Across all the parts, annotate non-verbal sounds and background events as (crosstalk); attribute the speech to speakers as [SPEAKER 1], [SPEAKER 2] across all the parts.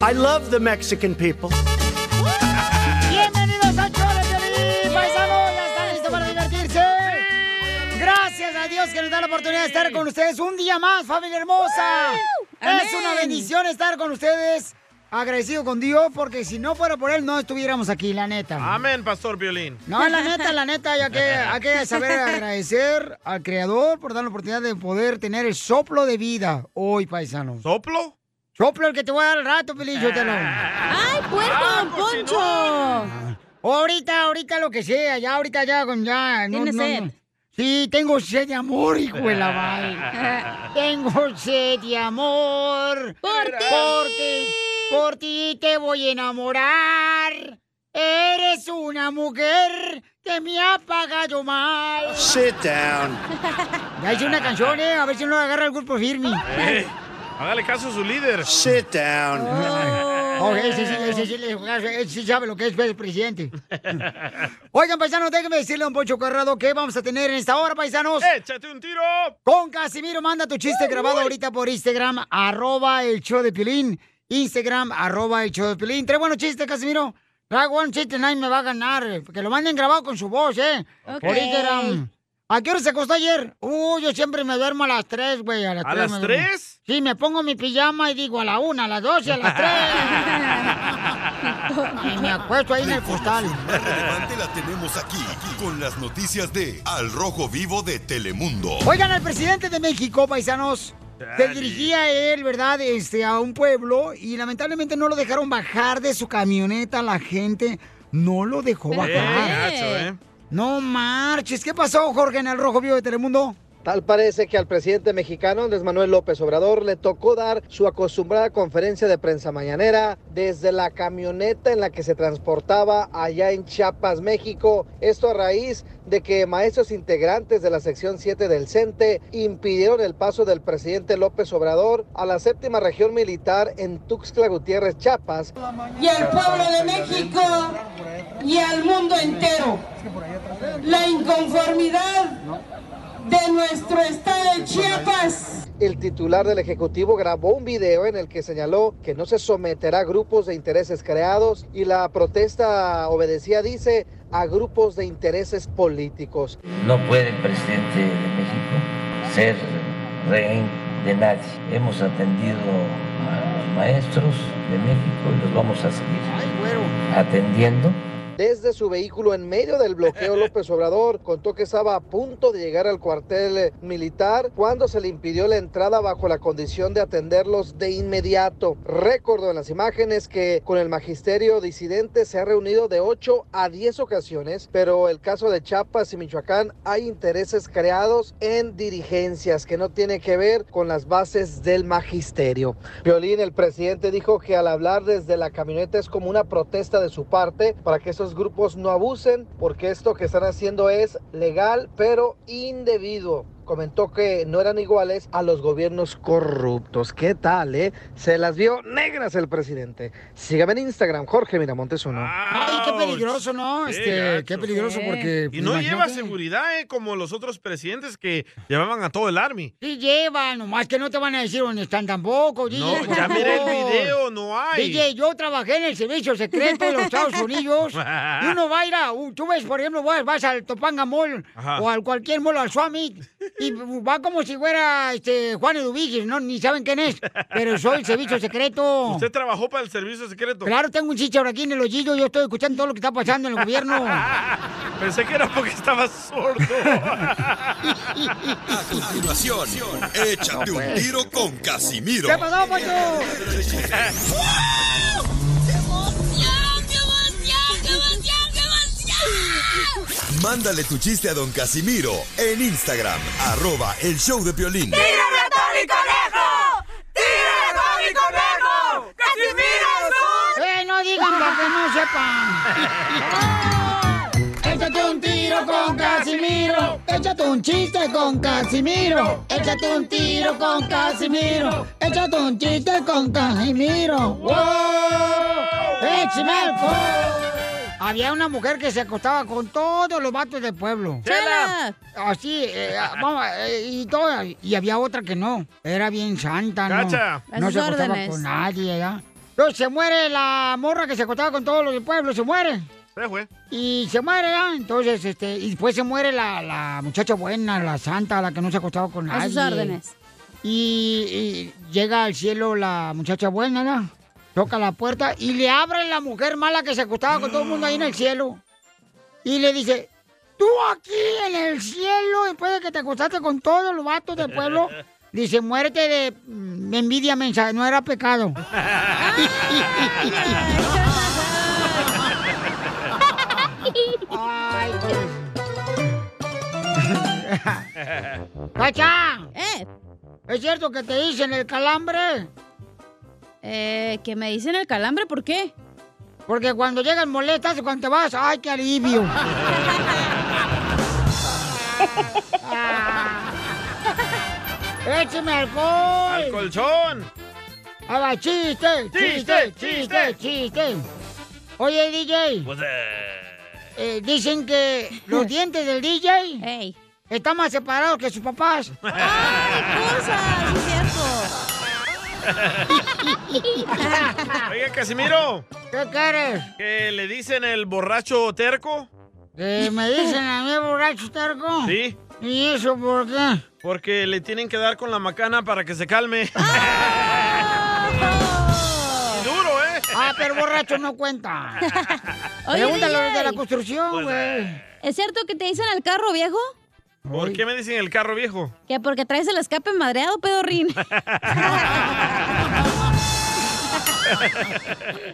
[SPEAKER 1] I love the Mexican people.
[SPEAKER 2] Bienvenidos a Choraterín, paisanos, ya están listos para divertirse. Gracias a Dios que nos da la oportunidad de estar con ustedes un día más, familia hermosa. Es una bendición estar con ustedes. Agradecido con Dios porque si no fuera por él no estuviéramos aquí, la neta.
[SPEAKER 3] Amén, Pastor Violín.
[SPEAKER 2] No, la neta, la neta, ya que hay que saber agradecer al creador por dar la oportunidad de poder tener el soplo de vida hoy, paisanos.
[SPEAKER 3] ¿Soplo?
[SPEAKER 2] Soplo el que te voy a dar al rato, Pelín, yo te lo.
[SPEAKER 4] ¡Ay, puerco, don Poncho!
[SPEAKER 2] Ah. Ahorita, ahorita lo que sea, ya ahorita ya con ya. No,
[SPEAKER 4] ¿Tienes
[SPEAKER 2] no,
[SPEAKER 4] sed?
[SPEAKER 2] no. Sí, tengo sed de amor, hijo de la
[SPEAKER 4] (laughs)
[SPEAKER 2] vaina. tengo sed de amor.
[SPEAKER 4] Por ti.
[SPEAKER 2] Por ti, por ti te voy a enamorar. Eres una mujer que me ha pagado mal.
[SPEAKER 1] Sit down.
[SPEAKER 2] Ya hice una canción, eh. A ver si no la agarra el grupo firme.
[SPEAKER 3] (laughs) Eh, hágale caso a su líder.
[SPEAKER 1] Sit down.
[SPEAKER 2] Oh, ese, sí, ese sí le- ese sí sabe lo que es el presidente. Oigan, paisanos, déjenme decirle a un Poncho Corrado que vamos a tener en esta hora, paisanos.
[SPEAKER 3] ¡Échate un tiro!
[SPEAKER 2] Con Casimiro, manda tu chiste grabado ahorita por Instagram, arroba el show de Pilín. Instagram, arroba el show de Pilín. Tres buenos chistes, Casimiro. Traigo un chiste, nadie me va a ganar. Que lo manden grabado con su voz, ¿eh?
[SPEAKER 4] Ok.
[SPEAKER 2] Por Instagram. ¿A qué hora se acostó ayer? Uh, yo siempre me duermo a las tres, güey. ¿A las
[SPEAKER 3] ¿A
[SPEAKER 2] tres
[SPEAKER 3] las
[SPEAKER 2] me duermo.
[SPEAKER 3] tres?
[SPEAKER 2] Sí, me pongo mi pijama y digo a la una, a las dos y a las
[SPEAKER 3] (laughs)
[SPEAKER 2] tres. y me acuesto ahí en el costal.
[SPEAKER 5] Más relevante la tenemos aquí, con las noticias de Al Rojo Vivo de Telemundo.
[SPEAKER 2] Oigan, el presidente de México, paisanos, se
[SPEAKER 3] Dale.
[SPEAKER 2] dirigía él, ¿verdad?, este, a un pueblo y lamentablemente no lo dejaron bajar de su camioneta, la gente no lo dejó
[SPEAKER 3] Eh,
[SPEAKER 2] bajar.
[SPEAKER 3] gacho, eh.
[SPEAKER 2] No marches, ¿qué pasó, Jorge, en el Rojo Vivo de Telemundo?
[SPEAKER 6] Tal parece que al presidente mexicano Andrés Manuel López Obrador le tocó dar su acostumbrada conferencia de prensa mañanera desde la camioneta en la que se transportaba allá en Chiapas, México. Esto a raíz de que maestros integrantes de la sección 7 del CENTE impidieron el paso del presidente López Obrador a la séptima región militar en Tuxtla Gutiérrez, Chiapas,
[SPEAKER 7] y al pueblo de México y al mundo entero. La inconformidad de nuestro estado de Chiapas.
[SPEAKER 6] El titular del Ejecutivo grabó un video en el que señaló que no se someterá a grupos de intereses creados y la protesta obedecía, dice, a grupos de intereses políticos.
[SPEAKER 8] No puede el presidente de México ser rehén de nadie. Hemos atendido a los maestros de México y los vamos a seguir atendiendo.
[SPEAKER 6] Desde su vehículo en medio del bloqueo, López Obrador contó que estaba a punto de llegar al cuartel eh, militar cuando se le impidió la entrada bajo la condición de atenderlos de inmediato. Recordó en las imágenes que con el magisterio disidente se ha reunido de 8 a 10 ocasiones, pero el caso de Chiapas y Michoacán hay intereses creados en dirigencias que no tienen que ver con las bases del magisterio. Violín, el presidente dijo que al hablar desde la camioneta es como una protesta de su parte para que esos grupos no abusen, porque esto que están haciendo es legal pero indebido. Comentó que no eran iguales a los gobiernos corruptos. ¿Qué tal, eh? Se las vio negras el presidente. Sígame en Instagram, Jorge Miramontes uno.
[SPEAKER 3] Ah.
[SPEAKER 2] Ay, qué peligroso, ¿no?
[SPEAKER 3] Qué
[SPEAKER 2] Este,
[SPEAKER 3] gacho.
[SPEAKER 2] qué peligroso
[SPEAKER 4] Sí.
[SPEAKER 2] porque...
[SPEAKER 3] Y no
[SPEAKER 2] imagínate.
[SPEAKER 3] lleva seguridad, eh, como los otros presidentes que llevaban a todo el army.
[SPEAKER 2] Sí llevan, nomás que no te van a decir dónde están tampoco, DJ.
[SPEAKER 3] No,
[SPEAKER 2] por
[SPEAKER 3] ya miré el
[SPEAKER 2] favor.
[SPEAKER 3] video, no hay.
[SPEAKER 2] DJ, yo trabajé en el servicio secreto de los Estados
[SPEAKER 3] (laughs)
[SPEAKER 2] Unidos. Y uno va a ir a, tú ves, por ejemplo, vas, vas al Topanga Mall
[SPEAKER 3] Ajá.
[SPEAKER 2] o al cualquier mall, al Summit, Y va como si fuera este, Juan Eduviges, ¿no? Ni saben quién es. Pero soy el servicio secreto.
[SPEAKER 3] Usted trabajó para el servicio secreto.
[SPEAKER 2] Claro, tengo un chicho ahora aquí en el hoyillo. Yo estoy escuchando todo lo que está pasando en el gobierno.
[SPEAKER 3] Pensé que era porque estaba
[SPEAKER 2] (laughs)
[SPEAKER 3] sordo.
[SPEAKER 5] A continuación, échate un tiro con Casimiro.
[SPEAKER 2] pues. ¿Qué pasó, Poncho?
[SPEAKER 5] Mándale tu chiste a don Casimiro en Instagram, arroba el show de Piolín.
[SPEAKER 4] ¡Tírame a Tony Conejo! ¡Tírame a Tony Conejo! ¡Casimiro es
[SPEAKER 2] ¡Eh, no digan para que no sepan! (laughs) Échate un tiro con Casimiro. Échate un chiste con Casimiro. Échate un tiro con Casimiro. Échate un chiste con Casimiro. ¡Eh, ¡Wow! ¡Échame alcohol! Había una mujer que se acostaba con todos los vatos del pueblo.
[SPEAKER 4] ¡Chela!
[SPEAKER 2] Así, eh, vamos, eh, y todas. Y había otra que no. Era bien santa, ¿no?
[SPEAKER 4] Cacha. A
[SPEAKER 2] No
[SPEAKER 4] sus
[SPEAKER 2] se acostaba
[SPEAKER 4] órdenes.
[SPEAKER 2] con nadie, ¿ya? Entonces se muere la morra que se acostaba con todos los del pueblo, se muere.
[SPEAKER 3] Se fue.
[SPEAKER 2] Y se muere, ¿ya? Entonces, este, y después se muere la, la muchacha buena, la santa, la que no se acostaba con nadie.
[SPEAKER 4] A sus órdenes.
[SPEAKER 2] Y, y llega al cielo la muchacha buena, ¿no? Toca la puerta y le abre la mujer mala que se acostaba con todo el mundo ahí en el cielo. Y le dice, tú aquí en el cielo, después de que te acostaste con todos los vatos del
[SPEAKER 4] (laughs)
[SPEAKER 2] pueblo, dice, muérete de mm, envidia mensaje, no era
[SPEAKER 4] (laughs)
[SPEAKER 2] pecado. Ay, ¡Cacha!
[SPEAKER 4] ¿Eh?
[SPEAKER 2] ¿Es cierto que te dicen el calambre?
[SPEAKER 4] Eh, que me dicen el calambre, ¿por qué?
[SPEAKER 2] Porque cuando llegan molestas, cuando te vas, ¡ay, qué alivio! Ah. ¡Écheme alcohol!
[SPEAKER 3] ¡Al colchón!
[SPEAKER 2] ¡A la chiste! ¡Chiste, chiste, chiste! Oye, DJ,
[SPEAKER 3] Pues, eh,
[SPEAKER 2] eh, dicen que los dientes del DJ están más separados que sus papás.
[SPEAKER 4] ¡Cosas! sí, cierto!
[SPEAKER 3] Oiga, Casimiro,
[SPEAKER 2] ¿Qué quieres?
[SPEAKER 3] ¿que le dicen el borracho terco?
[SPEAKER 2] ¿Que Eh, me dicen a mí borracho terco?
[SPEAKER 3] Sí.
[SPEAKER 2] ¿Y eso por qué?
[SPEAKER 3] Porque le tienen que dar con la macana para que se calme.
[SPEAKER 2] Ah,
[SPEAKER 3] (laughs) Duro, ¿eh?
[SPEAKER 2] Ah, pero borracho no cuenta.
[SPEAKER 4] Oye,
[SPEAKER 2] Pregúntale a los de la
[SPEAKER 4] DJ,
[SPEAKER 3] Pues,
[SPEAKER 2] construcción, güey.
[SPEAKER 4] ¿Es cierto que te dicen al carro, viejo?
[SPEAKER 3] ¿Por qué me dicen el carro viejo?
[SPEAKER 4] Que porque traes el escape madreado,
[SPEAKER 2] (laughs)
[SPEAKER 4] pedorrín.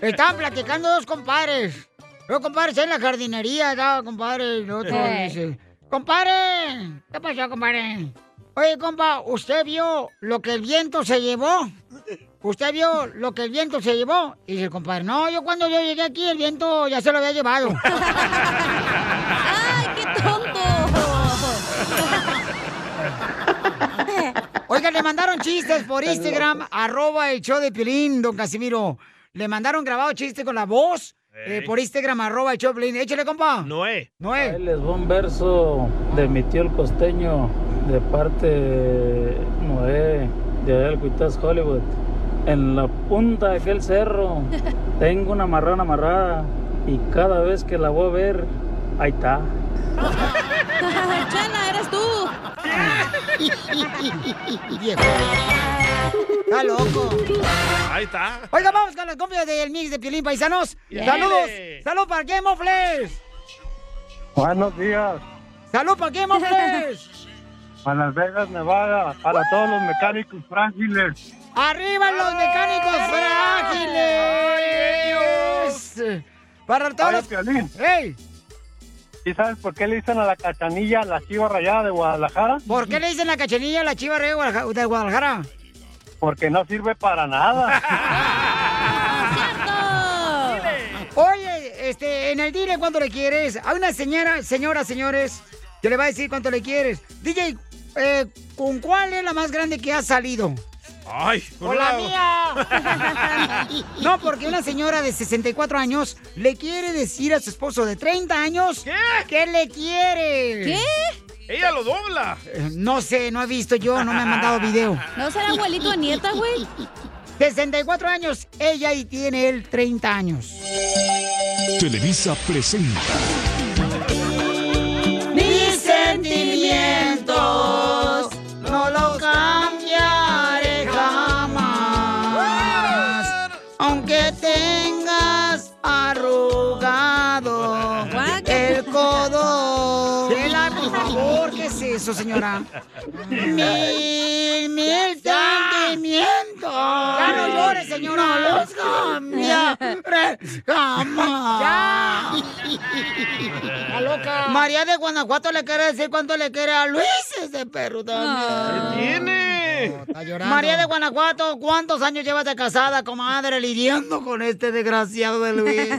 [SPEAKER 2] Estaban platicando dos compadres. Los compadres en la jardinería, estaba compadre, el otro
[SPEAKER 4] Eh.
[SPEAKER 2] dice, compadre, ¿qué pasó, compadre? Oye, compa, ¿usted vio lo que el viento se llevó? ¿Usted vio lo que el viento se llevó? Y dice el compadre, no, yo cuando yo llegué aquí el viento ya se lo había llevado.
[SPEAKER 4] ¡Ay, qué tonto!
[SPEAKER 2] Oiga, le mandaron chistes por Instagram, arroba el show de Pilín, don Casimiro. Le mandaron grabado chiste con la voz eh,
[SPEAKER 3] Ey.
[SPEAKER 2] por Instagram, arroba el show de Piolín. Échale, compa.
[SPEAKER 3] Noé.
[SPEAKER 2] Noé.
[SPEAKER 9] Ahí les va un verso de mi tío el costeño, de parte de Noé, de Alcuitas Hollywood. En la punta de aquel cerro tengo una marrana amarrada y cada vez que la voy a ver, ahí está.
[SPEAKER 4] ¡Chela, eres tú!
[SPEAKER 2] (laughs) Viejo. Está loco.
[SPEAKER 3] Ahí está.
[SPEAKER 2] Oiga, vamos con las copias del mix de Piolín Paisanos.
[SPEAKER 3] Yeah.
[SPEAKER 2] Saludos.
[SPEAKER 3] Dile.
[SPEAKER 2] Salud para Game of Flash.
[SPEAKER 10] Buenos días,
[SPEAKER 2] Salud para Game of Flash.
[SPEAKER 3] (laughs)
[SPEAKER 10] a Las Vegas, Nevada, para todos los mecánicos frágiles.
[SPEAKER 2] Arriba los mecánicos frágiles. Pues, eh, Para todos
[SPEAKER 10] Oye,
[SPEAKER 2] los...
[SPEAKER 10] Piolín,
[SPEAKER 2] ¡Ey!
[SPEAKER 10] ¿y sabes por qué le dicen a la cachanilla la chiva rayada de Guadalajara?
[SPEAKER 2] ¿Por qué le dicen la cachanilla a la chiva de Guadalajara- de Guadalajara?
[SPEAKER 10] Porque no sirve para nada.
[SPEAKER 2] Oye, este, en el dile cuánto le quieres. Hay una señora, señora, señores, que le va a decir cuánto le quieres. DJ, eh, ¿con cuál es la más grande que has salido?
[SPEAKER 3] (laughs) Ay, con
[SPEAKER 2] ¡Hola,
[SPEAKER 3] una-
[SPEAKER 10] (laughs)
[SPEAKER 2] mía! no, porque una señora de 64 años le quiere decir a su esposo de 30 años que le quiere.
[SPEAKER 4] ¿Qué?
[SPEAKER 3] Ella lo dobla.
[SPEAKER 2] Eh, No sé, no he visto yo, no me han mandado video.
[SPEAKER 4] ¿No será abuelito o nieta, güey?
[SPEAKER 2] 64 años, ella y tiene él 30 años.
[SPEAKER 11] Televisa presenta.
[SPEAKER 2] Mis sentimientos. eso, señora. Mil, mil sentimientos. Ya no llores, señora. No los (laughs) cambiaré jamás. (laughs)
[SPEAKER 4] ¡Ya!
[SPEAKER 2] loca. María de Guanajuato le quiere decir cuánto le quiere a Luis, ese perro también. tiene? María de Guanajuato, ¿cuántos años llevas de casada, comadre, lidiando con este desgraciado de
[SPEAKER 4] (laughs)
[SPEAKER 2] Luis?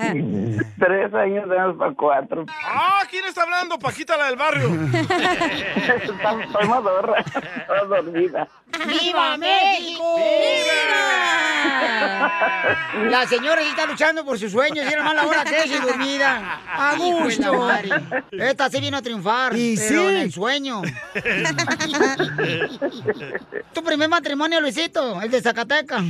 [SPEAKER 12] (laughs) Tres años tenemos para cuatro. (laughs)
[SPEAKER 3] ¡Ah! ¿Quién está hablando? Paquita, la del barrio.
[SPEAKER 12] Soy madorra. Estoy dormida.
[SPEAKER 2] ¡Viva México! ¡Viva! La señora sí está luchando por sus sueños y era mala hora que es
[SPEAKER 4] (laughs)
[SPEAKER 2] y dormida. A
[SPEAKER 4] Hijo de la
[SPEAKER 2] gusto.
[SPEAKER 4] madre.
[SPEAKER 2] Esta sí vino a triunfar,
[SPEAKER 4] Y
[SPEAKER 2] pero
[SPEAKER 4] sí.
[SPEAKER 2] en el
[SPEAKER 4] (laughs)
[SPEAKER 2] sueño. ¿Tu primer matrimonio, Luisito? ¿El de Zacatecas?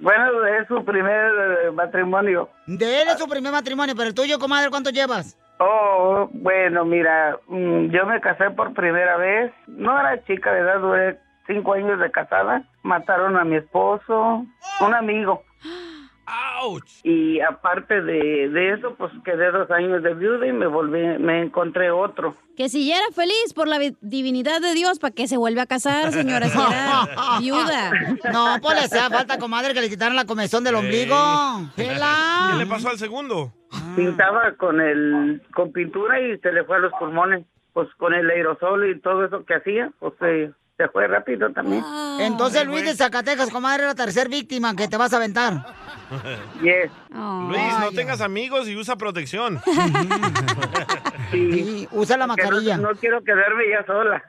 [SPEAKER 12] Bueno, es su primer eh, matrimonio.
[SPEAKER 2] De él es su primer matrimonio, pero el tuyo, comadre, ¿cuánto llevas?
[SPEAKER 12] Oh, bueno, mira, mm, yo me casé por primera vez. No era chica de edad, duré cinco años de casada. Mataron a mi esposo, un amigo. Y aparte de, de eso, pues quedé dos años de viuda y me volví, me encontré otro.
[SPEAKER 13] Que si ya era feliz por la vi- divinidad de Dios, ¿para qué se vuelve a casar, señora? Si
[SPEAKER 2] (laughs)
[SPEAKER 13] era viuda.
[SPEAKER 2] No, pues le hacía falta, comadre, que le quitaran la comezón del ombligo. Chela.
[SPEAKER 3] (laughs) ¿Qué le pasó al segundo?
[SPEAKER 12] Ah. Pintaba con el con pintura y se le fue a los pulmones, pues con el aerosol y todo eso que hacía, pues se, se fue rápido también.
[SPEAKER 3] Ah.
[SPEAKER 2] Entonces, Luis de Zacatecas, comadre, era la tercer víctima que te vas a aventar.
[SPEAKER 12] Yes.
[SPEAKER 3] Luis, no tengas amigos y usa protección.
[SPEAKER 2] (laughs) Sí, usa la mascarilla.
[SPEAKER 12] No quiero quedarme ya sola.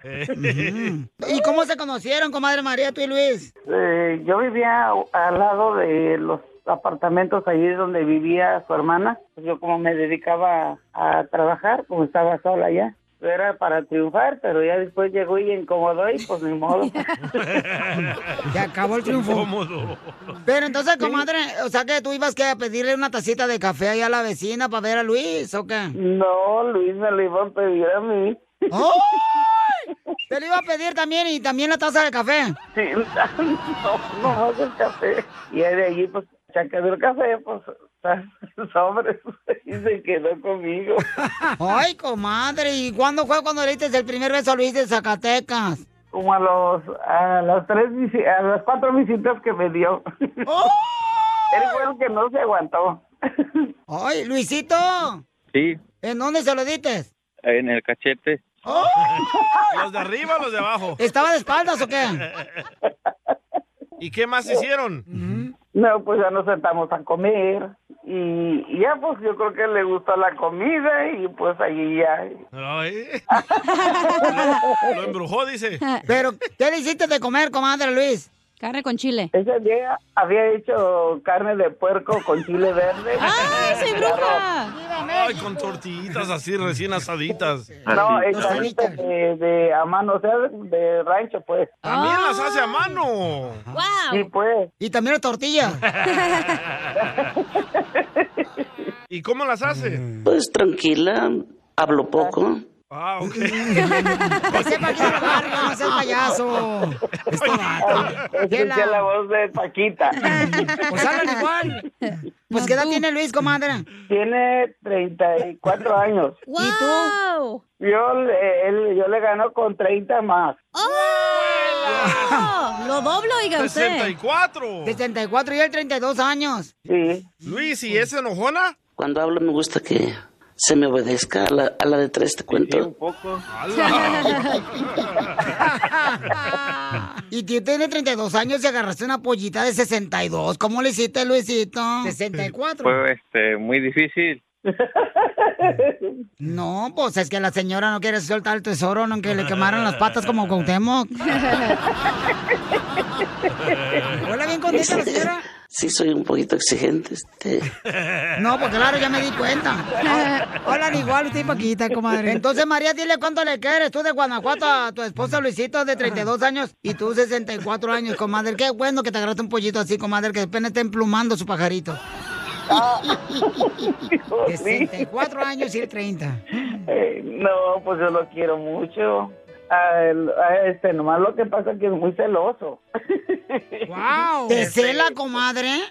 [SPEAKER 2] ¿Y cómo se conocieron, comadre María, tú y Luis?
[SPEAKER 12] Eh, yo vivía al lado de los apartamentos allí donde vivía su hermana. Pues Yo como me dedicaba a trabajar, como estaba sola ya. Era para triunfar, pero ya después llegó y incomodó y pues ni
[SPEAKER 3] (laughs)
[SPEAKER 12] modo.
[SPEAKER 2] Se acabó el triunfo.
[SPEAKER 3] Cómodo.
[SPEAKER 2] Pero entonces, comadre, o sea que tú ibas que a pedirle una tacita de café ahí a la vecina para ver a Luis, ¿o qué?
[SPEAKER 12] No, Luis me lo iba a pedir a mí.
[SPEAKER 2] ¡Ay! Te lo iba a pedir también y también la taza de café.
[SPEAKER 12] Sí, (laughs) no, no, el café. Y de allí pues se quedó el café, pues sobre (laughs) y se quedó conmigo.
[SPEAKER 2] (laughs) Ay, comadre, ¿y cuándo fue cuando le diste el primer beso a Luis de Zacatecas?
[SPEAKER 12] Como a los ah, a las tres visi- a las cuatro visitas que me dio.
[SPEAKER 2] ¡Oh!
[SPEAKER 12] Él fue el que no se aguantó.
[SPEAKER 2] (laughs) Ay, Luisito,
[SPEAKER 14] Sí,
[SPEAKER 2] ¿en dónde se lo diste? ¡Oh!
[SPEAKER 14] en el cachete.
[SPEAKER 3] (laughs) ¿Los de arriba o los de abajo?
[SPEAKER 2] ¿Estaba de espaldas o qué?
[SPEAKER 3] ¿Y qué más hicieron?
[SPEAKER 12] No, pues ya nos sentamos a comer y, y ya pues yo creo que le gustó la comida y pues allí ya.
[SPEAKER 2] (laughs)
[SPEAKER 3] Ay. Lo embrujó, dice.
[SPEAKER 2] Pero, ¿qué le hiciste de comer, comadre Luis?
[SPEAKER 13] Carne con chile.
[SPEAKER 2] (laughs)
[SPEAKER 12] Ese día había hecho carne de puerco con chile verde.
[SPEAKER 13] ¡Ay, soy bruja!
[SPEAKER 3] Ay, con tortillitas así recién
[SPEAKER 2] (laughs)
[SPEAKER 3] asaditas.
[SPEAKER 12] No, es carnita de, de a mano, o sea, de rancho, pues.
[SPEAKER 3] También las hace
[SPEAKER 2] Ah.
[SPEAKER 3] a mano.
[SPEAKER 12] Sí, pues.
[SPEAKER 2] Y
[SPEAKER 3] (laughs)
[SPEAKER 2] también la tortilla.
[SPEAKER 3] ¿Y cómo las hace?
[SPEAKER 15] Pues tranquila, hablo poco.
[SPEAKER 3] Ah, ok.
[SPEAKER 2] no
[SPEAKER 12] (laughs)
[SPEAKER 2] seas payaso.
[SPEAKER 3] Este
[SPEAKER 12] Escuché la voz de Paquita.
[SPEAKER 2] Pues hablan igual. (laughs) Pues, ¿qué edad tiene (laughs) Luis, comadre?
[SPEAKER 12] Tiene 34 años.
[SPEAKER 2] ¿Y tú?
[SPEAKER 12] Yo le, él- yo le gano con 30 más.
[SPEAKER 2] Oh.
[SPEAKER 13] Lo doblo, oiga usted.
[SPEAKER 3] 64.
[SPEAKER 2] 64 y él 32 años.
[SPEAKER 12] Sí.
[SPEAKER 3] Luis, ¿y es enojona?
[SPEAKER 15] Cuando hablo me gusta que se me obedezca a la, a la de tres, te cuento. (laughs)
[SPEAKER 14] poco.
[SPEAKER 2] Y tú tienes 32 años y agarraste una pollita de 62. ¿Cómo le hiciste, Luisito? 64.
[SPEAKER 14] Fue este, muy difícil.
[SPEAKER 2] No, pues es que la señora no quiere soltar el tesoro, no que le quemaron las patas como Cuauhtémoc. Hola, bien contenta la señora.
[SPEAKER 15] Sí, soy un poquito exigente. Este.
[SPEAKER 2] No, pues claro, ya me di cuenta. (laughs) Hola, igual usted y Paquita, comadre. Entonces, María, dile cuánto le quieres tú de Guanajuato a tu esposa Luisito de 32 años y tú 64 años, comadre. Qué bueno que te agarraste un pollito así, comadre, que apenas está emplumando su pajarito. Ah. 64 años y el 30.
[SPEAKER 12] Eh, no, pues yo lo quiero mucho. A él- a este, nomás lo que pasa es que es muy celoso.
[SPEAKER 2] ¡Wow! ¿Te cela, comadre?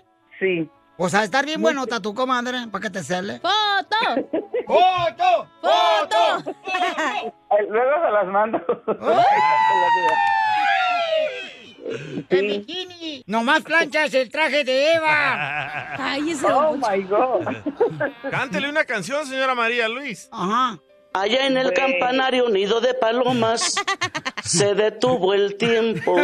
[SPEAKER 12] Sí.
[SPEAKER 2] O sea, estar bien buenota tu comadre, para que te cele.
[SPEAKER 13] ¡Foto!
[SPEAKER 2] ¡Foto!
[SPEAKER 12] ¡Foto! Luego se las mando.
[SPEAKER 2] ¡En bikini! ¡Nomás planchas el traje de Eva! (laughs) ¡Ay, ese ¡Oh, my God!
[SPEAKER 3] Cántele una canción, señora María Luis.
[SPEAKER 2] Ajá.
[SPEAKER 15] Allá en el
[SPEAKER 3] Güey.
[SPEAKER 15] campanario nido de
[SPEAKER 2] (laughs)
[SPEAKER 15] palomas se detuvo el
[SPEAKER 3] (laughs)
[SPEAKER 15] tiempo.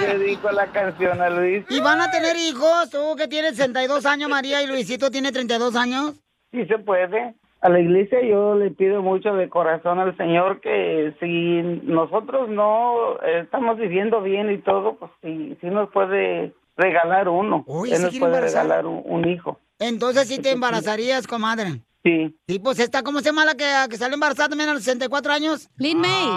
[SPEAKER 12] Le dedico la canción a Luis.
[SPEAKER 2] ¿Y van a tener hijos? Tú que tienes 62 años, María, y Luisito tiene 32 años.
[SPEAKER 12] Sí se puede. A la iglesia yo le pido mucho de corazón al Señor que si nosotros no eh, estamos viviendo bien y todo, pues sí, sí nos puede regalar uno.
[SPEAKER 2] Uy,
[SPEAKER 12] Él
[SPEAKER 2] ¿se
[SPEAKER 12] nos
[SPEAKER 2] quiere
[SPEAKER 12] puede
[SPEAKER 2] embarazar?
[SPEAKER 12] regalar un, un hijo.
[SPEAKER 2] Entonces sí te embarazarías, comadre.
[SPEAKER 12] Sí.
[SPEAKER 2] Sí, pues esta, ¿cómo se llama la que, que sale embarazada también a los 64 años? Lin May.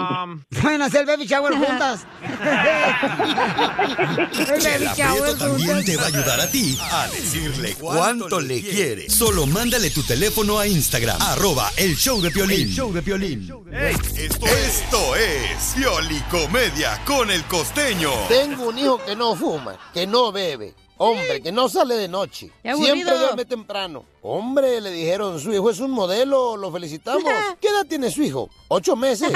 [SPEAKER 2] Pueden hacer baby (laughs) shower juntas. El baby
[SPEAKER 5] Chela
[SPEAKER 2] shower
[SPEAKER 5] Prieto también
[SPEAKER 2] juntas.
[SPEAKER 5] te va a ayudar a ti a decirle cuánto le quiere. Solo mándale tu teléfono a Instagram, arroba el show de Piolín.
[SPEAKER 11] El
[SPEAKER 5] show de Esto, esto es Piolicomedia con el costeño.
[SPEAKER 16] Tengo un hijo que no fuma, que no bebe, hombre, que no sale de noche.
[SPEAKER 5] Qué aburrido.
[SPEAKER 16] Siempre duerme temprano. Hombre, le dijeron, su hijo es un modelo, lo felicitamos. ¿Qué edad tiene su hijo? Ocho meses.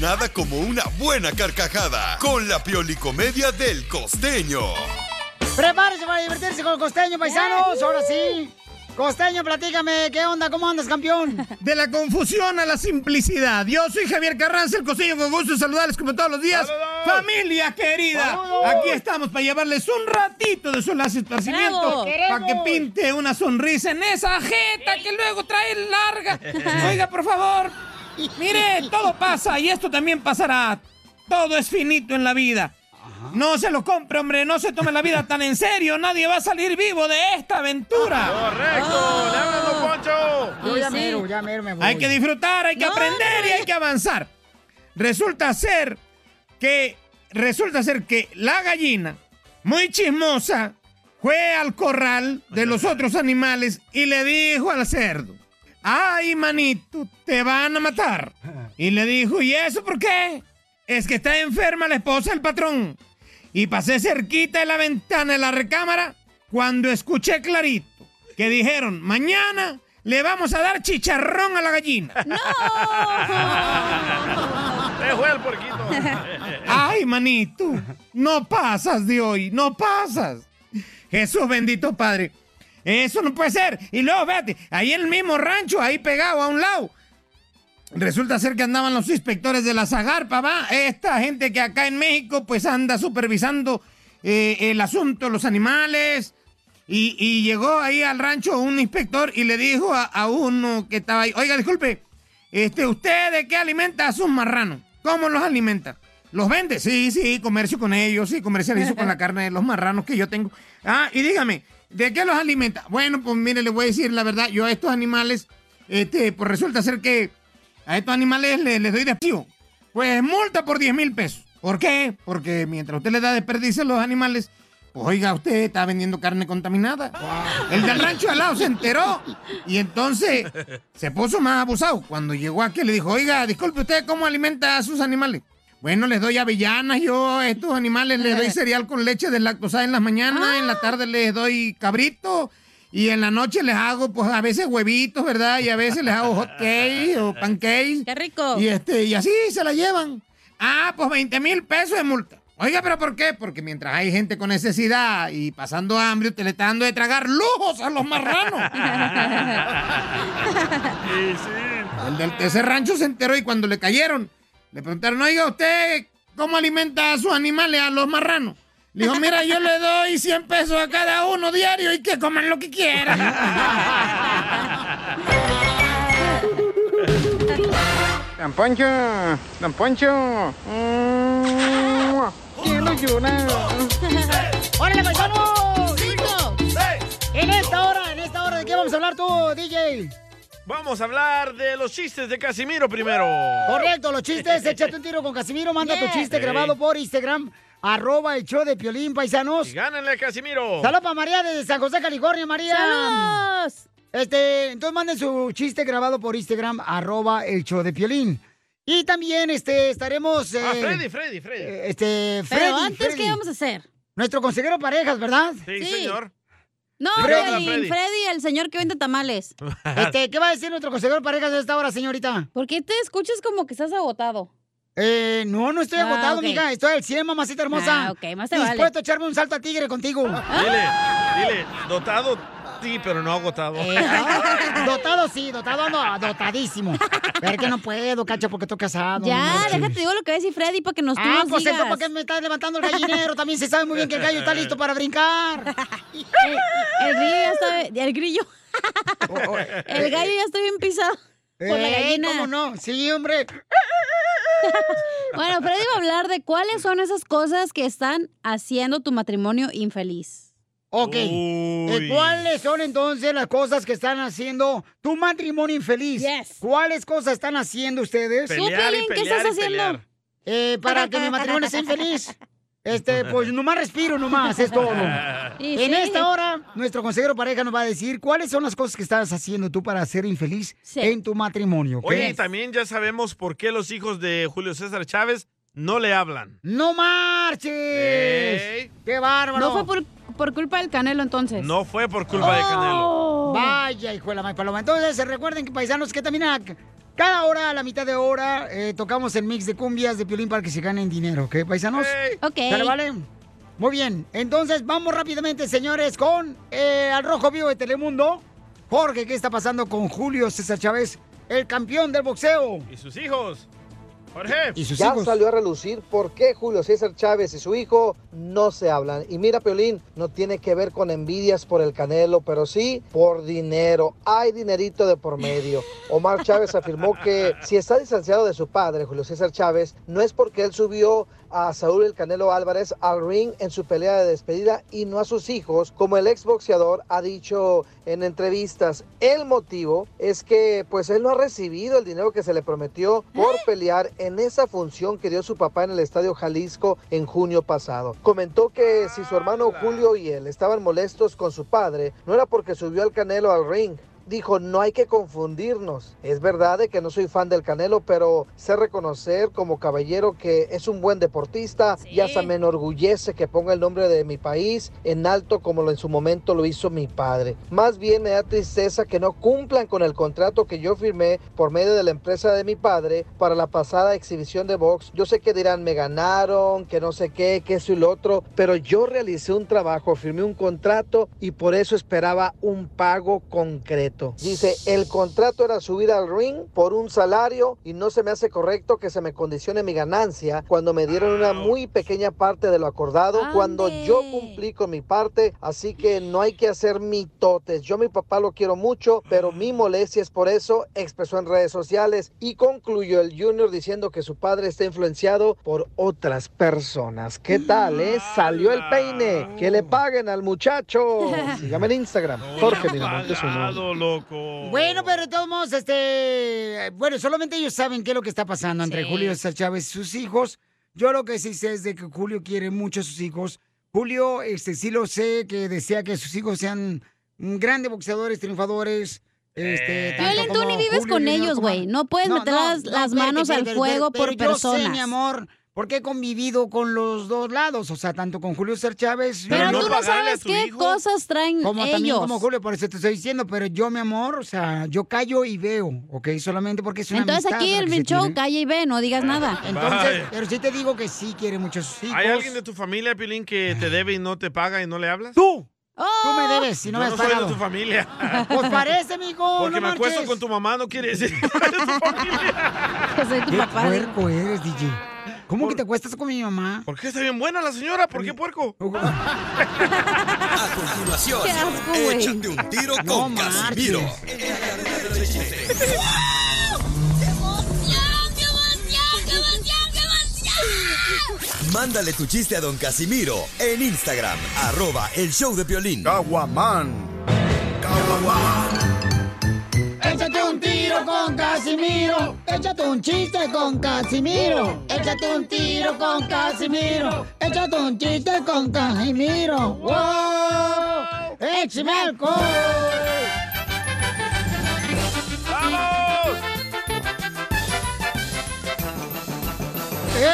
[SPEAKER 5] Nada como una buena carcajada con la Piolicomedia del costeño.
[SPEAKER 2] Prepárense para divertirse con el costeño, paisanos. Ahora sí. Costeño, platícame, ¿qué onda? ¿Cómo andas, campeón?
[SPEAKER 17] (laughs) De la confusión a la simplicidad. Yo soy Javier Carranza, el costeño, con gusto de saludarles como todos los días. Familia querida,
[SPEAKER 4] ¡Saludos!
[SPEAKER 17] aquí estamos para llevarles un ratito de sol y esparcimiento
[SPEAKER 4] ¡Bravo!
[SPEAKER 17] para que
[SPEAKER 4] ¡Queremos!
[SPEAKER 17] pinte una sonrisa en esa jeta que luego trae
[SPEAKER 2] (laughs)
[SPEAKER 17] larga. Oiga, por favor, mire, todo pasa y esto también pasará. Todo es finito en la vida. No se lo compre, hombre, no se tome la vida tan en serio. Nadie va a salir vivo de esta aventura. Ah.
[SPEAKER 3] Correcto, le hablan, don Poncho.
[SPEAKER 2] Yo ya mero, ya mero me voy.
[SPEAKER 17] Hay que disfrutar, hay que aprender y hay que avanzar. Resulta ser que resulta ser que la gallina, muy chismosa, fue al corral de los otros animales y le dijo al cerdo: "Ay, manito, te van a matar." Y le dijo: "¿Y eso por qué?" Es que está enferma la esposa del patrón. Y pasé cerquita de la ventana de la recámara cuando escuché clarito que dijeron, mañana le vamos a dar chicharrón a la gallina.
[SPEAKER 3] (laughs) Se fue el porquito.
[SPEAKER 17] (laughs) Ay, manito, no pasas de hoy, no pasas. Jesús bendito Padre, eso no puede ser. Y luego, fíjate, ahí en el mismo rancho, ahí pegado a un lado, Resulta ser que andaban los inspectores de la Zagarpa, va. Esta gente que acá en México pues anda supervisando eh, el asunto de los animales. Y, y llegó ahí al rancho un inspector y le dijo a, a uno que estaba ahí, oiga, disculpe, este, ¿usted de qué alimenta a sus marranos? ¿Cómo los alimenta? ¿Los vende? Sí, sí, comercio con ellos, sí, comercializo con la carne de los marranos que yo tengo. Ah, y dígame, ¿de qué los alimenta? Bueno, pues mire, le voy a decir la verdad, yo a estos animales, este, pues resulta ser que a estos animales le- les doy desperdicio. Pues multa por 10 mil pesos. ¿Por qué? Porque mientras usted le da desperdicio a los animales, pues, oiga, usted está vendiendo carne contaminada. El del rancho al lado se enteró y entonces se puso más abusado. Cuando llegó aquí le dijo, oiga, disculpe usted, ¿cómo alimenta a sus animales? Bueno, les doy avellanas, yo a estos animales les (laughs) doy cereal con leche deslactosada en las mañanas, en la tarde les doy cabrito y en la noche les hago, pues a veces huevitos, ¿verdad? Y a veces les hago hot cakes (laughs) o pancakes. ¡Qué rico! Y, este, y así se la llevan. Ah, pues 20 mil pesos de multa. Oiga, ¿pero por qué? Porque mientras hay gente con necesidad y pasando hambre, usted le está dando de tragar lujos a los (laughs) marranos. El del tercer rancho se enteró y cuando le cayeron, le preguntaron, oiga, ¿usted cómo alimenta a sus animales, a los marranos? Le dijo, mira, yo le doy 100 pesos a cada uno diario y que coman lo que quieran.
[SPEAKER 18] (laughs) Don Poncho, Don Poncho.
[SPEAKER 1] Ah,
[SPEAKER 2] ¡Quiero llorar! ¡Órale, paisanos! ¡Cinco! En esta hora, en esta hora, ¿de qué vamos a hablar tú, DJ?
[SPEAKER 3] Vamos a hablar de los chistes de Casimiro primero.
[SPEAKER 2] Correcto, los chistes. Échate un tiro con Casimiro. Manda
[SPEAKER 3] Yeah.
[SPEAKER 2] tu chiste
[SPEAKER 3] Ey.
[SPEAKER 2] grabado por Instagram. Arroba el show de Piolín, paisanos.
[SPEAKER 3] Y gánenle a Casimiro.
[SPEAKER 2] Saludos para María de San José, California, María. ¡Saludos! Este, entonces manden su chiste grabado por Instagram, arroba el show de Piolín. Y también, este, estaremos...
[SPEAKER 3] Ah,
[SPEAKER 2] eh,
[SPEAKER 3] Freddy, Freddy, Freddy.
[SPEAKER 2] eh, Este,
[SPEAKER 13] Pero
[SPEAKER 2] Freddy,
[SPEAKER 13] antes,
[SPEAKER 2] Freddy.
[SPEAKER 13] ¿qué vamos a hacer?
[SPEAKER 2] Nuestro consejero parejas, ¿verdad?
[SPEAKER 3] Sí, señor.
[SPEAKER 13] No,
[SPEAKER 2] ¿Qué onda,
[SPEAKER 13] Freddy,
[SPEAKER 2] Freddy?
[SPEAKER 13] Freddy, el señor que vende tamales.
[SPEAKER 2] Este, ¿qué va a decir nuestro consejero de parejas de esta hora, señorita?
[SPEAKER 13] ¿Por qué te escuchas como que estás agotado?
[SPEAKER 2] Eh, no, no estoy
[SPEAKER 13] Ah,
[SPEAKER 2] agotado,
[SPEAKER 13] ok.
[SPEAKER 2] mija. Estoy al 100, mamacita hermosa.
[SPEAKER 13] Ah, ok, más te
[SPEAKER 2] Dispuesto
[SPEAKER 13] vale.
[SPEAKER 2] a echarme un salto a tigre contigo.
[SPEAKER 3] Dile, dile, dotado, sí, pero no agotado.
[SPEAKER 2] Eh, (laughs) dotado sí, dotado no, dotadísimo. Pero es que no puedo, cacha, porque estoy casado.
[SPEAKER 13] ya,
[SPEAKER 2] no marches.
[SPEAKER 13] déjate, digo lo que va a decir Freddy para que nos
[SPEAKER 2] Ah,
[SPEAKER 13] tú nos
[SPEAKER 2] pues
[SPEAKER 13] digas.
[SPEAKER 2] entonces, ¿por qué me estás levantando el gallinero? También se sabe muy bien que el gallo está listo para brincar.
[SPEAKER 13] (laughs) El grillo ya está... El
[SPEAKER 2] (laughs)
[SPEAKER 13] grillo. el gallo ya está bien pisado por la
[SPEAKER 2] Ey,
[SPEAKER 13] gallina.
[SPEAKER 2] ¿cómo no? Sí, hombre.
[SPEAKER 13] (laughs) bueno, Freddy va a hablar de cuáles son esas cosas que están haciendo tu matrimonio infeliz.
[SPEAKER 2] Ok. Eh, ¿Cuáles son entonces las cosas que están haciendo tu matrimonio infeliz? ¿Cuáles cosas están haciendo ustedes?
[SPEAKER 4] Pelear Tú, Piolín, y ¿qué pelear estás y haciendo? pelear.
[SPEAKER 2] Eh, para que mi matrimonio sea infeliz. Este, pues nomás respiro, nomás, es todo.
[SPEAKER 4] (laughs) Y
[SPEAKER 2] en
[SPEAKER 4] sí.
[SPEAKER 2] esta hora, nuestro consejero pareja nos va a decir cuáles son las cosas que estás haciendo tú para ser infeliz en tu matrimonio. ¿ok?
[SPEAKER 3] Oye, y también ya sabemos por qué los hijos de Julio César Chávez no le hablan.
[SPEAKER 2] ¡No marches!
[SPEAKER 3] Ey.
[SPEAKER 2] ¡Qué bárbaro!
[SPEAKER 13] No fue por, por culpa del canelo entonces. Oh.
[SPEAKER 3] No fue por culpa de
[SPEAKER 2] Oh.
[SPEAKER 3] Canelo.
[SPEAKER 2] Vaya, hijo de la madre paloma. Entonces, recuerden que paisanos que también a cada hora, a la mitad de hora, eh, tocamos el mix de cumbias de Piolín para que se ganen dinero, ¿ok, paisanos?
[SPEAKER 13] Ok.
[SPEAKER 2] ¿Sale, vale? Muy bien. Entonces, vamos rápidamente, señores, con eh, al Rojo Vivo de Telemundo. Jorge, ¿qué está pasando con Julio César Chávez, el campeón del boxeo?
[SPEAKER 3] ¿Y sus hijos? Jorge.
[SPEAKER 6] ya salió a relucir por qué Julio César Chávez y su hijo no se hablan. Y mira, Piolín, no tiene que ver con envidias por el Canelo, pero sí por dinero. Hay dinerito de por medio. Omar Chávez afirmó que si está distanciado de su padre, Julio César Chávez, no es porque él subió a Saúl el Canelo Álvarez al ring en su pelea de despedida y no a sus hijos, como el exboxeador ha dicho en entrevistas. El motivo es que pues él no ha recibido el dinero que se le prometió por pelear en esa función que dio su papá en el Estadio Jalisco en junio pasado. Comentó que si su hermano Julio y él estaban molestos con su padre, no era porque subió al Canelo al ring, dijo, no hay que confundirnos. Es verdad de que no soy fan del Canelo, pero sé reconocer como caballero que es un buen deportista y hasta me enorgullece que ponga el nombre de mi país en alto como lo en su momento lo hizo mi padre. Más bien me da tristeza que no cumplan con el contrato que yo firmé por medio de la empresa de mi padre para la pasada exhibición de box. Yo sé que dirán, me ganaron, que no sé qué, que eso y lo otro, pero yo realicé un trabajo, firmé un contrato y por eso esperaba un pago concreto. Dice, el contrato era subir al ring por un salario y no se me hace correcto que se me condicione mi ganancia cuando me dieron una muy pequeña parte de lo acordado, cuando yo cumplí con mi parte, así que no hay que hacer mitotes. Yo a mi papá lo quiero mucho, pero mi molestia es por eso, expresó en redes sociales y concluyó el junior diciendo que su padre está influenciado por otras personas. ¿Qué tal, eh? Salió el peine. Que le paguen al muchacho. Sígame en Instagram. Jorge Miramontes uno.
[SPEAKER 3] Pagado, loco.
[SPEAKER 2] Bueno, pero de todos modos, este. Bueno, solamente ellos saben qué es lo que está pasando entre
[SPEAKER 3] Sí.
[SPEAKER 2] Julio César Chávez y sus hijos. Yo lo que sí sé es de que Julio quiere mucho a sus hijos. Julio, este, sí lo sé, que desea que sus hijos sean mm, grandes boxeadores, triunfadores. Este, tanto
[SPEAKER 13] Violín, tú
[SPEAKER 2] como
[SPEAKER 13] ni vives
[SPEAKER 2] Julio
[SPEAKER 13] con
[SPEAKER 2] Junior
[SPEAKER 13] ellos,
[SPEAKER 2] como-
[SPEAKER 13] güey. No puedes meter las,
[SPEAKER 2] no,
[SPEAKER 13] las
[SPEAKER 2] espérate,
[SPEAKER 13] manos
[SPEAKER 2] espérate,
[SPEAKER 13] al
[SPEAKER 2] espérate,
[SPEAKER 13] fuego
[SPEAKER 2] pero
[SPEAKER 13] por
[SPEAKER 2] yo sé,
[SPEAKER 13] personas.
[SPEAKER 2] mi amor, porque he convivido con los dos lados, o sea, tanto con Julio César Chávez.
[SPEAKER 13] Pero Pero no tú no pagarle sabes a tu qué hijo. cosas traen
[SPEAKER 2] como, También
[SPEAKER 13] ellos.
[SPEAKER 2] como Julio, por eso te estoy diciendo, pero yo, mi amor, o sea, yo callo y veo, ¿ok? Solamente porque es una
[SPEAKER 13] Entonces
[SPEAKER 2] amistad
[SPEAKER 13] aquí
[SPEAKER 2] la
[SPEAKER 13] el
[SPEAKER 2] que eh? Ah, se
[SPEAKER 13] show
[SPEAKER 2] tiene.
[SPEAKER 13] calla y ve, no digas nada.
[SPEAKER 2] Entonces,
[SPEAKER 3] Vaya.
[SPEAKER 2] pero sí te digo que sí quiere mucho a sus hijos.
[SPEAKER 3] ¿Hay alguien de tu familia, Pilín, que te debe y no te paga y no le hablas?
[SPEAKER 2] ¡Tú! Tú
[SPEAKER 13] ¡Oh!
[SPEAKER 2] me debes, si no
[SPEAKER 3] Yo
[SPEAKER 2] me has
[SPEAKER 3] no soy de
[SPEAKER 2] pagado.
[SPEAKER 3] tu familia.
[SPEAKER 2] (laughs) Pues
[SPEAKER 3] (laughs)
[SPEAKER 2] parece, mijo,
[SPEAKER 3] Porque
[SPEAKER 2] no
[SPEAKER 3] me acuesto
[SPEAKER 2] marches.
[SPEAKER 3] con tu mamá, no
[SPEAKER 2] (laughs)
[SPEAKER 3] quiere decir.
[SPEAKER 2] Qué puerco eres, DJ. ¿Cómo que te acuestas con mi mamá?
[SPEAKER 3] ¿Por qué está bien buena la señora? ¿Por
[SPEAKER 2] (laughs)
[SPEAKER 3] qué puerco?
[SPEAKER 5] A continuación,
[SPEAKER 3] Qué asco, güey.
[SPEAKER 5] échate un tiro con Casimiro. Mándale tu chiste a don Casimiro en Instagram, arroba el show de violín. Caguaman.
[SPEAKER 2] Échate un tiro con Casimiro. Échate un chiste con Casimiro. Échate un tiro con Casimiro. Échate un chiste con Casimiro. ¡Wow! ¡Échame alcohol! ¡Vamos!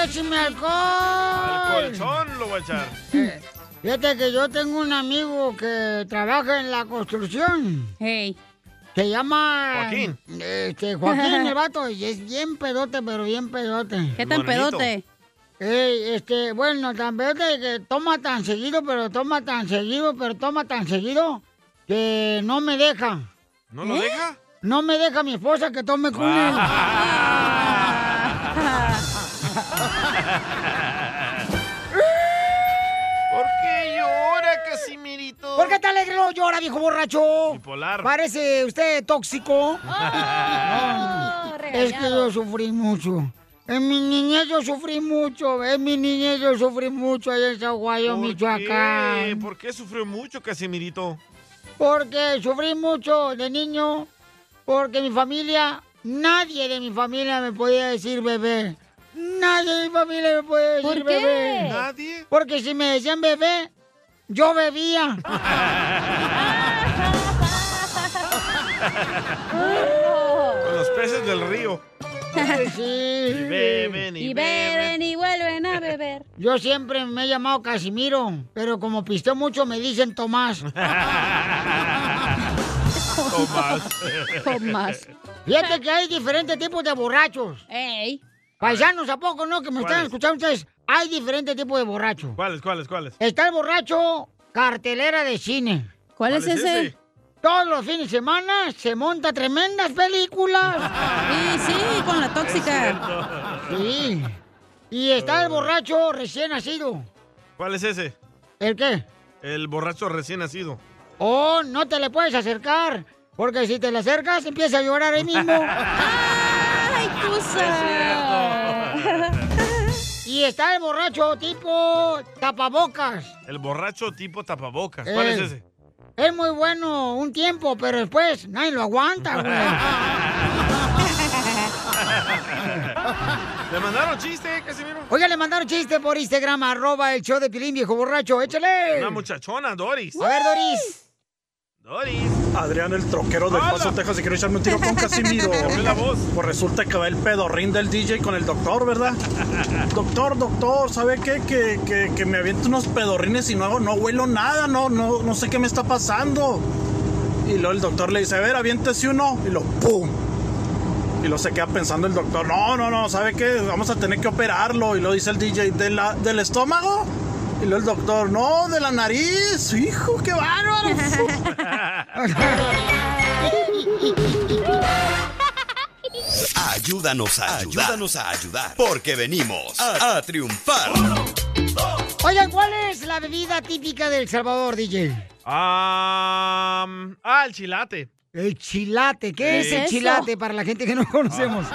[SPEAKER 2] ¡Échame alcohol!
[SPEAKER 13] Eh.
[SPEAKER 3] Al colchón lo voy a echar.
[SPEAKER 2] Fíjate que yo tengo un amigo que trabaja en la construcción. Hey. Se llama...
[SPEAKER 4] Joaquín.
[SPEAKER 2] Este, Joaquín el vato, y es bien pedote, pero bien pedote.
[SPEAKER 13] ¿Qué tan Morenito. pedote?
[SPEAKER 2] Ey, este, bueno, tan pedote que toma tan seguido, pero toma tan seguido, pero toma tan seguido, que no me deja.
[SPEAKER 3] ¿No
[SPEAKER 13] ¿Eh?
[SPEAKER 3] lo deja? Ah.
[SPEAKER 2] No me deja mi esposa que tome con él.
[SPEAKER 3] ¿Por qué llora, Casimirito?
[SPEAKER 2] ¿Por qué te alegre no llora, viejo borracho?
[SPEAKER 3] Bipolar.
[SPEAKER 2] Parece usted tóxico. (laughs)
[SPEAKER 4] Oh,
[SPEAKER 2] es que yo sufrí mucho. En mi niñez yo sufrí mucho. En mi niñez yo sufrí mucho allá en Saguayo, Michoacán.
[SPEAKER 3] ¿Qué? ¿Por qué sufrió mucho, Casimirito?
[SPEAKER 2] Porque sufrí mucho de niño. Porque mi familia, nadie de mi familia me podía decir bebé. Nadie de mi familia me podía decir
[SPEAKER 4] ¿Por qué?
[SPEAKER 2] bebé.
[SPEAKER 4] ¿Nadie?
[SPEAKER 2] Porque si me decían bebé, yo bebía.
[SPEAKER 3] (laughs) Con los peces del río.
[SPEAKER 2] Y
[SPEAKER 3] beben, y
[SPEAKER 13] Y beben y vuelven a
[SPEAKER 3] (laughs)
[SPEAKER 13] beber.
[SPEAKER 2] Yo siempre me he llamado Casimiro, pero como pisteo mucho me dicen
[SPEAKER 3] (laughs)
[SPEAKER 2] Tomás.
[SPEAKER 4] Tomás.
[SPEAKER 2] Fíjate que hay diferentes tipos de borrachos. Ey. Paisanos, ¿a poco no? Que me están
[SPEAKER 3] ¿Cuáles?
[SPEAKER 2] escuchando ustedes. Hay diferentes tipos de borracho.
[SPEAKER 3] ¿Cuáles, cuáles, cuáles?
[SPEAKER 2] Está el borracho cartelera de cine. ¿Cuál,
[SPEAKER 3] es es ese? ese?
[SPEAKER 2] Todos los fines de semana se monta tremendas (laughs) películas. Sí, sí, con la tóxica. Sí. Y está el borracho recién nacido.
[SPEAKER 3] ¿Cuál es ese?
[SPEAKER 2] ¿El qué?
[SPEAKER 3] El borracho recién nacido.
[SPEAKER 2] Oh, no te le puedes acercar. Porque si te le acercas, empieza a llorar ahí mismo. ¡Ay, Y está el borracho tipo tapabocas.
[SPEAKER 3] El borracho tipo tapabocas. ¿Cuál es
[SPEAKER 2] Ey.
[SPEAKER 3] ese? (laughs)
[SPEAKER 2] Es muy bueno un tiempo, pero después nadie lo aguanta, güey.
[SPEAKER 3] ¿Le mandaron chiste, Casimiro?
[SPEAKER 2] Oiga, le mandaron chiste por Instagram, arroba el show de Pilín, viejo borracho. Échale.
[SPEAKER 3] Una muchachona, Doris.
[SPEAKER 2] A ver, Doris.
[SPEAKER 19] Adrián el troquero del Paso, Texas, y quiero echarme un tiro con Casimiro. Pues resulta que va el pedorrín del DJ con el doctor, ¿verdad? Doctor, doctor, ¿sabe qué? Que, que- que me aviento unos pedorrines y no hago, no huelo nada, no, no, no sé qué me está pasando. Y luego el doctor le dice, a ver, aviéntese uno, y lo ¡pum! Y lo se queda pensando el doctor, no, no, no, ¿sabe qué? Vamos a tener que operarlo. Y lo dice el DJ, ¿De la, ¿del estómago? Y luego el doctor, no, de la nariz, hijo, qué bárbaro.
[SPEAKER 5] Ayúdanos a ayudar. Ayúdanos a ayudar. Porque venimos a, a triunfar.
[SPEAKER 2] Oigan, ¿cuál es la bebida típica del Salvador, DJ?
[SPEAKER 3] Am, ah, el chilate.
[SPEAKER 2] El chilate. ¿Qué
[SPEAKER 3] ¿Qué
[SPEAKER 2] es
[SPEAKER 3] es
[SPEAKER 2] el
[SPEAKER 3] eso? Ah.
[SPEAKER 2] chilate para la gente que no conocemos?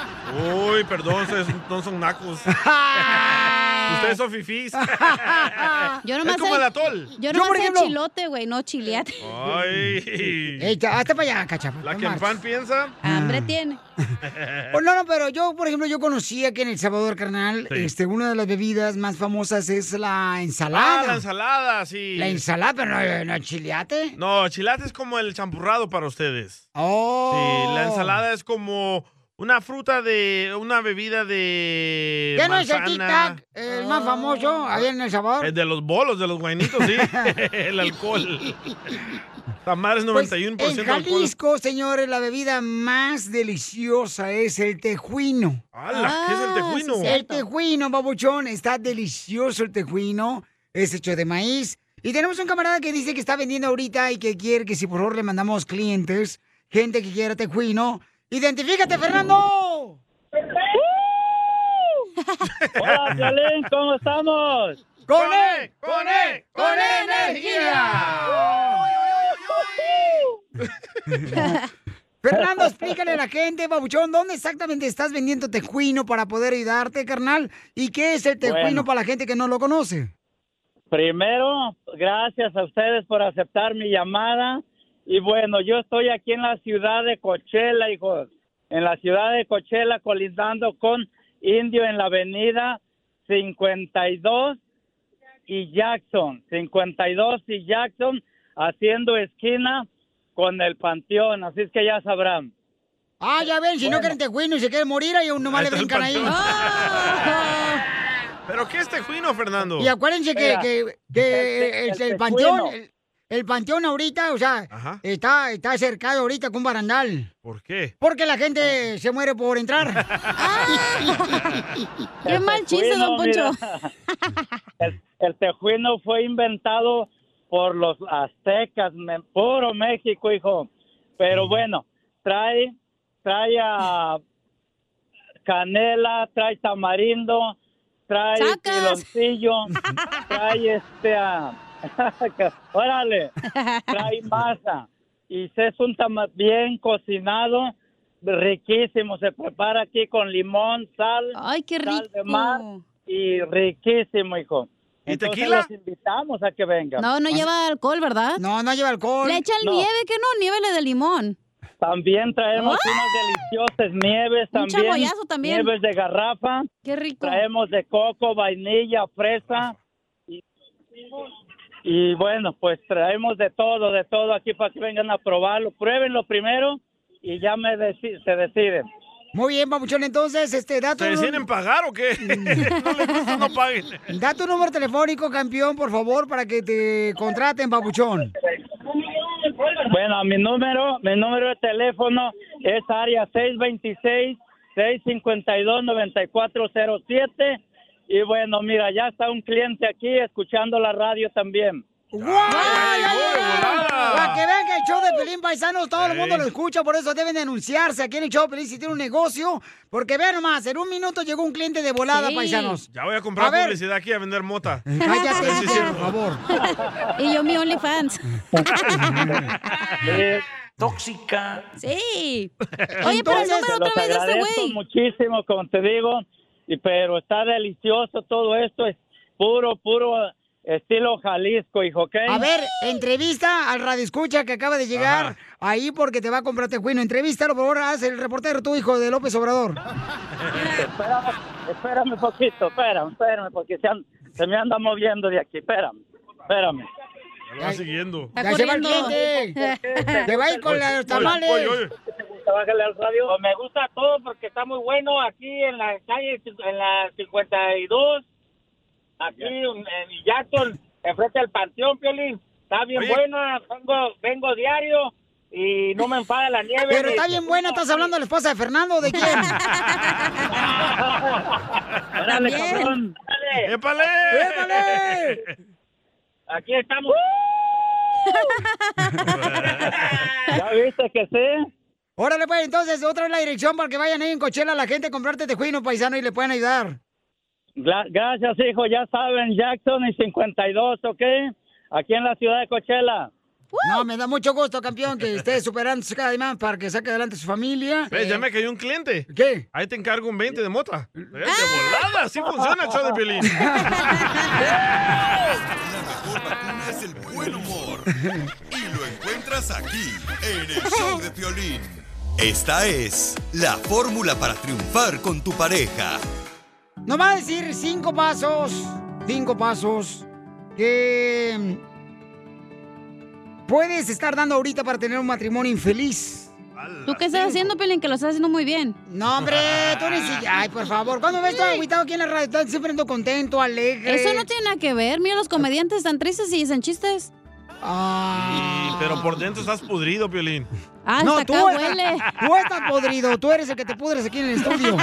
[SPEAKER 3] Uy, perdón, ustedes no
[SPEAKER 2] (laughs)
[SPEAKER 3] son nacos.
[SPEAKER 2] Ah.
[SPEAKER 3] ustedes son fifís.
[SPEAKER 13] Yo nomás
[SPEAKER 3] Ah, es como
[SPEAKER 13] sé-
[SPEAKER 3] el atol.
[SPEAKER 13] Yo
[SPEAKER 2] Yo,
[SPEAKER 13] nomás
[SPEAKER 2] por
[SPEAKER 13] sé
[SPEAKER 2] ejemplo-
[SPEAKER 13] chilote, güey, no chileate.
[SPEAKER 3] Ay.
[SPEAKER 2] Ey, ya, hazte para allá, cachapa.
[SPEAKER 3] La
[SPEAKER 2] no
[SPEAKER 3] que en
[SPEAKER 2] marches.
[SPEAKER 3] pan piensa.
[SPEAKER 13] Hambre tiene.
[SPEAKER 2] Ah. Oh, no, no, pero yo, por ejemplo, yo conocía que en El Salvador, carnal,
[SPEAKER 3] Sí.
[SPEAKER 2] este, una de las bebidas más famosas es la ensalada.
[SPEAKER 3] Ah, la ensalada, sí.
[SPEAKER 2] La ensalada, pero no, no el chileate.
[SPEAKER 3] No, chilate es como el champurrado para ustedes.
[SPEAKER 2] Oh.
[SPEAKER 3] Sí, la ensalada es como una fruta de. una bebida de.
[SPEAKER 2] ¿Ya no es el
[SPEAKER 3] manzana. Ah.
[SPEAKER 2] tic-tac, el más famoso ahí en El Salvador?
[SPEAKER 3] Es de los bolos, de los guainitos, sí. (laughs) el alcohol. La madre es 91%
[SPEAKER 2] Pues, en
[SPEAKER 3] de (laughs) alcohol.
[SPEAKER 2] Jalisco, señores, la bebida más deliciosa es el tejuino. Ah,
[SPEAKER 3] ¡Hala! ¿Qué es el tejuino? sí,
[SPEAKER 2] el
[SPEAKER 3] cierto.
[SPEAKER 2] tejuino, babuchón. Está delicioso el tejuino. Es hecho de maíz. Y tenemos un camarada que dice que está vendiendo ahorita y que quiere que si por favor le mandamos clientes, gente que quiera tejuino. ¡Identifícate, Fernando!
[SPEAKER 20] Hola, Violín, ¿cómo estamos?
[SPEAKER 2] ¡Con él!
[SPEAKER 4] ¡Con él!
[SPEAKER 2] ¡Con E energía!
[SPEAKER 3] (laughs)
[SPEAKER 2] Fernando, explícale a la gente, babuchón, ¿dónde exactamente estás vendiendo tejuino para poder ayudarte, carnal? ¿Y qué es el tejuino
[SPEAKER 20] Bueno.
[SPEAKER 2] para la gente que no lo conoce?
[SPEAKER 20] Primero, gracias a ustedes por aceptar mi llamada. Y bueno, yo estoy aquí en la ciudad de Coachella, hijos. En la ciudad de Coachella, colindando con Indio en la avenida 52 y Jackson. 52 y Jackson, haciendo esquina con el panteón. Así es que ya sabrán.
[SPEAKER 2] Ah, ya ven, si no quieren tejuino y se quieren morir, ahí nomás le brincan ahí.
[SPEAKER 3] ¿Pero qué es tejuino, Fernando?
[SPEAKER 2] Y acuérdense que,
[SPEAKER 3] Espera.
[SPEAKER 2] que- que el, el panteón, el, (laughs) el panteón ahorita, o sea, está, está cercado ahorita con un barandal.
[SPEAKER 3] ¿Por qué?
[SPEAKER 2] Porque la gente se muere por
[SPEAKER 13] (laughs)
[SPEAKER 2] entrar.
[SPEAKER 13] Ah,
[SPEAKER 2] (laughs)
[SPEAKER 13] Qué mal chiste, don Poncho.
[SPEAKER 20] mira. (laughs) el, el tejuino fue inventado por los aztecas, me- puro México, hijo. Pero bueno, trae, trae a canela, trae tamarindo, trae piloncillo,
[SPEAKER 13] (laughs)
[SPEAKER 20] trae este a... (laughs) Órale, trae masa y se es un tamal bien cocinado, riquísimo, se prepara aquí con limón, sal, sal de mar y riquísimo, hijo.
[SPEAKER 13] ¿Y
[SPEAKER 20] Entonces
[SPEAKER 13] tequila?
[SPEAKER 20] los invitamos a que vengan.
[SPEAKER 13] No, no lleva alcohol, ¿verdad?
[SPEAKER 2] Ah, No, no lleva alcohol.
[SPEAKER 13] Le echan
[SPEAKER 20] No.
[SPEAKER 13] nieve, que no, nieve le de
[SPEAKER 3] (laughs)
[SPEAKER 13] limón.
[SPEAKER 20] También traemos
[SPEAKER 13] ¡Ah!
[SPEAKER 20] unas deliciosas nieves
[SPEAKER 13] Un
[SPEAKER 20] también.
[SPEAKER 13] chamoyazo también.
[SPEAKER 20] Nieves de garrafa.
[SPEAKER 13] Qué rico.
[SPEAKER 20] Traemos de coco, vainilla, fresa. Y, y bueno, pues traemos de todo, de todo aquí para que vengan a probarlo. Pruébenlo primero y ya me deci- se deciden.
[SPEAKER 2] Muy bien, papuchón, entonces, este, dato...
[SPEAKER 20] ¿Se deciden
[SPEAKER 3] pagar
[SPEAKER 2] (laughs)
[SPEAKER 3] o qué? no le gusta, no paguen.
[SPEAKER 2] Da tu número telefónico, campeón, por favor, para que te contraten, papuchón.
[SPEAKER 20] Bueno, mi número, mi número de teléfono es área 626-652-9407. Y bueno, mira, ya está un cliente aquí escuchando la radio también.
[SPEAKER 2] Para que vean que el show de Pelín Paisanos todo el mundo lo escucha, por eso deben denunciarse aquí en el show de Pelín si tiene un negocio. Porque vean nomás, en un minuto llegó un cliente de volada, paisanos.
[SPEAKER 3] Ya voy a comprar
[SPEAKER 2] A ver.
[SPEAKER 3] publicidad aquí a vender mota.
[SPEAKER 2] (laughs) Cállate,
[SPEAKER 3] Sí, sí, sí.
[SPEAKER 2] por favor.
[SPEAKER 13] y yo mi OnlyFans.
[SPEAKER 20] Tóxica.
[SPEAKER 13] Sí. Oye, pero el número otra vez de este güey.
[SPEAKER 20] muchísimo, como te digo, y, pero está delicioso todo esto, es puro, puro estilo Jalisco, hijo, ¿ok?
[SPEAKER 2] A ver, entrevista al radio escucha que acaba de llegar ahí porque te va a comprar tejuino. Entrevístalo, por favor, haz el reportero tu hijo de López Obrador.
[SPEAKER 20] espérame, espérame un poquito, espérame, espérame, porque se, an- se me anda moviendo de aquí, espérame, espérame.
[SPEAKER 3] Lo va siguiendo.
[SPEAKER 2] Ya se va el cliente. Te va a ir con la- los tamales.
[SPEAKER 20] Bájale al radio.
[SPEAKER 21] Pues me gusta todo porque está muy bueno aquí en la calle, ci- en la 52, aquí en en Jackson, enfrente al Panteón, Piolín. Está bien
[SPEAKER 2] Oye.
[SPEAKER 21] buena, vengo, vengo diario y no me enfada la nieve.
[SPEAKER 2] Pero
[SPEAKER 21] ni-
[SPEAKER 2] está
[SPEAKER 21] (laughs)
[SPEAKER 2] bien buena, estás hablando de la esposa de Fernando, ¿o ¿de
[SPEAKER 3] (laughs)
[SPEAKER 2] quién?
[SPEAKER 21] Órale, cabrón. Órale.
[SPEAKER 3] ¡Épale!
[SPEAKER 21] Aquí estamos.
[SPEAKER 20] ¿Ya viste que sí?
[SPEAKER 2] Órale, pues entonces, otra vez la dirección para que vayan ahí en Cochela la gente a comprarte tejuino, paisano, y le pueden ayudar.
[SPEAKER 20] Gra- Gracias, hijo, ya saben, Jackson y 52, ¿ok? Aquí en la ciudad de Coachella.
[SPEAKER 2] No, me da mucho gusto, campeón, que esté superando cada día más para que saque adelante a su familia.
[SPEAKER 3] (laughs) Ves, Pues, ya
[SPEAKER 2] Eh,
[SPEAKER 3] me cayó un cliente.
[SPEAKER 2] ¿Qué?
[SPEAKER 3] Ahí te encargo un 20 de
[SPEAKER 2] (laughs)
[SPEAKER 3] mota. Eh, De volada, así funciona el show de Piolín.
[SPEAKER 5] Es el buen humor. Y lo encuentras aquí, en el show de Piolín. Esta es la fórmula para triunfar con tu pareja.
[SPEAKER 2] Nos va a decir cinco pasos, cinco pasos que mm, puedes estar dando ahorita para tener un matrimonio infeliz.
[SPEAKER 13] ¿Tú qué estás haciendo, Pelín? Que lo estás haciendo muy bien.
[SPEAKER 2] No, hombre, tú ni si... Ay, por favor, ¿cuándo ves tú agüitado aquí en la radio? Estás siempre ando contento, alegre.
[SPEAKER 13] Eso no tiene nada que ver. Mira, los comediantes están tristes y dicen chistes.
[SPEAKER 3] Y- Pero por dentro estás pudrido, Piolín.
[SPEAKER 13] Ah,
[SPEAKER 2] no,
[SPEAKER 13] hasta
[SPEAKER 2] tú,
[SPEAKER 13] acá huele.
[SPEAKER 2] (laughs) tú estás podrido, tú eres el que te pudres aquí en el estudio.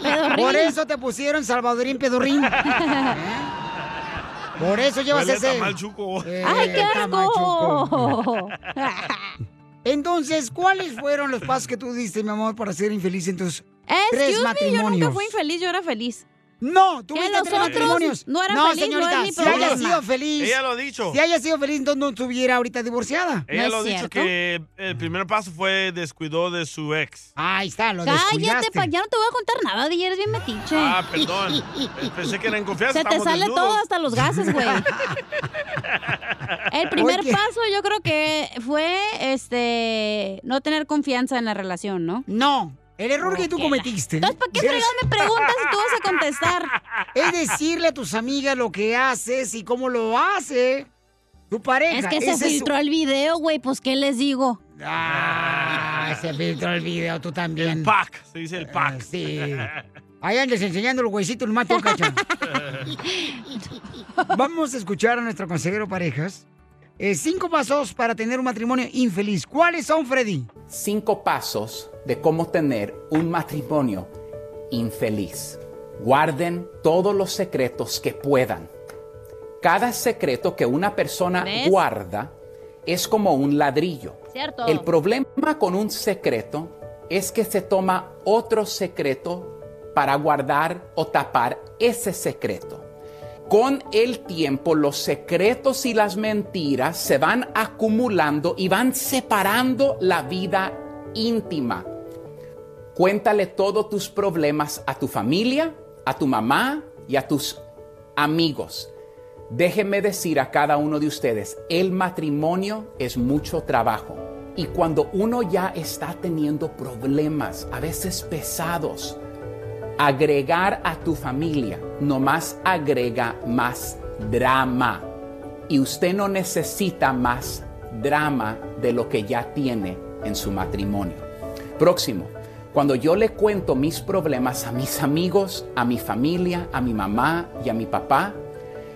[SPEAKER 13] Pedorrín.
[SPEAKER 2] Por eso te pusieron
[SPEAKER 13] (laughs)
[SPEAKER 2] Salvadorín Pedorrín. ¿Eh? Por eso llevas
[SPEAKER 3] Huele a
[SPEAKER 2] ese. Eh,
[SPEAKER 3] tamal chuco.
[SPEAKER 13] ¡Ay, qué asco!
[SPEAKER 2] (laughs) Entonces, ¿cuáles fueron los pasos que tú diste, mi amor, para ser infeliz en tus tres
[SPEAKER 13] Excuse me, yo
[SPEAKER 2] matrimonios?
[SPEAKER 13] nunca fui infeliz, yo era feliz.
[SPEAKER 2] No, tú
[SPEAKER 13] Que
[SPEAKER 2] viste
[SPEAKER 13] los
[SPEAKER 2] tres
[SPEAKER 13] otros
[SPEAKER 2] matrimonios.
[SPEAKER 13] No era
[SPEAKER 2] no,
[SPEAKER 13] feliz,
[SPEAKER 2] señorita,
[SPEAKER 13] no es mi
[SPEAKER 2] si haya
[SPEAKER 13] problema.
[SPEAKER 2] sido feliz.
[SPEAKER 3] Ella lo ha dicho.
[SPEAKER 2] Si haya sido feliz, no, no estuviera ahorita divorciada.
[SPEAKER 3] (laughs) Ella lo ha dicho que el primer paso fue descuidó de su ex.
[SPEAKER 2] Ah, Ahí está, lo
[SPEAKER 13] Cállate,
[SPEAKER 3] descuidaste.
[SPEAKER 13] pa, ya no te voy a contar nada, DJ, eres bien metiche.
[SPEAKER 3] Ah, perdón. Pensé que era en confianza.
[SPEAKER 13] Se te
[SPEAKER 3] estamos
[SPEAKER 13] sale
[SPEAKER 3] desnudos.
[SPEAKER 13] todo, hasta los gases, güey. (laughs) El primer
[SPEAKER 3] Oye.
[SPEAKER 13] paso yo creo que fue este no tener confianza en la relación, ¿no? (laughs)
[SPEAKER 2] No, el error que tú cometiste. Entonces,
[SPEAKER 13] ¿para qué fregados me preguntas si tú vas a contestar?
[SPEAKER 2] (laughs) Es decirle a tus amigas lo que haces y cómo lo hace tu pareja.
[SPEAKER 13] Es que
[SPEAKER 2] Ese
[SPEAKER 13] se
[SPEAKER 2] su-
[SPEAKER 13] filtró el video, güey, pues ¿qué les digo?
[SPEAKER 2] Ah, se filtró el video, tú también. Ah,
[SPEAKER 3] El pack, se dice el pack.
[SPEAKER 2] sí. Ahí andes enseñando los huesitos, el macho,
[SPEAKER 13] (laughs)
[SPEAKER 2] cacha. Vamos a escuchar a nuestro consejero parejas. Eh, cinco pasos para tener un matrimonio infeliz. ¿Cuáles son, Freddy?
[SPEAKER 22] Cinco pasos de cómo tener un matrimonio infeliz. Guarden todos los secretos que puedan. Cada secreto que una persona
[SPEAKER 13] ¿Ves?
[SPEAKER 22] guarda es como un ladrillo.
[SPEAKER 13] ¿Cierto?
[SPEAKER 22] El problema con un secreto es que se toma otro secreto para guardar o tapar ese secreto. Con el tiempo los secretos y las mentiras se van acumulando y van separando la vida íntima. Cuéntale todos tus problemas a tu familia, a tu mamá y a tus amigos. Déjenme decir a cada uno de ustedes, el matrimonio es mucho trabajo. Y cuando uno ya está teniendo problemas, a veces pesados, agregar a tu familia nomás agrega más drama. Y usted no necesita más drama de lo que ya tiene en su matrimonio. Próximo, cuando yo le cuento mis problemas a mis amigos, a mi familia, a mi mamá y a mi papá,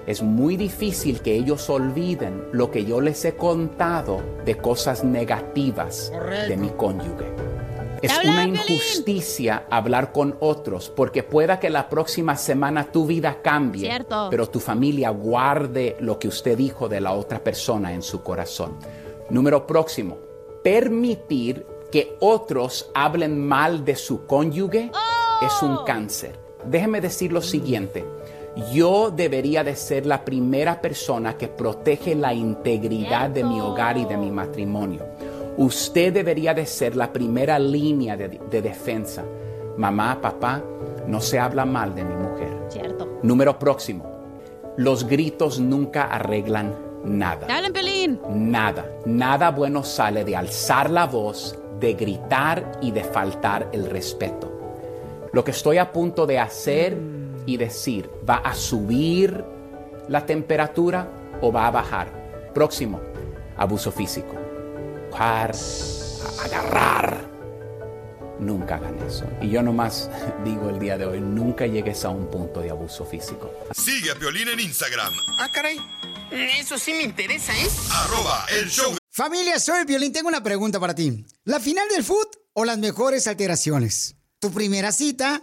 [SPEAKER 22] es muy difícil que ellos olviden lo que yo les he contado de cosas negativas de mi cónyuge. Es una injusticia hablar con otros porque pueda que la próxima semana tu vida cambie,
[SPEAKER 13] Cierto.
[SPEAKER 22] pero tu familia guarde lo que usted dijo de la otra persona en su corazón. Número próximo, permitir que otros hablen mal de su cónyuge es un cáncer. Déjeme decir lo siguiente, yo debería de ser la primera persona que protege la integridad de mi hogar y de mi matrimonio. Usted debería de ser la primera línea de, de defensa. Mamá, papá, no se habla mal de mi mujer.
[SPEAKER 13] Cierto.
[SPEAKER 22] Número próximo, los gritos nunca arreglan nada.
[SPEAKER 13] ¡Te hablan, Pelín!
[SPEAKER 22] Nada, nada bueno sale de alzar la voz, de gritar y de faltar el respeto. Lo que estoy a punto de hacer y decir, ¿va a subir la temperatura o va a bajar? Próximo, abuso físico. Jugar, a- agarrar. Nunca hagan eso. Y yo nomás (laughs) digo el día de hoy, nunca llegues a un punto de abuso físico.
[SPEAKER 5] Sigue a Piolín en Instagram.
[SPEAKER 1] Ah, caray. Eso sí me interesa, ¿eh?
[SPEAKER 5] Arroba el show.
[SPEAKER 2] Familia, soy Violín. Tengo una pregunta para ti. ¿La final del foot o las mejores alteraciones? ¿Tu primera cita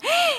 [SPEAKER 23] (gasps)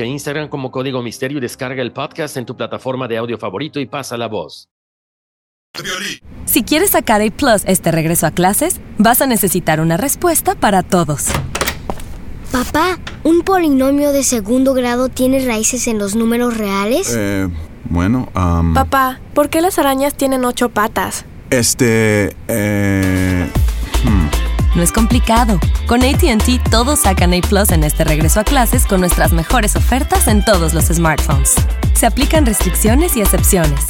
[SPEAKER 7] e Instagram como Código Misterio y descarga el podcast en tu plataforma de audio favorito y pasa la voz.
[SPEAKER 24] Si quieres sacar A Plus este regreso a clases, vas a necesitar una respuesta para todos.
[SPEAKER 8] Papá, ¿un polinomio de segundo grado tiene raíces en los números reales?
[SPEAKER 9] Eh, bueno, am,
[SPEAKER 8] Papá, ¿por qué las arañas tienen ocho patas?
[SPEAKER 9] este, eh, hmm.
[SPEAKER 24] No es complicado. Con ATT todos sacan A Plus en este regreso a clases con nuestras mejores ofertas en todos los smartphones. Se aplican restricciones y excepciones.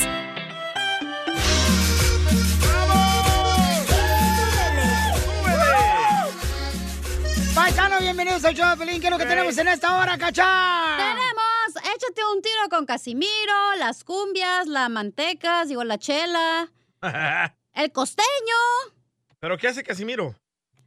[SPEAKER 2] Paisano, bienvenidos al show de Pelín. ¿Qué es lo que tenemos en esta hora, cachá?
[SPEAKER 13] Tenemos, échate un tiro con Casimiro, las cumbias, las mantecas, digo, la chela, el costeño.
[SPEAKER 3] (laughs) ¿Pero qué hace Casimiro?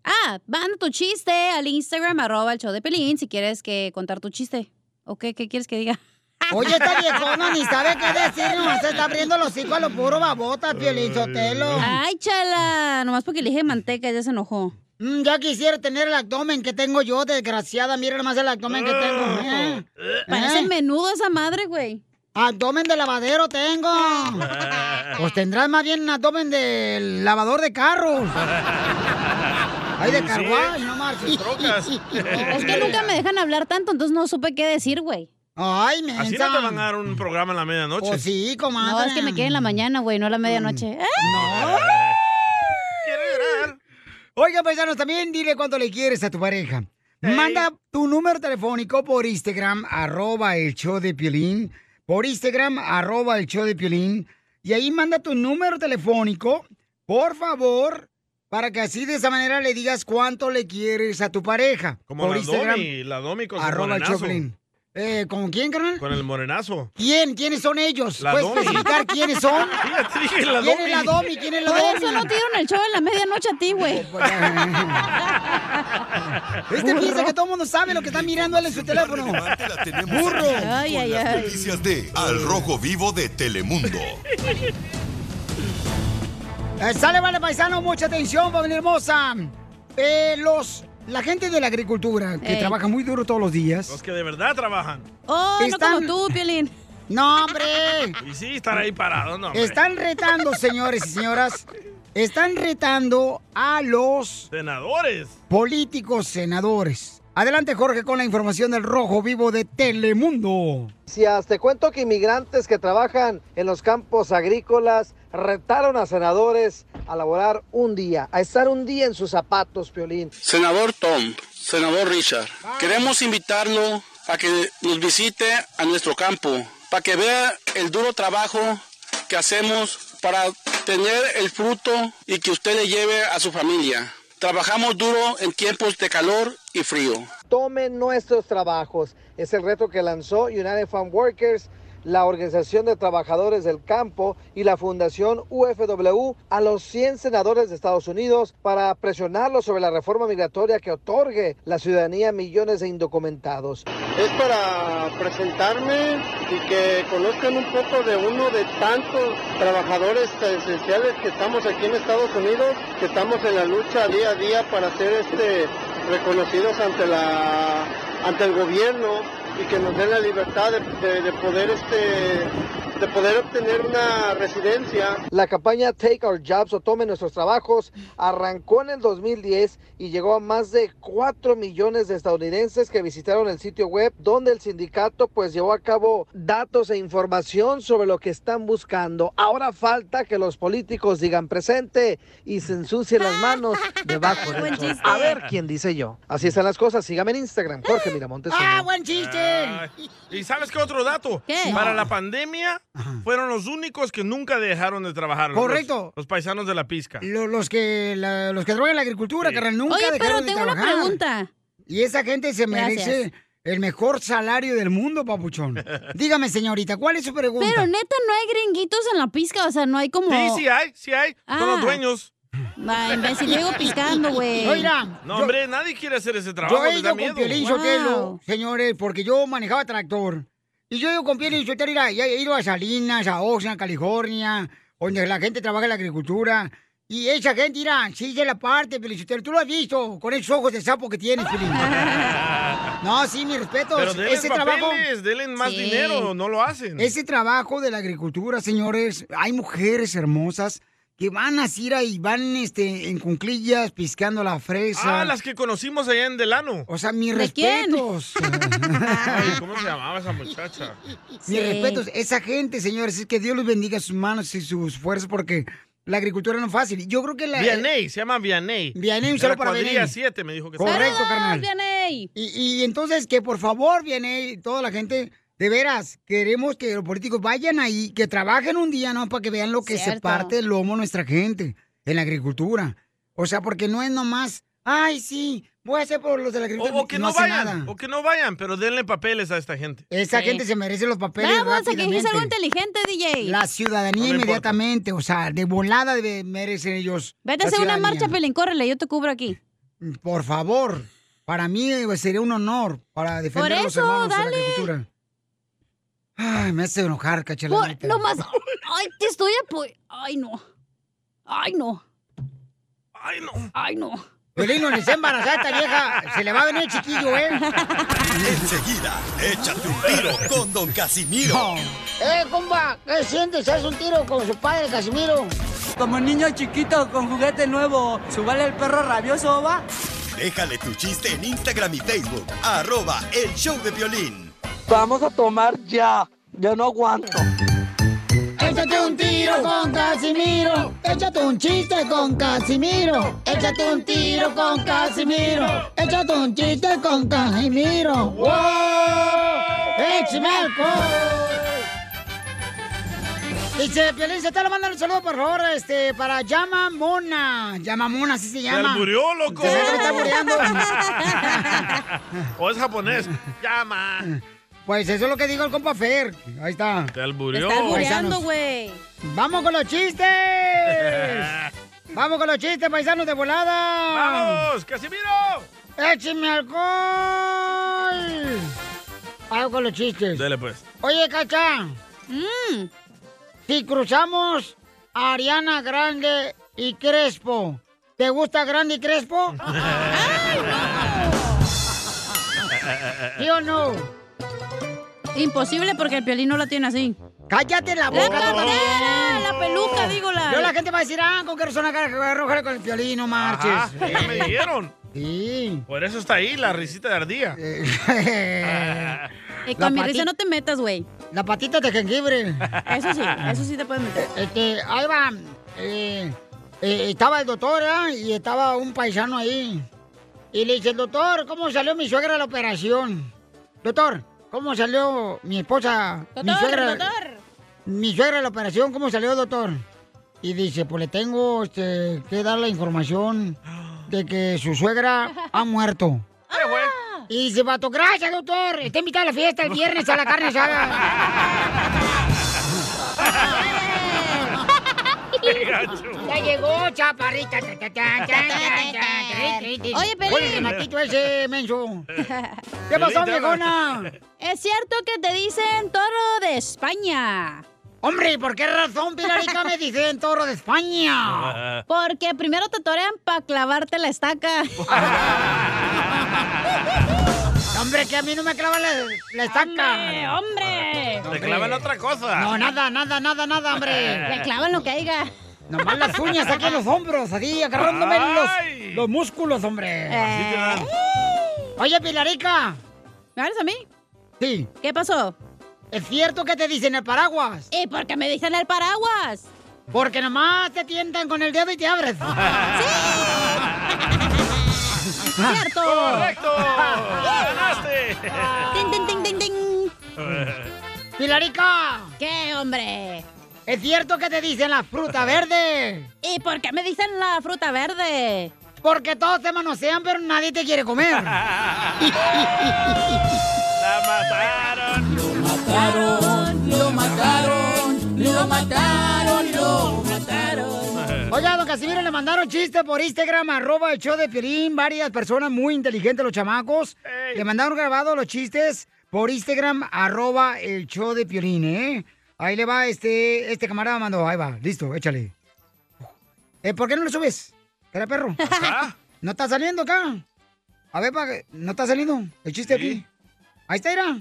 [SPEAKER 13] Ah, manda tu chiste al Instagram, arroba el show de Pelín, si quieres que contar tu chiste. ¿O qué, qué quieres que diga? (laughs)
[SPEAKER 2] Oye, esta viejona ni sabe qué decir, nomás se está abriendo los hocico a lo puro babota, Piolín Sotelo.
[SPEAKER 13] Ay, chala, nomás porque le dije manteca ya se enojó.
[SPEAKER 2] Mm, ya quisiera tener el abdomen que tengo yo, desgraciada. Mira nomás el abdomen que tengo. ¿eh?
[SPEAKER 13] Parece menudo esa madre, güey.
[SPEAKER 2] Abdomen de lavadero tengo. Pues tendrás más bien un abdomen de lavador de carros. Ay, de
[SPEAKER 3] Sí,
[SPEAKER 2] carguay,
[SPEAKER 3] ¿eh?
[SPEAKER 2] no marches.
[SPEAKER 3] Sus trocas.
[SPEAKER 13] Es que nunca me dejan hablar tanto, entonces no supe qué decir, güey.
[SPEAKER 2] Ay, me
[SPEAKER 3] (laughs) Así no te van a dar un programa en la medianoche.
[SPEAKER 2] Pues sí, comadre. Mm.
[SPEAKER 13] No, es que me quedé en la mañana, güey, no a la medianoche. ¡Ah!
[SPEAKER 2] Oiga, paisanos, también dile cuánto le quieres a tu pareja. Manda tu número telefónico por Instagram, arroba el show de Piolín. Por Instagram, arroba el show de Piolín. Y ahí manda tu número telefónico, por favor, para que así de esa manera le digas cuánto le quieres a tu pareja.
[SPEAKER 3] Como
[SPEAKER 2] por
[SPEAKER 3] la Domi, la Domi con su
[SPEAKER 2] arroba el show de
[SPEAKER 3] morenazo.
[SPEAKER 2] Piolín. Eh, ¿Con quién, carnal?
[SPEAKER 3] Con el morenazo.
[SPEAKER 2] ¿Quién? ¿Quiénes son ellos?
[SPEAKER 3] La
[SPEAKER 2] ¿Puedes
[SPEAKER 3] Domi.
[SPEAKER 2] especificar quiénes son?
[SPEAKER 3] (laughs) Ya te dije, la
[SPEAKER 2] ¿Quién
[SPEAKER 3] Domi.
[SPEAKER 2] es la Domi? ¿Quién es la
[SPEAKER 13] Por
[SPEAKER 2] Domi?
[SPEAKER 13] eso no te dieron el show en la medianoche a ti,
[SPEAKER 2] (laughs)
[SPEAKER 13] güey.
[SPEAKER 2] Este piensa que todo el mundo sabe lo que está mirando él en su teléfono. ¡Burro!
[SPEAKER 13] Ay, ay, ay.
[SPEAKER 5] Noticias de Al Rojo Vivo de Telemundo.
[SPEAKER 2] Eh, sale, vale, paisano, mucha atención, familia hermosa. Eh, los, la gente de la agricultura, que
[SPEAKER 3] Ey.
[SPEAKER 2] trabaja muy duro todos los días.
[SPEAKER 3] Los que de verdad trabajan.
[SPEAKER 13] Oh,
[SPEAKER 2] Están-
[SPEAKER 13] no como tú, Piolín.
[SPEAKER 2] ¡No, hombre!
[SPEAKER 3] Y sí, estar ahí parado, no. hombre.
[SPEAKER 2] Están retando, señores y señoras, están retando a los
[SPEAKER 3] Senadores.
[SPEAKER 2] políticos senadores. Adelante, Jorge, con la información del Rojo Vivo de Telemundo.
[SPEAKER 6] Si te cuento que inmigrantes que trabajan en los campos agrícolas retaron a senadores a laborar un día, a estar un día en sus zapatos, Piolín.
[SPEAKER 10] Senador Tom, senador Richard, queremos invitarlo a que nos visite a nuestro campo, para que vea el duro trabajo que hacemos para tener el fruto y que usted le lleve a su familia. Trabajamos duro en tiempos de calor y frío.
[SPEAKER 6] Tomen nuestros trabajos. Es el reto que lanzó United Farm Workers, la Organización de Trabajadores del Campo y la Fundación UFW a los 100 senadores de Estados Unidos para presionarlos sobre la reforma migratoria que otorgue la ciudadanía a millones de indocumentados.
[SPEAKER 14] Es para presentarme y que conozcan un poco de uno de tantos trabajadores esenciales que estamos aquí en Estados Unidos, que estamos en la lucha día a día para ser este, reconocidos ante, la, ante el gobierno y que nos den la libertad de, de- de poder este, de poder obtener una residencia.
[SPEAKER 6] La campaña Take Our Jobs o Tome Nuestros Trabajos arrancó en el 2010 y llegó a más de 4 millones de estadounidenses que visitaron el sitio web donde el sindicato pues llevó a cabo datos e información sobre lo que están buscando. Ahora falta que los políticos digan presente y se ensucien las manos debajo del
[SPEAKER 2] Buen
[SPEAKER 6] sol.
[SPEAKER 2] chiste.
[SPEAKER 6] A ver quién dice yo. Así están las cosas. Sígame en Instagram, Jorge Miramontes.
[SPEAKER 2] ¡Ah,
[SPEAKER 6] uno.
[SPEAKER 2] buen chiste!
[SPEAKER 3] Ay, ¿Y sabes qué otro dato? Para la pandemia fueron los únicos que nunca dejaron de trabajar. los-
[SPEAKER 2] Correcto.
[SPEAKER 3] Los, paisanos de la pizca.
[SPEAKER 2] Lo- los que la- los que drogan la agricultura, carnal, nunca
[SPEAKER 13] Oye,
[SPEAKER 2] dejaron
[SPEAKER 13] pero
[SPEAKER 2] de
[SPEAKER 13] tengo una
[SPEAKER 2] trabajar.
[SPEAKER 13] pregunta.
[SPEAKER 2] Y esa gente se merece
[SPEAKER 13] Gracias.
[SPEAKER 2] el mejor salario del mundo, papuchón. Dígame, señorita, ¿cuál es su pregunta?
[SPEAKER 13] Pero neta, no hay gringuitos en la pizca, o sea, no hay como...
[SPEAKER 2] Sí, sí
[SPEAKER 3] hay, sí hay. Son
[SPEAKER 2] Ah.
[SPEAKER 3] los dueños.
[SPEAKER 13] Ay, imbécil, yo digo piscando, güey.
[SPEAKER 2] Oiga,
[SPEAKER 3] No,
[SPEAKER 2] yo-
[SPEAKER 3] hombre, nadie quiere hacer ese trabajo.
[SPEAKER 2] Yo he
[SPEAKER 3] les da
[SPEAKER 2] ido
[SPEAKER 3] miedo.
[SPEAKER 2] con Piolín Sotelo, señores, porque yo manejaba tractor. Y yo he ido con Piolín Sotelo, mira, ya he ido a Salinas, a Oxnard, California, donde la gente trabaja en la agricultura. Y esa gente, mira, sí se la parte, Piolín Sotelo. Tú lo has visto con esos ojos de sapo que tienes,
[SPEAKER 3] (laughs)
[SPEAKER 2] Piolín. No, sí, mi respeto.
[SPEAKER 3] Pero denles
[SPEAKER 2] ese
[SPEAKER 3] papeles,
[SPEAKER 2] trabajo.
[SPEAKER 3] denles más dinero, no lo hacen.
[SPEAKER 2] Ese trabajo de la agricultura, señores, hay mujeres hermosas que van a Cira y van este, en cunclillas piscando la fresa.
[SPEAKER 3] Ah, las que conocimos allá en Delano.
[SPEAKER 2] O sea, mis respetos.
[SPEAKER 3] (laughs) Ay, ¿Cómo se llamaba esa muchacha?
[SPEAKER 2] Mis respetos, esa gente, señores, es que Dios los bendiga sus manos y sus fuerzas porque la agricultura no es fácil. Yo creo que la
[SPEAKER 3] Vianey, se llama Vianey.
[SPEAKER 2] Vianey, un
[SPEAKER 3] De
[SPEAKER 2] saludo
[SPEAKER 3] la
[SPEAKER 2] para
[SPEAKER 3] cuadrilla
[SPEAKER 2] Vianey.
[SPEAKER 3] 7 me dijo que eh, se
[SPEAKER 2] Correcto, carnal.
[SPEAKER 3] llama.
[SPEAKER 2] Y, y entonces que por favor, Vianey, toda la gente, de veras, queremos que los políticos vayan ahí, que trabajen un día, ¿no? Para que vean lo que se
[SPEAKER 13] Cierto.
[SPEAKER 2] parte el lomo nuestra gente en la agricultura. O sea, porque no es nomás, ay, sí, voy a hacer por los de la
[SPEAKER 3] O,
[SPEAKER 2] agricultura.
[SPEAKER 3] o que no,
[SPEAKER 2] hace
[SPEAKER 3] vayan,
[SPEAKER 2] nada.
[SPEAKER 3] o que no vayan, pero denle papeles a esta gente.
[SPEAKER 2] Esa gente se merece los papeles
[SPEAKER 13] Vamos, a que dijiste algo
[SPEAKER 2] rápidamente.
[SPEAKER 13] inteligente, DJ.
[SPEAKER 2] La ciudadanía
[SPEAKER 13] No me
[SPEAKER 2] inmediatamente, o sea, de volada debe- merecen ellos.
[SPEAKER 13] Vete a
[SPEAKER 2] la
[SPEAKER 13] hacer una
[SPEAKER 2] ciudadanía.
[SPEAKER 13] marcha, Pelín, córrele, yo te cubro aquí.
[SPEAKER 2] Por favor, para mí eh, sería un honor para defender
[SPEAKER 13] Por
[SPEAKER 2] a los
[SPEAKER 13] eso,
[SPEAKER 2] hermanos de
[SPEAKER 13] dale.
[SPEAKER 2] la agricultura. Ay, me hace enojar, cachela.
[SPEAKER 13] Por-
[SPEAKER 2] neta.
[SPEAKER 13] no más. Ay, te estoy apoyando. Ay, no. Ay, no.
[SPEAKER 3] Ay, no.
[SPEAKER 13] Ay, no.
[SPEAKER 2] Piolín, no le hice embarazada esta vieja. Se le va a venir el chiquillo, ¿eh?
[SPEAKER 5] Enseguida, échate un tiro con Don Casimiro.
[SPEAKER 2] ¡Eh, compa! ¿Qué sientes? ¿Haz un tiro con su padre, Casimiro?
[SPEAKER 11] Como niño chiquito con juguete nuevo, ¿subale el perro rabioso va?
[SPEAKER 5] Déjale tu chiste en Instagram y Facebook, arroba el show de violín.
[SPEAKER 11] Vamos a tomar ya. Yo no aguanto.
[SPEAKER 2] Échate un tiro con Casimiro. Échate un chiste con Casimiro. Échate un tiro con Casimiro. Échate un chiste con Casimiro. ¡Wow! ¡Échame alcohol! Dice, Piolín, se te lo mandan un saludo, por favor, este, para Llama Mona. Llama Mona, así se
[SPEAKER 3] Se
[SPEAKER 2] llama.
[SPEAKER 3] alburió, loco.
[SPEAKER 2] Se ve que lo está albureando.
[SPEAKER 3] (laughs) O es japonés. Llama.
[SPEAKER 2] Pues eso es lo que digo el compa Fer. Ahí está.
[SPEAKER 3] Te alburió.
[SPEAKER 2] Te está albureando,
[SPEAKER 13] güey.
[SPEAKER 2] ¡Vamos con los chistes! ¡Vamos con los chistes, paisanos de volada!
[SPEAKER 3] (laughs) ¡Vamos, Casimiro!
[SPEAKER 2] ¡Écheme alcohol! Vamos con los chistes.
[SPEAKER 3] Dale, pues.
[SPEAKER 2] Oye, Cacha.
[SPEAKER 13] Mm.
[SPEAKER 2] Si cruzamos a Ariana Grande y Crespo, ¿te gusta Grande y Crespo?
[SPEAKER 13] Ah,
[SPEAKER 2] ¿Sí o no?
[SPEAKER 13] Imposible porque el Piolín no la tiene así.
[SPEAKER 2] ¡Cállate la
[SPEAKER 13] ¡La
[SPEAKER 2] boca,
[SPEAKER 13] cartera!
[SPEAKER 2] también.
[SPEAKER 13] ¡La peluca, digo la!
[SPEAKER 2] Yo la gente va a decir, ah, con qué razón roja con el piolín, no marches.
[SPEAKER 3] Ajá, ya me dijeron.
[SPEAKER 2] Sí.
[SPEAKER 3] Por eso está ahí la risita de ardía.
[SPEAKER 2] (laughs)
[SPEAKER 3] Ah.
[SPEAKER 13] Eh, con mi risa (laughs) no te metas, güey.
[SPEAKER 2] La patita de jengibre.
[SPEAKER 13] Eso sí, eso sí te puedes meter.
[SPEAKER 2] Este, ahí va. eh, eh, estaba el doctor, ¿ah? Y estaba un paisano ahí. Y le dice, doctor, ¿cómo salió mi suegra de la operación? Doctor, ¿cómo salió mi esposa? mi
[SPEAKER 13] Doctor,
[SPEAKER 2] suegra,
[SPEAKER 13] doctor.
[SPEAKER 2] Mi suegra de la operación, ¿cómo salió, doctor? Y dice, pues le tengo este, que dar la información de que su suegra ha muerto. Y dice, vato, gracias, doctor. Está invitada a la fiesta el viernes a la carne (laughs) asada. Ya
[SPEAKER 13] Oh,
[SPEAKER 2] llegó, chaparrita. Ta, ta, ta, ta, ta, ta,
[SPEAKER 13] Oye, Pelín.
[SPEAKER 2] Oye, el matito ese, menso. ¿Qué pasó, viejona?
[SPEAKER 13] Es cierto que te dicen toro de España.
[SPEAKER 2] Hombre, ¿por qué razón, Pilarica, me dicen toro de España?
[SPEAKER 13] Porque primero te torean para clavarte la estaca.
[SPEAKER 2] No (laughs) Hombre, que a mí no me clava la, la estaca.
[SPEAKER 13] ¡Hombre!
[SPEAKER 3] Te clavan otra cosa.
[SPEAKER 2] No, nada, nada, nada, nada, hombre.
[SPEAKER 3] Le
[SPEAKER 13] clavan lo que haya.
[SPEAKER 2] Nomás las uñas aquí en los hombros, aquí agarrándome los, los músculos, hombre. Oye, Pilarica.
[SPEAKER 13] ¿Me hablas a mí?
[SPEAKER 2] Sí.
[SPEAKER 13] ¿Qué pasó?
[SPEAKER 2] ¿Es cierto que te dicen el paraguas?
[SPEAKER 13] ¿Y por qué me dicen el paraguas?
[SPEAKER 2] Porque nomás te tientan con el dedo y
[SPEAKER 13] (laughs)
[SPEAKER 2] te abres.
[SPEAKER 13] ¡Cierto!
[SPEAKER 4] ¡Correcto!
[SPEAKER 2] (laughs)
[SPEAKER 4] ¡Ganaste!
[SPEAKER 13] ¡Ting, ting, ting, ting, ting!
[SPEAKER 2] ¡Pilarica!
[SPEAKER 13] ¿Qué, hombre?
[SPEAKER 2] ¿Es cierto que te dicen la fruta verde?
[SPEAKER 13] ¿Y por qué me dicen la fruta verde?
[SPEAKER 2] Porque todos te manosean, pero nadie te
[SPEAKER 13] (laughs)
[SPEAKER 2] quiere comer. (laughs)
[SPEAKER 4] ¡La mataron! ¡Lo
[SPEAKER 2] (laughs)
[SPEAKER 4] mataron! ¡Lo mataron! ¡Lo mataron! ¡Lo mataron!
[SPEAKER 2] Oiga, don Casimiro, le mandaron chiste por Instagram, arroba el show de Pirín. Varias personas muy inteligentes, los chamacos. Le mandaron grabados los chistes por Instagram, arroba el show de Piolín, ¿eh? Ahí le va este, este camarada mandó. Ahí va, listo, échale. Eh, ¿Por qué no le subes? Espera,
[SPEAKER 3] (laughs)
[SPEAKER 2] perro. ¿No está saliendo acá? A ver, pa- ¿no está saliendo el chiste
[SPEAKER 3] Sí.
[SPEAKER 2] aquí? Ahí está, era.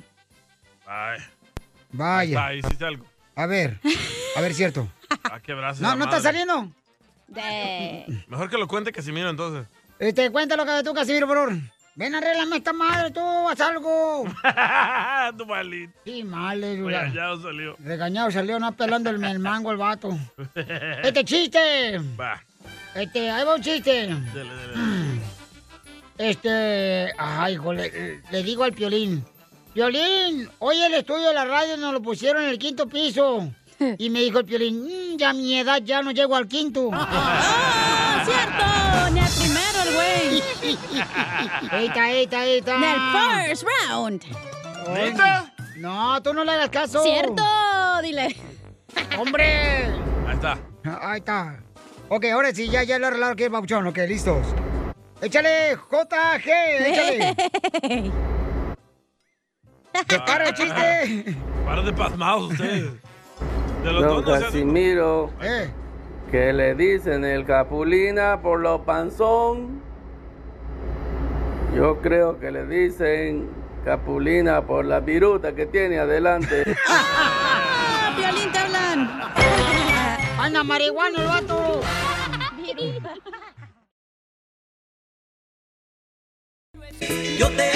[SPEAKER 3] (laughs) Ay,
[SPEAKER 2] Vaya.
[SPEAKER 3] está, hiciste algo.
[SPEAKER 2] A ver, a ver, cierto.
[SPEAKER 3] Ah, quebrarse
[SPEAKER 2] No,
[SPEAKER 3] la
[SPEAKER 2] no está
[SPEAKER 3] madre.
[SPEAKER 2] saliendo.
[SPEAKER 3] Mejor que lo cuente Casimiro entonces.
[SPEAKER 2] Este, cuéntalo que tú, Casimiro, por favor. Ven, arréglame esta madre, tú, haz algo.
[SPEAKER 3] tu malito.
[SPEAKER 2] Sí, mal, eh,
[SPEAKER 3] Oye,
[SPEAKER 2] la-
[SPEAKER 3] ya os salió.
[SPEAKER 2] Regañado salió, no pelando el, el mango el vato. Este chiste.
[SPEAKER 3] Va.
[SPEAKER 2] Este, ahí va un chiste.
[SPEAKER 3] Dale, dale, dale.
[SPEAKER 2] Este, ay, hijo, le, le digo al Piolín. Piolín, hoy el estudio de la radio nos lo pusieron en el quinto
[SPEAKER 13] (laughs)
[SPEAKER 2] piso. Y me dijo el Piolín, "Mm, ya a mi edad ya no llego al
[SPEAKER 13] (laughs)
[SPEAKER 2] quinto.
[SPEAKER 13] ¡Ah, ¡Cierto! ¡Ni al primero el
[SPEAKER 2] (laughs)
[SPEAKER 13] güey!
[SPEAKER 2] Eita, eita, eita.
[SPEAKER 13] ¡Ni al first round!
[SPEAKER 2] Ay, No, tú no le hagas caso.
[SPEAKER 13] ¡Cierto! Dile.
[SPEAKER 2] ¡Hombre!
[SPEAKER 3] Ahí está.
[SPEAKER 2] Ahí está. Ok, ahora sí, ya, ya lo arreglaron que es babuchón. Ok, listos. Échale, JG, échale.
[SPEAKER 13] (laughs)
[SPEAKER 2] ¡Que para el chiste!
[SPEAKER 3] Para Ah, de pasmados ustedes. De los
[SPEAKER 12] Don
[SPEAKER 3] dos no se hacen-
[SPEAKER 12] Casimiro,
[SPEAKER 2] Eh,
[SPEAKER 12] que le dicen el capulina por lo panzón. Yo creo que le dicen capulina por la viruta que tiene adelante.
[SPEAKER 10] (laughs)
[SPEAKER 13] ¡Ah! ¡Piolín te hablan!
[SPEAKER 2] ¡Anda, marihuana el vato!
[SPEAKER 4] Yo te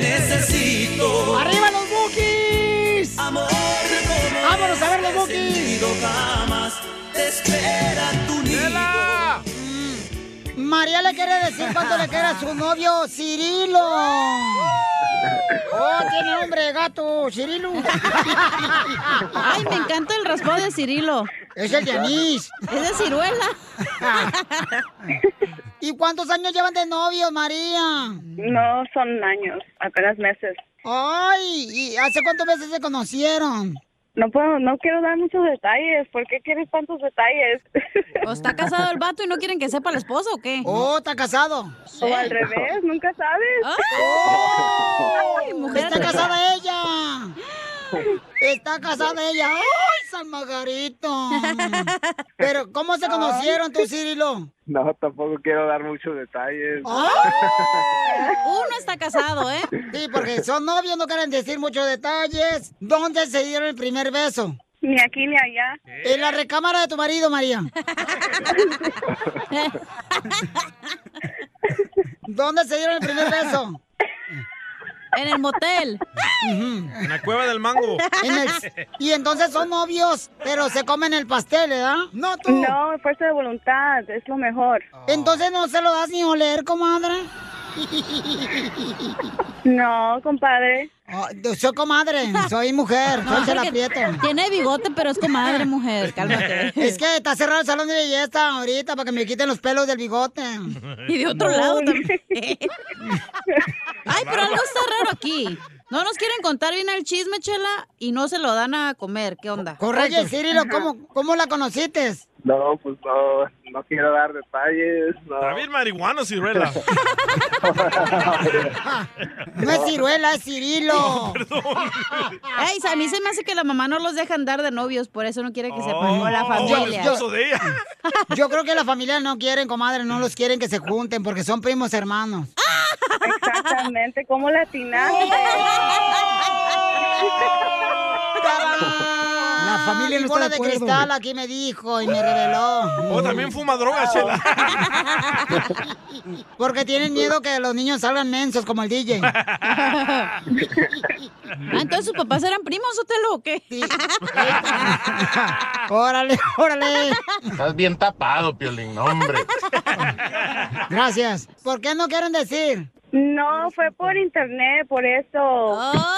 [SPEAKER 4] necesito.
[SPEAKER 2] ¡Arriba los bookies!
[SPEAKER 4] Amor,
[SPEAKER 2] ¡Vámonos a ver los
[SPEAKER 4] bookies! Jamás te espera tu nido.
[SPEAKER 2] Mm. María le quiere decir cuánto le quiere a su novio Cirilo. Oh, tiene nombre de gato, Cirilo.
[SPEAKER 13] Ay, me encanta el raspado de Cirilo.
[SPEAKER 2] Es el de anís.
[SPEAKER 13] Es de ciruela.
[SPEAKER 2] ¿Y cuántos años llevan de novio, María?
[SPEAKER 15] No son años, apenas meses.
[SPEAKER 2] Ay, ¿y hace cuántos meses se conocieron?
[SPEAKER 15] No puedo, no quiero dar muchos detalles. ¿Por qué quieres tantos detalles?
[SPEAKER 13] ¿O está casado el vato y no quieren que sepa la esposa o qué?
[SPEAKER 2] Oh, está casado.
[SPEAKER 15] O al revés, nunca sabes. Oh.
[SPEAKER 2] (laughs) Ay, mujer. Está casada ella. Está casada ella. ¡Ay, San Margarito! Pero, ¿cómo se conocieron tú, Cirilo?
[SPEAKER 16] No, tampoco quiero dar muchos detalles.
[SPEAKER 2] Uno está casado, ¿eh? Sí, porque son novios, no quieren decir muchos detalles. ¿Dónde se dieron el primer beso?
[SPEAKER 15] Ni aquí ni allá.
[SPEAKER 2] En la recámara de tu marido, María. ¿Dónde se dieron el primer beso?
[SPEAKER 13] En el motel.
[SPEAKER 3] En la cueva del mango.
[SPEAKER 2] En
[SPEAKER 3] (laughs)
[SPEAKER 2] el- y entonces son novios, pero se comen el pastel, ¿verdad? No, tú.
[SPEAKER 15] No, fuerza de voluntad, es lo mejor.
[SPEAKER 2] Oh. Entonces no se lo das ni oler, comadre.
[SPEAKER 15] No, compadre.
[SPEAKER 2] Oh, soy comadre, soy mujer,
[SPEAKER 13] No,
[SPEAKER 2] soy se la
[SPEAKER 13] porque
[SPEAKER 2] aprieto.
[SPEAKER 13] Tiene bigote, pero es comadre, mujer. Cálmate.
[SPEAKER 2] Es que está cerrado el salón de belleza ahorita para que me quiten los pelos del bigote.
[SPEAKER 13] Y de otro lado también. Ay, pero algo está raro aquí. No nos quieren contar bien el chisme, Chela, y no se lo dan a comer. ¿Qué onda?
[SPEAKER 2] Correcto. Oye, Cirilo, ¿cómo, ¿cómo la conociste?
[SPEAKER 16] No, pues no, no quiero dar detalles. No.
[SPEAKER 3] David
[SPEAKER 16] (laughs)
[SPEAKER 3] Marihuana, ciruela.
[SPEAKER 2] No es ciruela, es cirilo.
[SPEAKER 13] Ey, a mí se me hace que la mamá no los deja andar de novios, por eso no quiere que sepan. O la familia.
[SPEAKER 2] Yo- Yo creo que la familia no quieren, comadre, no los quieren que se junten porque son primos hermanos.
[SPEAKER 15] Exactamente,
[SPEAKER 2] Oh.
[SPEAKER 15] como latina.
[SPEAKER 2] La familia
[SPEAKER 4] no
[SPEAKER 2] no Ah,
[SPEAKER 4] está
[SPEAKER 2] bola
[SPEAKER 4] de
[SPEAKER 2] de,
[SPEAKER 4] acuerdo.
[SPEAKER 2] cristal aquí me dijo y me reveló.
[SPEAKER 3] O también fuma droga, Chela.
[SPEAKER 2] (laughs) Porque tienen miedo que los niños salgan mensos como el DJ.
[SPEAKER 13] Ah, entonces sus papás eran Ah, primos, Otelo, ¿o qué? (laughs)
[SPEAKER 2] Eh, órale, órale.
[SPEAKER 21] Estás bien tapado, Piolín, no, hombre.
[SPEAKER 2] Gracias. ¿Por qué no quieren decir?
[SPEAKER 15] No, fue por internet, Eh, por eso.
[SPEAKER 3] Oh,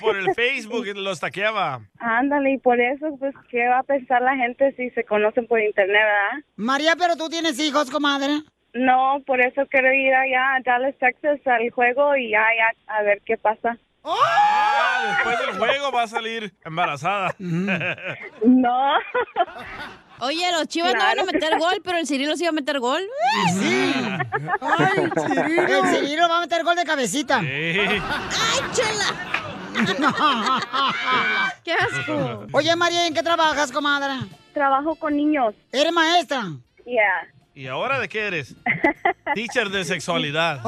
[SPEAKER 3] por el Facebook los taqueaba.
[SPEAKER 15] Ándale, y por eso, pues, ¿qué va a pensar la gente si se conocen por internet, verdad?
[SPEAKER 2] María, pero tú tienes hijos, comadre.
[SPEAKER 15] No, por eso quiero ir allá a Dallas, Texas, al juego y ya, ya, a ver qué pasa.
[SPEAKER 3] Ah, después del juego va a salir embarazada.
[SPEAKER 15] No.
[SPEAKER 13] Oye, los chivas no
[SPEAKER 15] Claro.
[SPEAKER 13] van a meter gol, pero el Cirilo sí va a meter gol.
[SPEAKER 2] (laughs)
[SPEAKER 3] (laughs)
[SPEAKER 2] Sí. Ay, Cirilo. El Cirilo va a meter gol de cabecita.
[SPEAKER 13] ¡Ay, chela!
[SPEAKER 2] (laughs) ¡Qué asco! Oye, María, ¿en qué trabajas, comadre?
[SPEAKER 15] Trabajo con niños.
[SPEAKER 2] ¿Eres maestra?
[SPEAKER 15] Yeah.
[SPEAKER 3] ¿Y ahora de qué eres? Teacher de sexualidad.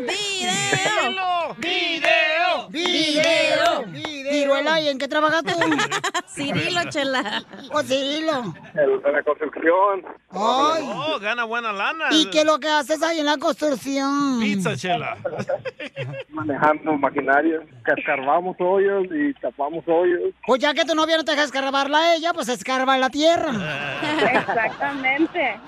[SPEAKER 4] ¡Video!
[SPEAKER 3] ¡Video!
[SPEAKER 4] ¡Video!
[SPEAKER 2] Ciruela, ¿y en qué trabajas (laughs) tú? Oh,
[SPEAKER 3] Cirilo,
[SPEAKER 2] chela. O Cirilo.
[SPEAKER 16] El- la construcción.
[SPEAKER 2] Ay.
[SPEAKER 3] Oh, gana buena lana.
[SPEAKER 2] ¿Y qué es lo que haces ahí en la construcción?
[SPEAKER 3] Pizza, Chela.
[SPEAKER 16] (laughs) Manejando maquinaria. Escarbamos hoyos y tapamos hoyos.
[SPEAKER 2] Pues ya que tu novia no te deja escarbarla a ella, pues escarba la tierra.
[SPEAKER 15] Exactamente.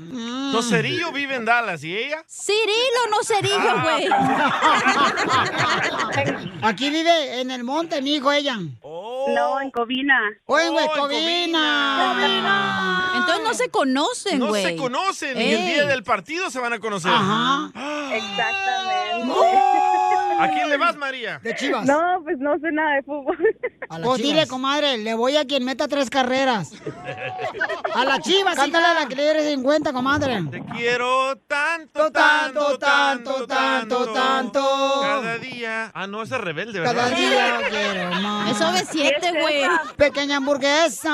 [SPEAKER 3] No, Cerillo vive en Dallas. ¿Y ella?
[SPEAKER 2] Cirilo, no Cirillo,
[SPEAKER 3] güey.
[SPEAKER 2] (laughs) Aquí vive en el monte, mi hijo, ella.
[SPEAKER 15] No, en Covina.
[SPEAKER 2] O en
[SPEAKER 13] Oh,
[SPEAKER 2] güey,
[SPEAKER 13] en
[SPEAKER 2] Covina.
[SPEAKER 13] Entonces no se conocen,
[SPEAKER 3] No
[SPEAKER 13] güey.
[SPEAKER 3] se conocen. Y el
[SPEAKER 13] Ey.
[SPEAKER 3] día del partido se van a conocer. Ah.
[SPEAKER 15] Exactamente.
[SPEAKER 3] ¿A quién le vas, María?
[SPEAKER 4] (laughs)
[SPEAKER 15] No, pues no sé nada de fútbol.
[SPEAKER 2] Pues dile, comadre, le voy a quien meta tres carreras. A la chivas, cántale a la que le eres 50, comadre.
[SPEAKER 3] Te quiero tanto,
[SPEAKER 2] tanto, tanto, tanto, tanto.
[SPEAKER 3] Cada día. Ah, no, ese es rebelde, ¿verdad?
[SPEAKER 2] Cada día quiero más.
[SPEAKER 3] Eso
[SPEAKER 13] de siete, ¿Qué es güey. esa?
[SPEAKER 2] Pequeña hamburguesa.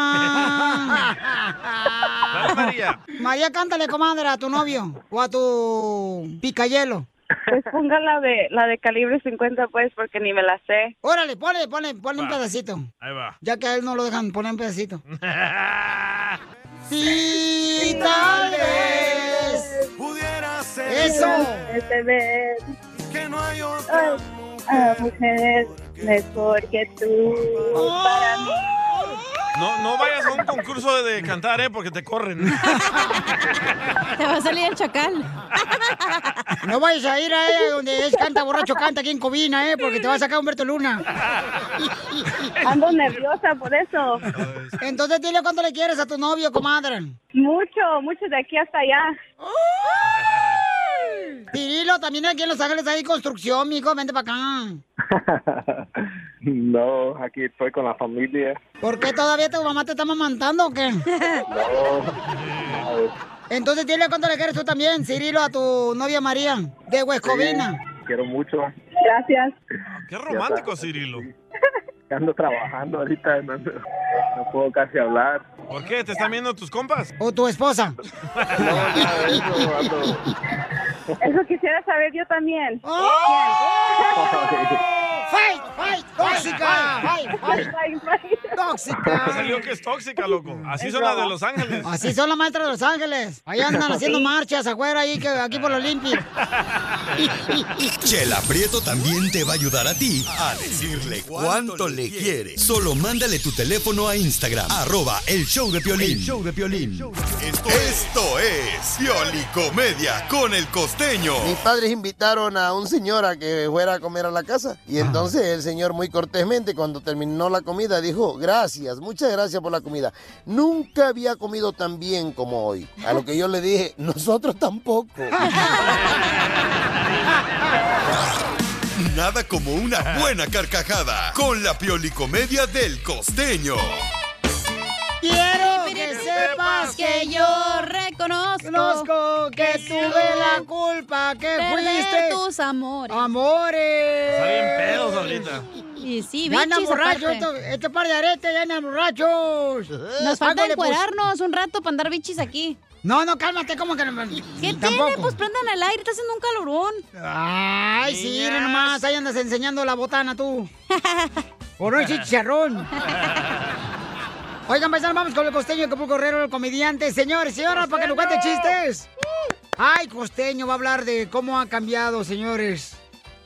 [SPEAKER 3] Dale, María.
[SPEAKER 2] María, cántale, comadre, a tu novio o a tu picayelo.
[SPEAKER 15] Pues ponga la de, la de calibre 50, pues, porque ni me la sé.
[SPEAKER 2] Órale, ponle, ponle, ponle un pedacito.
[SPEAKER 3] Ahí va.
[SPEAKER 2] Ya que a él no lo dejan poner un pedacito. Sí, tal vez.
[SPEAKER 4] Pudiera ser.
[SPEAKER 2] Eso.
[SPEAKER 15] Este ver
[SPEAKER 4] Que no hay
[SPEAKER 15] ay, a mujer mejor que tú. Para mí.
[SPEAKER 3] No, no vayas a un concurso de cantar, ¿eh? Porque te
[SPEAKER 2] (laughs)
[SPEAKER 3] corren.
[SPEAKER 13] Te va a salir el chacal.
[SPEAKER 2] No vayas a ir a ella donde es canta borracho, canta aquí en Covina, ¿eh? Porque te va a sacar Humberto Luna.
[SPEAKER 15] Ando nerviosa por eso.
[SPEAKER 2] Entonces dile cuánto le quieres a tu novio, comadre.
[SPEAKER 15] Mucho, mucho de aquí hasta allá.
[SPEAKER 2] Cirilo, también aquí en Los Ángeles hay construcción, mijo, vente para acá.
[SPEAKER 16] No, aquí estoy con la familia.
[SPEAKER 2] ¿Por qué todavía tu mamá te está mamantando o qué?
[SPEAKER 16] No.
[SPEAKER 2] Entonces dile cuánto le quieres tú también, Cirilo, a tu novia María, de Huescovina.
[SPEAKER 16] Quiero mucho.
[SPEAKER 15] Gracias.
[SPEAKER 3] Qué romántico, Cirilo.
[SPEAKER 16] Ando trabajando ahorita. No, no puedo casi hablar.
[SPEAKER 3] ¿Por qué? ¿Te están viendo tus compas?
[SPEAKER 2] O tu
[SPEAKER 3] (laughs)
[SPEAKER 2] esposa.
[SPEAKER 15] Eso quisiera saber yo también.
[SPEAKER 2] ¡Fight! ¡Fight! ¡Tóxica! ¡Fight! ¡Fight! ¡Tóxica!
[SPEAKER 3] Pues Salió que es tóxica, loco. Así son las de Los Ángeles.
[SPEAKER 2] Así son las maestras de Los Ángeles. Ahí andan haciendo
[SPEAKER 3] Sí.
[SPEAKER 2] marchas afuera, ahí, que, aquí por los Olympic.
[SPEAKER 5] Chela Prieto también te va a ayudar a ti a decirle cuánto le quiere. Solo mándale tu teléfono a Instagram, arroba el show de Piolín.
[SPEAKER 17] El
[SPEAKER 5] show de Piolín. Esto, esto es Piolicomedia con el costeño.
[SPEAKER 17] Mis padres invitaron a un señor a que fuera a comer a la casa. Y entonces el señor muy cortésmente, cuando terminó la comida, dijo, gracias, muchas gracias por la comida. Nunca había comido tan bien como hoy. A lo que yo le dije, nosotros tampoco.
[SPEAKER 5] Nada como una buena carcajada con la Piolicomedia del costeño.
[SPEAKER 2] Quiero que sepas
[SPEAKER 13] que yo reconozco
[SPEAKER 2] Conozco que tuve la culpa que
[SPEAKER 13] Perder
[SPEAKER 2] fuiste
[SPEAKER 13] tus amores.
[SPEAKER 2] Amores.
[SPEAKER 4] Está bien pedos ahorita.
[SPEAKER 13] Y sí,
[SPEAKER 2] Ya andan
[SPEAKER 13] bichis
[SPEAKER 2] borrachos,
[SPEAKER 13] aparte.
[SPEAKER 2] esto- este par de aretes ya andan borrachos.
[SPEAKER 13] Nos falta
[SPEAKER 2] Hágale, pues.
[SPEAKER 13] encuerarnos un rato para andar bichis aquí.
[SPEAKER 2] No, no, cálmate, ¿cómo que no?
[SPEAKER 13] ¿Qué tiene?
[SPEAKER 2] tampoco.
[SPEAKER 13] Pues prendan el aire, está haciendo un calorón.
[SPEAKER 2] Ay, sí, mira nomás, ahí andas enseñando la botana tú. Por un chicharrón. Oigan, paisanos, vamos con el costeño de Capul Correro, el comediante. Señores, señora, para que nos cuente chistes. Ay, costeño, va a hablar de cómo ha cambiado, señores,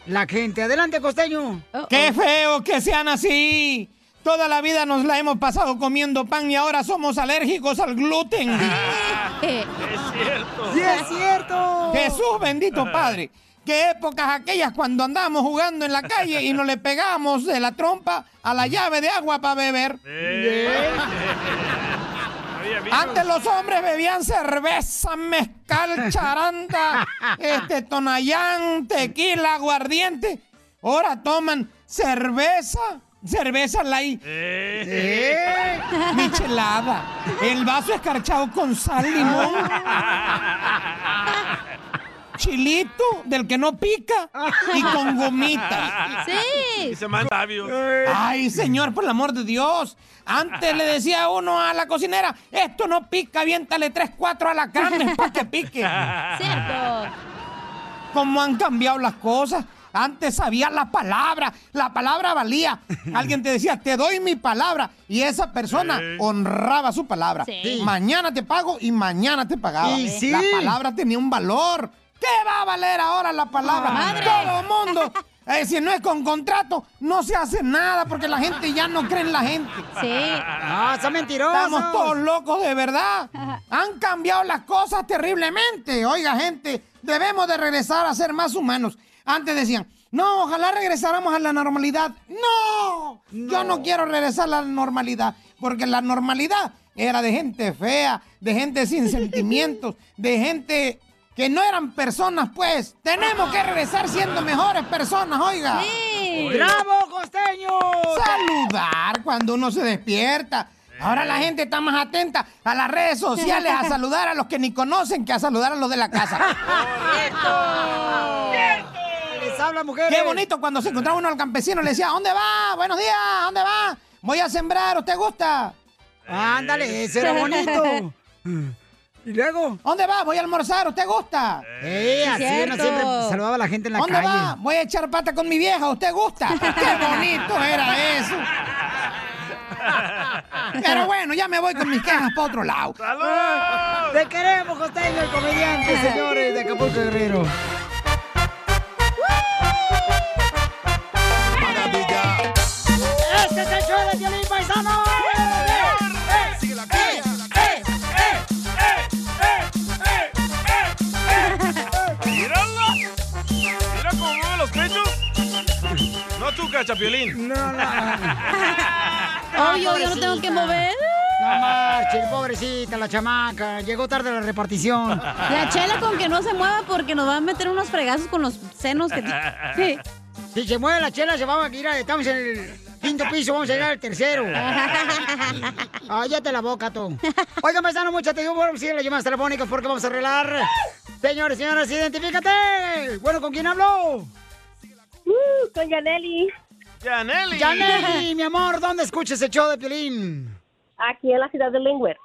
[SPEAKER 2] la gente. Adelante, costeño.
[SPEAKER 17] ¡Qué feo que sean así! Toda la vida nos la hemos pasado comiendo pan y ahora somos alérgicos al gluten. (laughs)
[SPEAKER 19] Es cierto.
[SPEAKER 17] ¡Sí es cierto! Jesús bendito Padre. Qué épocas aquellas cuando andábamos jugando en la calle y nos le pegamos de la trompa a la llave de agua para beber.
[SPEAKER 4] Eh. (laughs)
[SPEAKER 17] Antes los hombres bebían cerveza, mezcal, charanda, este, tonayán, tequila, aguardiente. Ahora toman cerveza, cerveza light.
[SPEAKER 19] Eh.
[SPEAKER 17] Michelada. El vaso escarchado con sal, limón. Chilito, del que no pica. Y con gomitas.
[SPEAKER 4] Sí. Y se manda labios.
[SPEAKER 17] Ay, señor, por el amor de Dios. Antes le decía uno a la cocinera, esto no pica, aviéntale tres, cuatro a la carne para que pique.
[SPEAKER 19] Cierto.
[SPEAKER 17] ¿Cómo han cambiado las cosas? Antes sabía la palabra, la palabra
[SPEAKER 19] (laughs)
[SPEAKER 17] valía. Alguien te decía, te doy mi palabra. Y esa persona honraba su palabra.
[SPEAKER 19] Sí.
[SPEAKER 17] Mañana te pago y mañana te pagaba.
[SPEAKER 19] Y sí.
[SPEAKER 17] La palabra tenía un valor. ¿Qué va a valer ahora la palabra?
[SPEAKER 19] Ah, Madre.
[SPEAKER 17] Todo el mundo. Eh, si no es con contrato, no se hace nada porque la gente ya no cree en la gente.
[SPEAKER 19] Sí. (laughs)
[SPEAKER 17] Ah,
[SPEAKER 2] son mentirosos.
[SPEAKER 17] Estamos todos locos de verdad. Han cambiado las cosas terriblemente. Oiga, gente, debemos de regresar a ser más humanos. Antes decían, no, ojalá regresáramos a la normalidad. ¡No! Yo no quiero regresar a la normalidad, porque la normalidad era de gente fea, de gente sin sentimientos, de gente que no eran personas, pues. Tenemos que regresar siendo mejores personas, oiga.
[SPEAKER 2] Sí. ¡Bravo, costeño!
[SPEAKER 17] Saludar cuando uno se despierta. Ahora
[SPEAKER 2] Eh.
[SPEAKER 17] la gente está más atenta a las redes sociales, a saludar a los que ni conocen que a saludar a los de la casa.
[SPEAKER 2] (laughs) Ah. Les habla, mujeres.
[SPEAKER 17] Qué bonito cuando se encontraba uno al campesino y le decía, ¿dónde va? Buenos días, ¿dónde va? Voy a sembrar, ¿usted gusta?
[SPEAKER 2] Ándale, ese
[SPEAKER 17] Eh. (laughs)
[SPEAKER 2] era bonito.
[SPEAKER 17] ¿Y luego? ¿Dónde va? Voy a almorzar, ¿usted gusta?
[SPEAKER 2] Eh, así uno siempre saludaba a la gente en la
[SPEAKER 17] ¿Dónde
[SPEAKER 2] calle.
[SPEAKER 17] va? Voy a echar pata con mi vieja, ¿usted
[SPEAKER 2] (laughs)
[SPEAKER 17] gusta? ¡Qué bonito era eso! Pero bueno, ya me voy con mis quejas para otro lado.
[SPEAKER 2] ¡Te queremos, costeño, el comediante, señores de Acapulco Guerrero! ¡Este es el show de Piolín, Paisano!
[SPEAKER 4] ¡Míralo! ¡Mira cómo mueve los pechos! No tú, Cachapiolín.
[SPEAKER 2] No,
[SPEAKER 13] (laughs) Ay, yo, yo no tengo que mover.
[SPEAKER 2] No marches, pobrecita la chamaca. Llegó tarde la repartición.
[SPEAKER 13] La chela con que no se mueva porque nos va a meter unos fregazos con los senos que ti-
[SPEAKER 2] Si se mueve la chela, se va a ir. a- Estamos en el quinto piso, vamos a llegar al tercero. Cállate la boca, tú. (laughs) Oigan, paisano, mucha atención. Vamos a ir a las llamadas telefónicas porque vamos a arreglar. Señores, señoras, identifícate. Bueno, ¿con quién hablo? Uh, con Yaneli.
[SPEAKER 4] Yaneli.
[SPEAKER 2] Yaneli, mi amor, ¿dónde escuchas el show de Piolín? Aquí en la ciudad de Lingüer.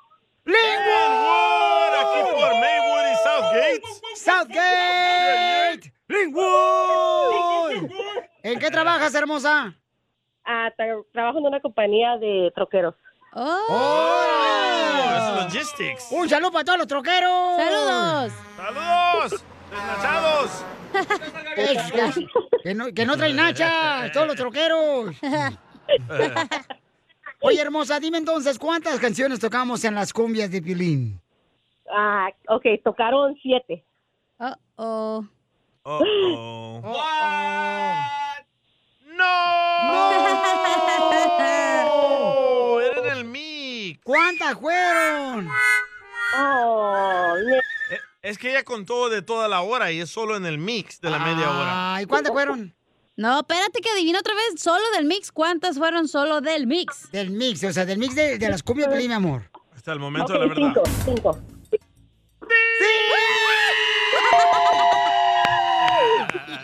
[SPEAKER 4] ¡Lingwood! Aquí por Maywood y Southgate.
[SPEAKER 2] ¡Southgate! ¡Lingwood! ¿En qué trabajas, hermosa?
[SPEAKER 15] Ah, trabajo en una compañía de troqueros.
[SPEAKER 3] ¡Oh!
[SPEAKER 4] Es Logistics.
[SPEAKER 2] ¡Oh! Un saludo para todos los troqueros.
[SPEAKER 4] Saludos. ¡Saludos! ¡Desnachados!
[SPEAKER 2] Es- es- (laughs) que, no, que no traen nachas, todos
[SPEAKER 1] (laughs)
[SPEAKER 2] los troqueros. Oye, hermosa, dime entonces, ¿cuántas canciones tocamos en las cumbias de Piolín?
[SPEAKER 15] Ah, ok, tocaron siete.
[SPEAKER 13] Oh.
[SPEAKER 4] Uh-oh.
[SPEAKER 2] ¡No!
[SPEAKER 4] ¡Eran el mix!
[SPEAKER 2] ¿Cuántas fueron?
[SPEAKER 4] Eh, Es que ella contó de toda la hora y es solo en el mix de la media hora.
[SPEAKER 2] Ay, ¿cuántas fueron?
[SPEAKER 13] No, espérate que adivina otra vez. Solo del mix. ¿Cuántas fueron solo del mix?
[SPEAKER 2] Del mix, o sea, del mix de, de las cumbias Piolín, mi amor.
[SPEAKER 3] Hasta el momento, la verdad.
[SPEAKER 1] cinco.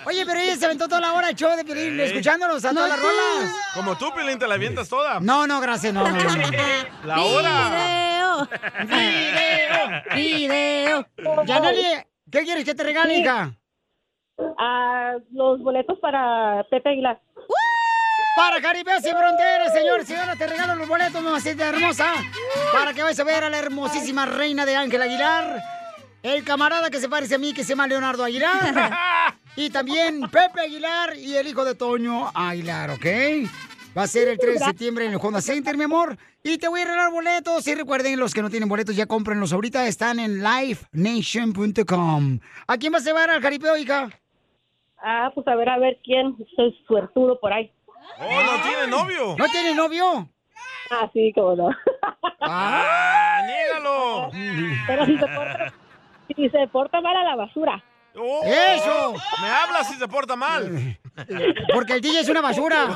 [SPEAKER 2] Oye, pero ella se aventó toda la hora el show de Piolín, escuchándonos a todas las rolas.
[SPEAKER 3] Como tú, Pilín, te la avientas toda.
[SPEAKER 2] No, no, gracias, no, no, no.
[SPEAKER 3] (laughs) La hora.
[SPEAKER 2] ¡Video! ¡Video! ¡Video! Yaneli, ¿qué quieres que te regale,
[SPEAKER 1] Sí.
[SPEAKER 2] hija?
[SPEAKER 1] Ah, los boletos para Pepe Aguilar.
[SPEAKER 2] Para Caribe sin fronteras, señores, señoras, te regalo los boletos, mamacita hermosa, para que vayas a ver a la hermosísima reina de Ángel Aguilar, el camarada que se parece a mí, que se llama Leonardo Aguilar, y también Pepe Aguilar y el hijo de Toño Aguilar, ¿ok? Va a ser el 3 de septiembre en el Honda Center, mi amor, y te voy a regalar boletos, y recuerden, los que no tienen boletos, ya cómprenlos ahorita, están en livenation.com. ¿A quién vas a llevar al caripeo, hija?
[SPEAKER 1] Ah, pues a ver, a ver quién. Soy suertudo por ahí.
[SPEAKER 3] Oh, no tiene novio.
[SPEAKER 2] ¿No tiene novio?
[SPEAKER 1] Ah, sí, cómo no.
[SPEAKER 3] ¡Ah! ¡Niégalo!
[SPEAKER 1] Pero si se porta, si se porta mal a la basura.
[SPEAKER 2] ¡Eso!
[SPEAKER 3] Me hablas si se porta mal.
[SPEAKER 2] Porque el DJ es una basura.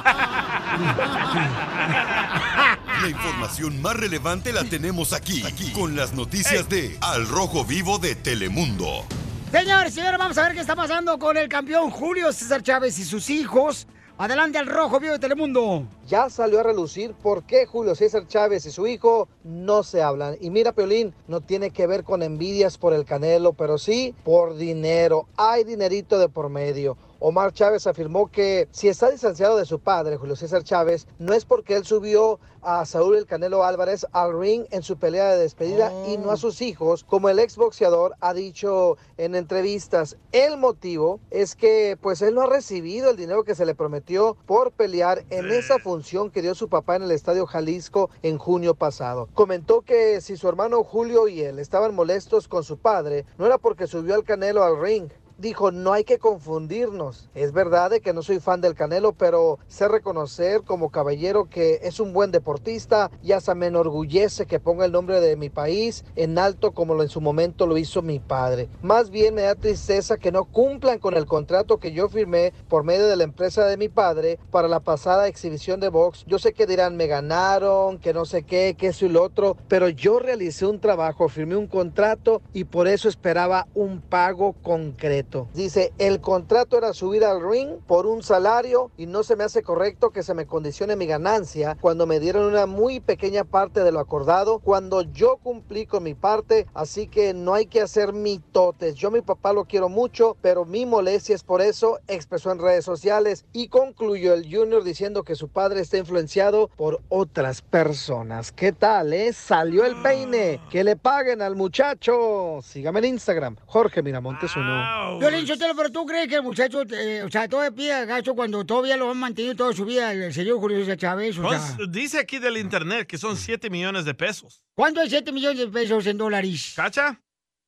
[SPEAKER 5] La información más relevante la tenemos aquí, aquí, con las noticias de Al Rojo Vivo de Telemundo.
[SPEAKER 2] Señores, señores, vamos a ver qué está pasando con el campeón Julio César Chávez y sus hijos. Adelante al rojo, vivo de Telemundo.
[SPEAKER 6] Ya salió a relucir por qué Julio César Chávez y su hijo no se hablan. Y mira, Peolín, no tiene que ver con envidias por el Canelo, pero sí por dinero. Hay dinerito de por medio. Omar Chávez afirmó que si está distanciado de su padre, Julio César Chávez, no es porque él subió a Saúl el Canelo Álvarez al ring en su pelea de despedida y no a sus hijos, como el exboxeador ha dicho en entrevistas. El motivo es que pues él no ha recibido el dinero que se le prometió por pelear en esa función que dio su papá en el Estadio Jalisco en junio pasado. Comentó que si su hermano Julio y él estaban molestos con su padre, no era porque subió al Canelo al ring, dijo, no hay que confundirnos. Es verdad de que no soy fan del Canelo, pero sé reconocer como caballero que es un buen deportista y hasta me enorgullece que ponga el nombre de mi país en alto como lo en su momento lo hizo mi padre. Más bien me da tristeza que no cumplan con el contrato que yo firmé por medio de la empresa de mi padre para la pasada exhibición de box. Yo sé que dirán, me ganaron, que no sé qué, que eso y lo otro, pero yo realicé un trabajo, firmé un contrato y por eso esperaba un pago concreto. Dice, el contrato era subir al ring por un salario y no se me hace correcto que se me condicione mi ganancia cuando me dieron una muy pequeña parte de lo acordado, cuando yo cumplí con mi parte, así que no hay que hacer mitotes. Yo a mi papá lo quiero mucho, pero mi molestia es por eso, expresó en redes sociales y concluyó el junior diciendo que su padre está influenciado por otras personas. ¿Qué tal, eh? Salió el peine. Que le paguen al muchacho. Sígame en Instagram, Jorge Miramontes uno.
[SPEAKER 2] Violín
[SPEAKER 3] Pues.
[SPEAKER 2] Sotelo, pero tú crees que el muchacho, eh, o sea, todavía pide gacho cuando todavía lo han mantenido toda su vida el señor Julio César Chávez, o sea.
[SPEAKER 3] Son- dice aquí del internet que son 7 millones de pesos.
[SPEAKER 2] ¿Cuánto es 7 millones de pesos en dólares?
[SPEAKER 3] ¿Cacha?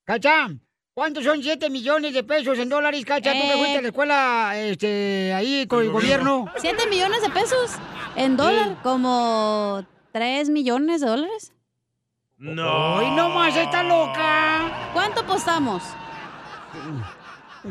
[SPEAKER 2] ¿Cacha? ¿Cuántos son 7 millones de pesos en dólares, Cacha? ¿Tú
[SPEAKER 13] Eh.
[SPEAKER 2] que fuiste a la escuela este, ahí con el, gobierno?
[SPEAKER 13] ¿Siete millones de pesos? ¿En dólar? ¿Como tres millones de dólares?
[SPEAKER 3] No.
[SPEAKER 2] ¡Ay, no más, está loca!
[SPEAKER 13] ¿Cuánto apostamos?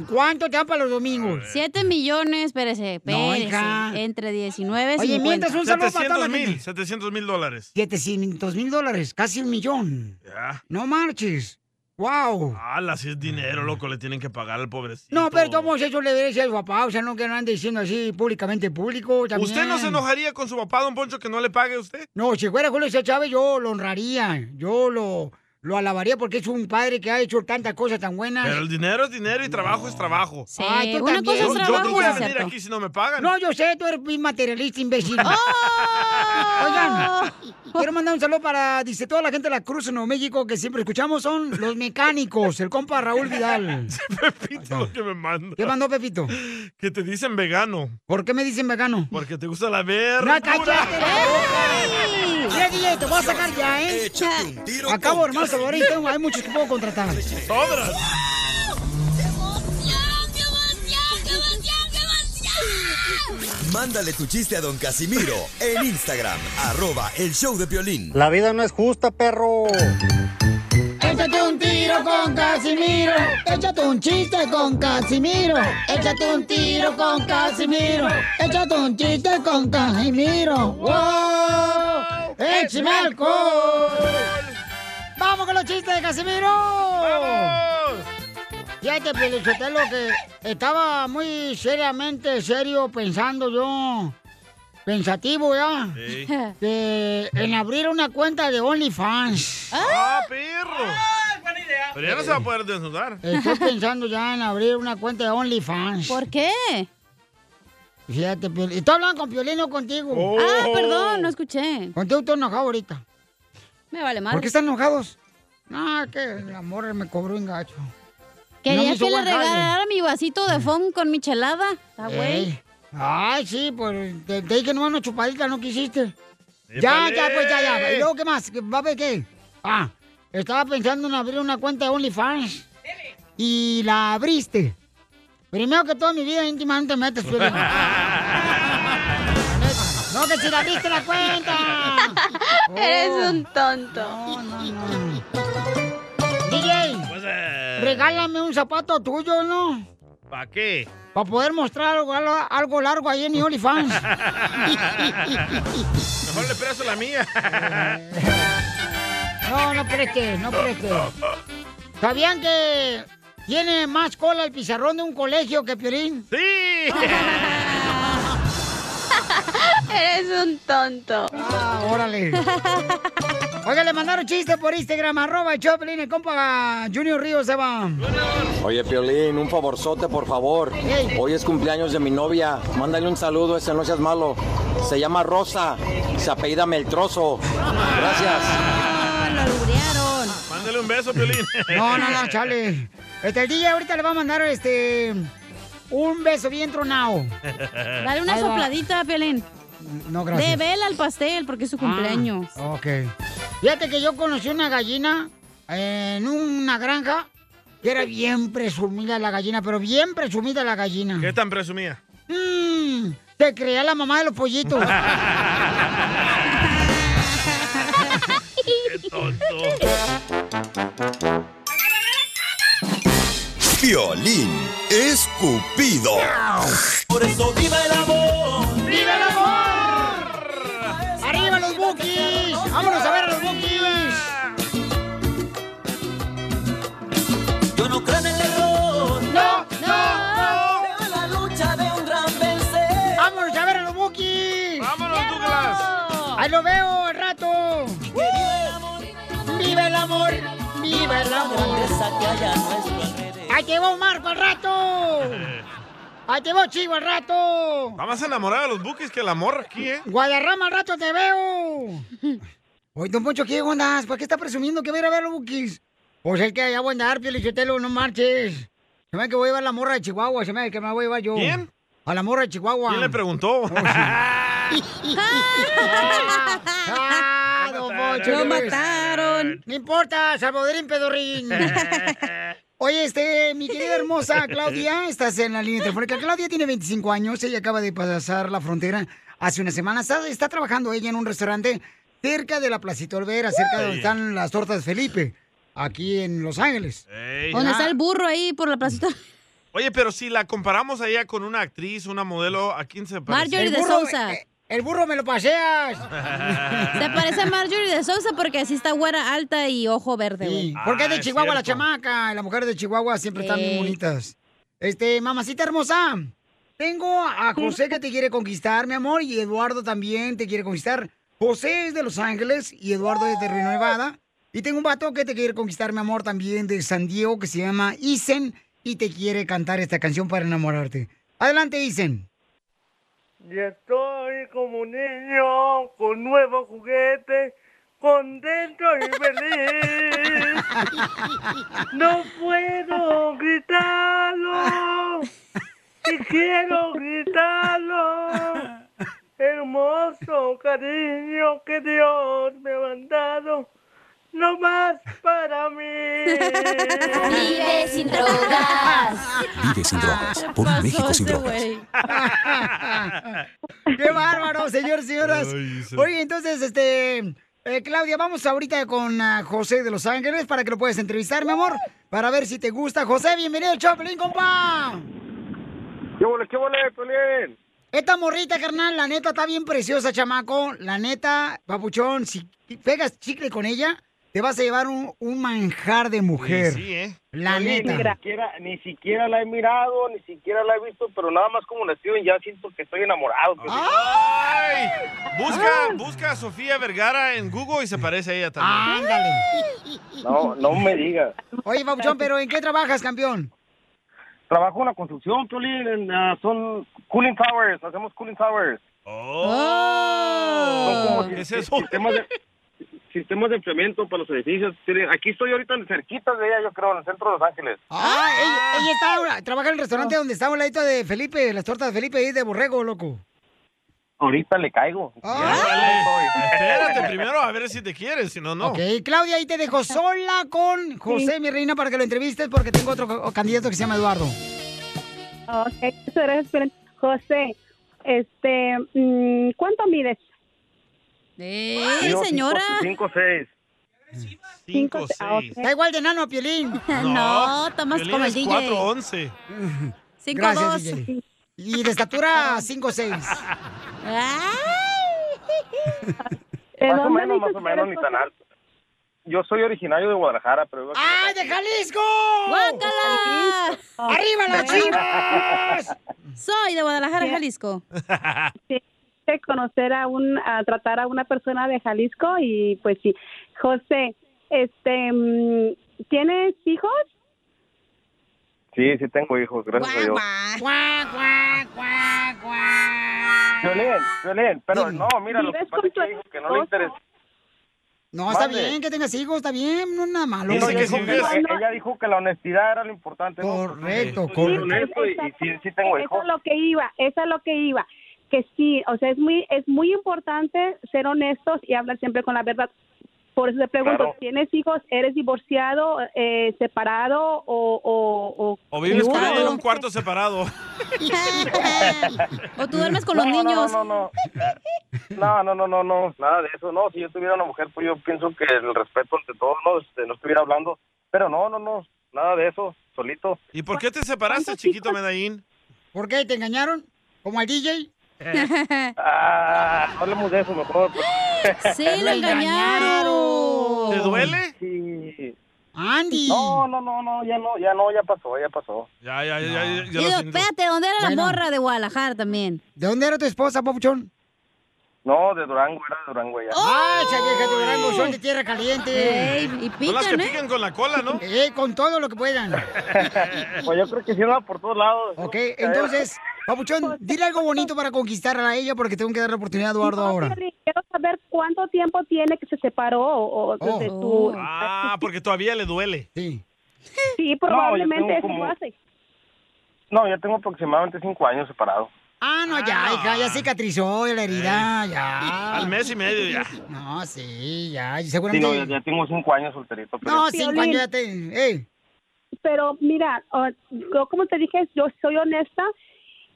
[SPEAKER 2] ¿Cuánto te dan para los domingos?
[SPEAKER 13] Siete millones, espérese,
[SPEAKER 3] No,
[SPEAKER 13] espérese.
[SPEAKER 3] hija.
[SPEAKER 13] entre 19 y
[SPEAKER 2] Oye,
[SPEAKER 13] 50.
[SPEAKER 2] mientras un saludo para toda la
[SPEAKER 3] 700 mil,
[SPEAKER 2] gente.
[SPEAKER 3] 700 mil dólares.
[SPEAKER 2] 700 mil dólares, casi un millón.
[SPEAKER 3] Ya.
[SPEAKER 2] No marches. ¡Wow!
[SPEAKER 3] Ala, si es dinero, loco, le tienen que pagar al pobrecito.
[SPEAKER 2] No, pero todos eso le debería decir a su papá, o sea, no que no ande diciendo así públicamente público. También.
[SPEAKER 3] ¿Usted no se enojaría con su papá, don Poncho, que no le pague a usted?
[SPEAKER 2] No, si fuera Julio César Chávez, yo lo honraría, yo lo, lo alabaría porque es un padre que ha hecho tantas cosas tan buenas.
[SPEAKER 3] Pero el dinero es dinero y trabajo es trabajo.
[SPEAKER 2] Sí, Ay, tú
[SPEAKER 3] Yo-
[SPEAKER 2] Eh, una también. cosa es
[SPEAKER 3] yo,
[SPEAKER 2] trabajo
[SPEAKER 3] no
[SPEAKER 2] y
[SPEAKER 3] voy a
[SPEAKER 2] es
[SPEAKER 3] venir
[SPEAKER 2] cierto.
[SPEAKER 3] aquí si no me pagan.
[SPEAKER 2] No, yo sé, tú eres un materialista
[SPEAKER 3] (laughs)
[SPEAKER 2] imbécil. ¡Oh! Oigan, quiero mandar un saludo para, dice, toda la gente de la Cruz de Nuevo México que siempre escuchamos son los mecánicos, el compa Raúl Vidal.
[SPEAKER 3] (laughs) Pepito, lo que me manda.
[SPEAKER 2] ¿Qué mandó Pepito?
[SPEAKER 3] Que te dicen vegano.
[SPEAKER 2] ¿Por qué me dicen vegano?
[SPEAKER 3] Porque te gusta la ver.
[SPEAKER 2] ¡No, cállate la boca! Mira, DJ, te voy a sacar ya, ¿eh? Acabo, hermano, Salvadorín, tengo- hay muchos que puedo contratar.
[SPEAKER 3] ¡Sobras!
[SPEAKER 5] Mándale tu chiste a don Casimiro en Instagram, arroba el show de violín.
[SPEAKER 18] La vida no es justa, perro.
[SPEAKER 2] El Échate un tiro con Casimiro. Échate un chiste con Casimiro. Échate un tiro con Casimiro. Échate un chiste con Casimiro. ¡Wow! ¡Échame alcohol! ¡Vamos con los chistes de Casimiro! ¡Vamos! Fíjate, Pelichotelo, que estaba muy seriamente serio pensando yo. Pensativo, ¿ya?
[SPEAKER 4] Sí.
[SPEAKER 2] Que en abrir una cuenta de OnlyFans.
[SPEAKER 3] ¡Ah, perro! Pero ya no se va a poder desnudar.
[SPEAKER 2] Estoy pensando ya en abrir una cuenta de OnlyFans. ¿Por qué? Fíjate, Piolín. Estoy hablando con Piolín, no contigo.
[SPEAKER 13] Ah, perdón, no escuché.
[SPEAKER 2] Contigo estoy enojado ahorita.
[SPEAKER 13] Me vale madre.
[SPEAKER 2] ¿Por qué están enojados? No, es que la morra me cobró un gacho.
[SPEAKER 13] Quería
[SPEAKER 2] No me
[SPEAKER 13] que
[SPEAKER 2] hizo
[SPEAKER 13] le
[SPEAKER 2] buen jale.
[SPEAKER 13] regalara mi vasito de fond con michelada. Está Ah, güey.
[SPEAKER 2] Ey. Ay, sí, pues te, te dije no una chupadita, no quisiste. Ya, ya, pues ya, ya. ¿Y luego qué más? ¿Qué- ¿Va a ver qué? Ah, estaba pensando en abrir una cuenta de OnlyFans. Y la abriste. Primero que todo en mi vida íntima Pues no te metes, (laughs)
[SPEAKER 3] (laughs)
[SPEAKER 2] Piolín. No, que si la abriste la cuenta. (laughs)
[SPEAKER 4] Eres
[SPEAKER 2] un tonto. No, no, no. DJ,
[SPEAKER 3] Pues, eh.
[SPEAKER 2] regálame un zapato tuyo, ¿no? (laughs)
[SPEAKER 3] ¿Para qué?
[SPEAKER 2] Para poder mostrar algo, algo- algo largo ahí en mi OnlyFans.
[SPEAKER 3] Mejor le presto la mía.
[SPEAKER 2] No, no preste, no preste. ¿Sabían que tiene más cola el pizarrón de un colegio que Piolín?
[SPEAKER 13] (laughs)
[SPEAKER 2] ¡Sí! Eres un tonto. Ah, órale. Oiga, le mandaron chiste por Instagram, arroba el Choplin, el compa Junior Ríos se va.
[SPEAKER 18] Oye, Piolín, un favorzote, por favor. Hoy es cumpleaños de mi novia. Mándale un saludo, ese no seas malo. Se llama Rosa. Se apellida Meltroso. Gracias.
[SPEAKER 13] Ah,
[SPEAKER 3] Mándale un beso, Piolín.
[SPEAKER 2] No, no, no, chale. Este, el DJ ahorita le va a mandar este un beso bien tronado.
[SPEAKER 13] Dale una
[SPEAKER 2] Ahí va.
[SPEAKER 13] sopladita, Pelén.
[SPEAKER 2] No,
[SPEAKER 13] De
[SPEAKER 2] gracias.
[SPEAKER 13] vela al pastel porque es su cumpleaños.
[SPEAKER 2] Ah, ok. Fíjate que yo conocí una gallina en una granja que era bien presumida la gallina, pero bien presumida la gallina.
[SPEAKER 3] ¿Qué tan presumida?
[SPEAKER 2] Mm, te creía la mamá de los pollitos.
[SPEAKER 5] Violín escupido.
[SPEAKER 4] Por eso viva el amor.
[SPEAKER 2] ¡Viva el amor! ¡Arriba los bookies! ¡Vámonos a ver a los bookies!
[SPEAKER 4] Yo no creo en el error.
[SPEAKER 2] No, no,
[SPEAKER 4] Creo en la lucha de un gran vencer.
[SPEAKER 2] ¡Vámonos a ver a los bookies!
[SPEAKER 3] ¡Vámonos, Douglas!
[SPEAKER 2] ¡Ahí lo veo al rato! ¡Viva el amor! ¡Viva el amor! ¡Ahí te va Marco al rato! ¡Ahí te va Chivo al rato!
[SPEAKER 3] Va más enamorada de los buques que la morra aquí, ¿eh?
[SPEAKER 2] ¡Guadarrama al rato te veo! Oye, don Poncho, ¿qué onda? ¿Por qué está presumiendo que va a ir a ver los bookies? Pues es que allá voy a andar, Pielichotelo, no marches. Se me hace que voy a llevar a la morra de Chihuahua, se me hace que me voy a llevar yo.
[SPEAKER 3] ¿Quién?
[SPEAKER 2] A la morra de Chihuahua. Oh,
[SPEAKER 3] ¿Quién le preguntó? (laughs)
[SPEAKER 2] ¡Ah, don Poncho,
[SPEAKER 4] Lo
[SPEAKER 2] ¿qué ves? No importa, Salvadorín
[SPEAKER 3] (laughs)
[SPEAKER 2] Pedorrín. Oye, este, mi querida hermosa Claudia, estás en la línea telefónica. Claudia tiene 25 años, ella acaba de pasar la frontera hace una semana. Está, está trabajando ella en un restaurante cerca de la Placita Olvera, cerca de donde
[SPEAKER 13] Sí.
[SPEAKER 2] están las tortas Felipe, aquí en Los Ángeles.
[SPEAKER 13] ¿Dónde está el burro ahí por la placita?
[SPEAKER 3] Ah. Oye, pero si la comparamos a ella con una actriz, una modelo, ¿a quién se parece?
[SPEAKER 13] Marjorie de Sousa.
[SPEAKER 2] El burro me lo paseas.
[SPEAKER 13] Se parece a Marjorie de Sousa porque así está güera alta y ojo verde, güey.
[SPEAKER 2] Porque es de Chihuahua la chamaca, y las mujeres de Chihuahua siempre están bien
[SPEAKER 13] Sí.
[SPEAKER 2] bonitas. Este, mamacita hermosa, tengo a José que te quiere conquistar, mi amor, y Eduardo también te quiere conquistar. José es de Los Ángeles y Eduardo es de Reno Nevada. Y tengo un vato que te quiere conquistar, mi amor, también de San Diego, que se llama Isen, y te quiere cantar esta canción para enamorarte. Adelante, Isen.
[SPEAKER 19] Y estoy como un niño con nuevo juguete, contento y feliz. No puedo gritarlo, y quiero gritarlo. Hermoso cariño que Dios me ha mandado, no más para mí.
[SPEAKER 4] Vive sin drogas.
[SPEAKER 20] Vive sin drogas por un México
[SPEAKER 2] este
[SPEAKER 20] sin drogas.
[SPEAKER 2] ¡Qué bárbaro, señor, señoras! Oye, entonces, este. Eh, Claudia, vamos ahorita con ah, José de Los Ángeles para que lo puedas entrevistar, mi amor, para ver si te gusta. José, bienvenido al show, Pelín, compa.
[SPEAKER 16] ¿Qué huele, qué huele, Pelín?
[SPEAKER 2] Esta morrita, carnal, la neta está bien preciosa, chamaco. La neta, papuchón, si pegas chicle con ella, te vas a llevar un, un manjar de mujer.
[SPEAKER 16] Sí, sí, ¿eh?
[SPEAKER 2] La
[SPEAKER 16] Oye, Ni
[SPEAKER 2] neta.
[SPEAKER 16] siquiera, ni siquiera la he mirado, ni siquiera la he visto, pero nada más como la escriben ya siento que estoy enamorado. Piolín.
[SPEAKER 3] ¡Ay! Ah. Busca, busca a Sofía (laughs) Vergara en Google y se parece a ella
[SPEAKER 13] Ah.
[SPEAKER 3] también.
[SPEAKER 2] Ándale.
[SPEAKER 16] No, no
[SPEAKER 3] (laughs)
[SPEAKER 16] me digas.
[SPEAKER 2] Oye, papuchón, pero ¿en qué trabajas, campeón?
[SPEAKER 16] Trabajo en la construcción, Piolín, en, ah, son cooling towers, hacemos cooling towers.
[SPEAKER 3] ¡Oh!
[SPEAKER 16] Son como si- Sistemas de, sistemas de enfriamiento para los edificios. Piolín. Aquí estoy ahorita cerquita de ella, yo creo, en el centro de Los Ángeles.
[SPEAKER 2] Ah, ella, ella está ahora- trabaja en el restaurante donde está un ladito de Felipe, las tortas de Felipe y de borrego, loco.
[SPEAKER 16] Ahorita le caigo.
[SPEAKER 13] Ah.
[SPEAKER 3] Espérate primero a ver si te quieres, si no, no.
[SPEAKER 2] Ok, Claudia, ahí te dejo sola con José, mi reina, para que lo entrevistes porque tengo otro co- candidato que se llama Eduardo.
[SPEAKER 15] Ah, Ok, muchas gracias, Piolín. José, este, mm, ¿cuánto mides?
[SPEAKER 13] ¡Ey,
[SPEAKER 16] Yo,
[SPEAKER 13] ¡Eh, señora!
[SPEAKER 16] Cinco, cinco, seis.
[SPEAKER 15] Cinco, se- ah, ok.
[SPEAKER 2] Está igual de nano a Piolín.
[SPEAKER 13] (laughs) No, está más
[SPEAKER 3] Piolín
[SPEAKER 13] como el
[SPEAKER 3] es
[SPEAKER 13] DJ.
[SPEAKER 3] 411.
[SPEAKER 13] Cinco,
[SPEAKER 2] Gracias,
[SPEAKER 13] dos.
[SPEAKER 2] DJ. Y
[SPEAKER 13] (laughs)
[SPEAKER 2] de estatura 5 6.
[SPEAKER 13] Ah.
[SPEAKER 16] Más o menos, más o menos, ni tan alto. Yo soy originario de Guadalajara, pero vivo aquí.
[SPEAKER 2] ¡Ay, de Jalisco!
[SPEAKER 13] ¡Guácala!
[SPEAKER 2] ¡Arriba las chivas!
[SPEAKER 13] Soy de Guadalajara, Jalisco.
[SPEAKER 15] Sí, que conocer a un, a tratar a una persona de Jalisco y pues sí. José, este, mm, ¿tienes hijos?
[SPEAKER 16] Sí, sí tengo hijos, gracias a Dios. Violín, Violín, pero no, mira, lo que
[SPEAKER 2] ¿Vives
[SPEAKER 16] pasa es que dijo que no le interesa.
[SPEAKER 2] No, está
[SPEAKER 16] Mande.
[SPEAKER 2] bien que tengas hijos, está bien, no es nada malo.
[SPEAKER 16] Dice
[SPEAKER 2] Pero
[SPEAKER 16] que
[SPEAKER 2] dijo
[SPEAKER 16] si
[SPEAKER 2] que-
[SPEAKER 16] vives- e- Ella dijo que la honestidad era lo importante. Correcto, correcto. Y, y sí, sí tengo
[SPEAKER 15] Eso
[SPEAKER 16] hijos.
[SPEAKER 15] es lo que iba, eso es lo que iba. Que sí, o sea, es muy, es muy importante ser honestos y hablar siempre con la verdad. Por eso te pregunto,
[SPEAKER 16] Claro.
[SPEAKER 15] ¿tienes hijos? ¿Eres divorciado, eh, separado o... O, o,
[SPEAKER 3] O vives con
[SPEAKER 15] divorciado?
[SPEAKER 3] ella en un cuarto separado.
[SPEAKER 13] o tú duermes con los
[SPEAKER 16] No, no,
[SPEAKER 13] niños.
[SPEAKER 16] no, no, No, no, no, no, no, nada de eso. No, si yo tuviera una mujer, pues yo pienso que el respeto ante todo, no, Este, no estuviera hablando. Pero no, no, no, nada de eso, solito.
[SPEAKER 3] ¿Y por qué te separaste, chiquito Medallín?
[SPEAKER 2] ¿Por qué? ¿Te engañaron? ¿Como al DJ?
[SPEAKER 16] (laughs) Ah, no hablemos de eso mejor. pues.
[SPEAKER 2] (laughs) Sí,
[SPEAKER 16] (laughs)
[SPEAKER 2] lo engañaron.
[SPEAKER 3] ¿Te duele?
[SPEAKER 16] Sí.
[SPEAKER 2] Andy.
[SPEAKER 16] No, no, no, no, ya no, ya no, ya pasó, ya pasó.
[SPEAKER 3] Ya, ya, ya, ya, ya
[SPEAKER 13] Y
[SPEAKER 3] lo
[SPEAKER 13] digo,
[SPEAKER 3] siento.
[SPEAKER 13] espérate, ¿dónde era
[SPEAKER 16] Bueno.
[SPEAKER 13] la morra de Guadalajara también?
[SPEAKER 2] ¿De dónde era tu esposa, Papuchón?
[SPEAKER 16] No, de Durango, era de Durango ya.
[SPEAKER 2] ¡Ay, Ah, esa vieja de Durango! Son de tierra caliente.
[SPEAKER 16] Ey, y
[SPEAKER 3] Son las que pican, ¿eh? pican con la cola, ¿no?
[SPEAKER 2] (laughs) Eh, con todo lo que puedan.
[SPEAKER 16] (laughs) pues yo creo que sí, va por todos lados.
[SPEAKER 2] Ok, entonces, Papuchón, dile algo bonito para conquistarla a ella porque tengo que dar la oportunidad a Eduardo ahora.
[SPEAKER 15] Piolín, Quiero saber cuánto tiempo tiene que se separó o, o
[SPEAKER 3] Oh.
[SPEAKER 15] desde tu...
[SPEAKER 13] Oh.
[SPEAKER 3] Ah, porque todavía le duele.
[SPEAKER 2] Sí.
[SPEAKER 15] Sí,
[SPEAKER 16] No, yo
[SPEAKER 15] probablemente
[SPEAKER 16] tengo
[SPEAKER 15] eso
[SPEAKER 16] como-
[SPEAKER 15] hace.
[SPEAKER 16] No, ya tengo aproximadamente cinco años separado.
[SPEAKER 2] Ah, no, ya, hija, ya cicatrizó la herida, ya.
[SPEAKER 16] Al mes y medio ya.
[SPEAKER 2] No, Ah, sí, ya, y
[SPEAKER 16] Sí,
[SPEAKER 2] seguramente...
[SPEAKER 16] no, ya, ya tengo cinco años solterito. pero-
[SPEAKER 2] No, cinco
[SPEAKER 15] Piolín.
[SPEAKER 2] años ya te... ey.
[SPEAKER 15] Pero mira, ah, yo como te dije, yo soy honesta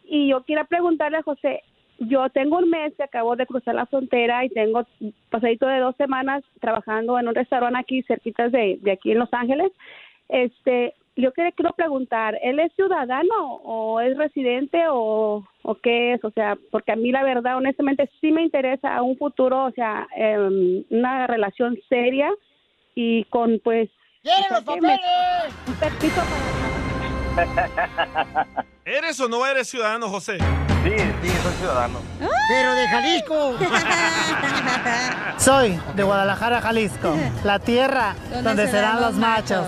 [SPEAKER 15] y yo quiero preguntarle a José, yo tengo un mes que acabo de cruzar la frontera y tengo pasadito de dos semanas trabajando en un restaurante aquí cerquitas de, de aquí en Los Ángeles. Este, yo quiero, quiero preguntar, ¿él es ciudadano o es residente o, o qué es? O sea, porque a mí la verdad, honestamente, sí me interesa un futuro, o sea, em, una relación seria y con pues...
[SPEAKER 2] ¡Quieren
[SPEAKER 15] los papeles! Un permiso para
[SPEAKER 3] ¿Eres o no eres ciudadano, José?
[SPEAKER 16] Sí, sí, soy ciudadano.
[SPEAKER 2] Pero de Jalisco.
[SPEAKER 16] (laughs)
[SPEAKER 17] Soy de Guadalajara, Jalisco, la tierra
[SPEAKER 2] Donde
[SPEAKER 17] donde
[SPEAKER 2] se dan
[SPEAKER 17] serán los
[SPEAKER 2] los
[SPEAKER 17] machos.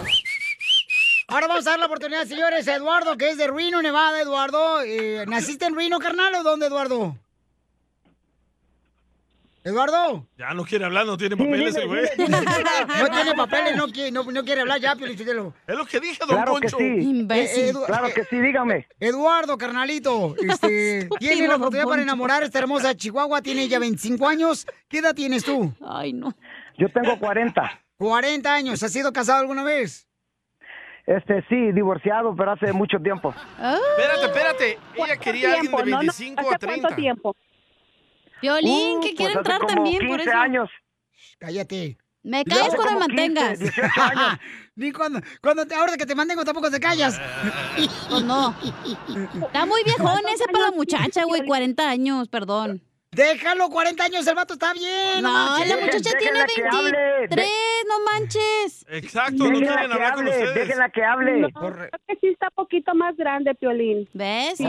[SPEAKER 2] Ahora vamos a dar la oportunidad, señores, a Eduardo, que es de Reno, Nevada. Eduardo, eh, ¿naciste en Reno, carnal, o dónde, Eduardo? Eduardo.
[SPEAKER 3] Ya no quiere hablar, no tiene papeles el güey.
[SPEAKER 2] (laughs) No tiene papeles, no, qui- no, no quiere hablar ya, Piolichotelo.
[SPEAKER 3] Es lo que dije, don Claro que Poncho.
[SPEAKER 2] Eh,
[SPEAKER 3] sí. Claro
[SPEAKER 2] que sí, dígame. Eduardo,
[SPEAKER 13] (laughs)
[SPEAKER 2] carnalito, este, tiene
[SPEAKER 25] Estúpido,
[SPEAKER 2] la
[SPEAKER 25] don
[SPEAKER 2] oportunidad para
[SPEAKER 25] Poncho.
[SPEAKER 2] enamorar a esta hermosa Chihuahua. Tiene ya 25 años. ¿Qué edad tienes tú? Ay, no.
[SPEAKER 26] Yo tengo 40.
[SPEAKER 2] 40 años. ¿Has sido casado alguna vez?
[SPEAKER 26] Este, sí, divorciado, pero hace mucho tiempo.
[SPEAKER 3] Espérate, espérate. Ella quería a alguien de 25 a 30.
[SPEAKER 15] tiempo?
[SPEAKER 13] Violín, que quiere entrar también por eso.
[SPEAKER 26] años.
[SPEAKER 2] Cállate.
[SPEAKER 13] Me callas
[SPEAKER 2] Hace
[SPEAKER 13] cuando
[SPEAKER 2] como
[SPEAKER 13] me mantengas.
[SPEAKER 2] 15, 18 años. (laughs) Ni cuando, cuando te- ahora que te mantengo tampoco te callas.
[SPEAKER 13] Pues no. Está muy viejón ese para la muchacha, güey. 40 años, perdón.
[SPEAKER 2] Déjalo, 40 años, el vato está bien.
[SPEAKER 13] No,
[SPEAKER 2] no manches.
[SPEAKER 13] la muchacha tiene
[SPEAKER 2] Déjenla que hable,
[SPEAKER 13] 23, no manches.
[SPEAKER 3] Exacto, no quieren hablar con ustedes.
[SPEAKER 15] No, creo que sí está poquito más grande, Piolín.
[SPEAKER 13] ¿Ves?
[SPEAKER 3] Sí,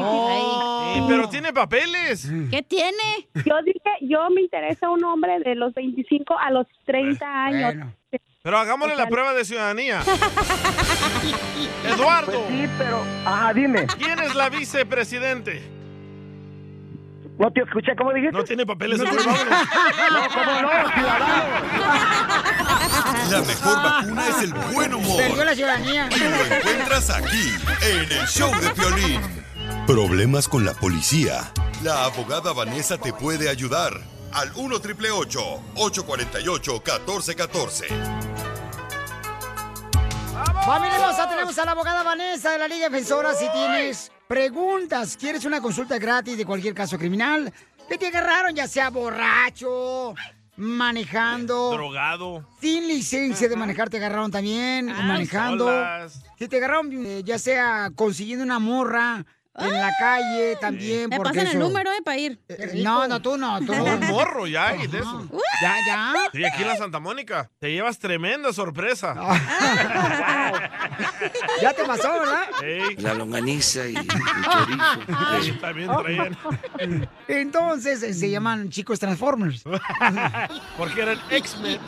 [SPEAKER 3] pero tiene papeles.
[SPEAKER 13] ¿Qué tiene?
[SPEAKER 15] Yo dije, yo me interesa un hombre de los 25 a los 30 años.
[SPEAKER 3] Pero hagámosle la prueba de ciudadanía. Eduardo. sí,
[SPEAKER 9] pero. Ajá, dime.
[SPEAKER 3] ¿Quién es la vicepresidente?
[SPEAKER 9] No te escuché, ¿cómo dijiste?
[SPEAKER 3] No tiene papeles el
[SPEAKER 9] No, ¿cómo no, ciudadano?
[SPEAKER 5] La mejor vacuna es el buen humor.
[SPEAKER 2] Perdió la ciudadanía.
[SPEAKER 5] Y lo encuentras aquí, en el show de Piolín. Problemas con la policía. La abogada Vanessa te puede ayudar. Al 1 triple 848 1414.
[SPEAKER 2] Familia hermosa, tenemos a la abogada Vanessa de la Liga Defensora. Si tienes preguntas, quieres una consulta gratis de cualquier caso criminal, que te agarraron ya sea borracho, manejando,
[SPEAKER 3] Drogado. Ah,
[SPEAKER 2] sin licencia de manejar, te agarraron también, Pues manejando.
[SPEAKER 3] solas.
[SPEAKER 2] Si te agarraron eh, ya sea consiguiendo una morra en la calle también.
[SPEAKER 13] Ah. Me
[SPEAKER 2] porque
[SPEAKER 13] pasan el
[SPEAKER 2] eso-
[SPEAKER 13] número, ¿eh? Para ir.
[SPEAKER 2] rico. no, no, tú no, tú
[SPEAKER 13] (laughs)
[SPEAKER 3] (laughs) No, un morro ya hay de eso.
[SPEAKER 2] Ya, ya.
[SPEAKER 3] Sí, aquí en la Santa Mónica. Te llevas tremenda sorpresa.
[SPEAKER 2] Ah. Ya te pasó, ¿verdad? Ah.
[SPEAKER 3] La longaniza y. Pues, También traían.
[SPEAKER 2] (laughs) Entonces eh, se llaman
[SPEAKER 13] (laughs)
[SPEAKER 2] chicos Transformers.
[SPEAKER 3] Porque eran
[SPEAKER 1] (laughs)
[SPEAKER 3] X-Men.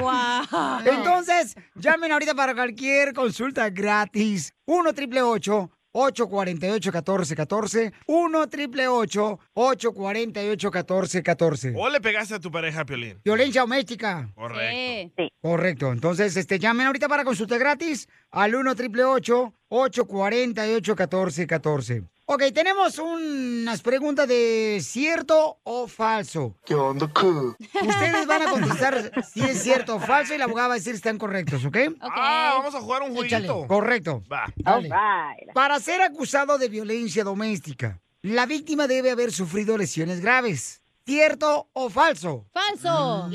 [SPEAKER 4] Guau.
[SPEAKER 2] Entonces, llamen ahorita para cualquier consulta gratis. 1 triple 848 1414 1 triple 848 1414
[SPEAKER 3] O le pegaste a tu pareja, Piolín.
[SPEAKER 2] Violencia doméstica.
[SPEAKER 3] Correcto.
[SPEAKER 2] Correcto. Entonces, este, llamen ahorita para consulta gratis al 1 triple 848 1414 Ok, tenemos unas preguntas de cierto o falso.
[SPEAKER 4] ¿Qué onda,
[SPEAKER 2] Ustedes van a
[SPEAKER 4] (laughs)
[SPEAKER 2] contestar si es cierto o falso y la abogada va a decir si están correctos, ¿ok?
[SPEAKER 3] Ah, vamos a jugar un jueguito.
[SPEAKER 2] Échale, correcto.
[SPEAKER 3] Va.
[SPEAKER 2] Dale. Para ser acusado de violencia doméstica, la víctima debe haber sufrido lesiones graves. ¿Cierto o falso? Mm.
[SPEAKER 13] Falso.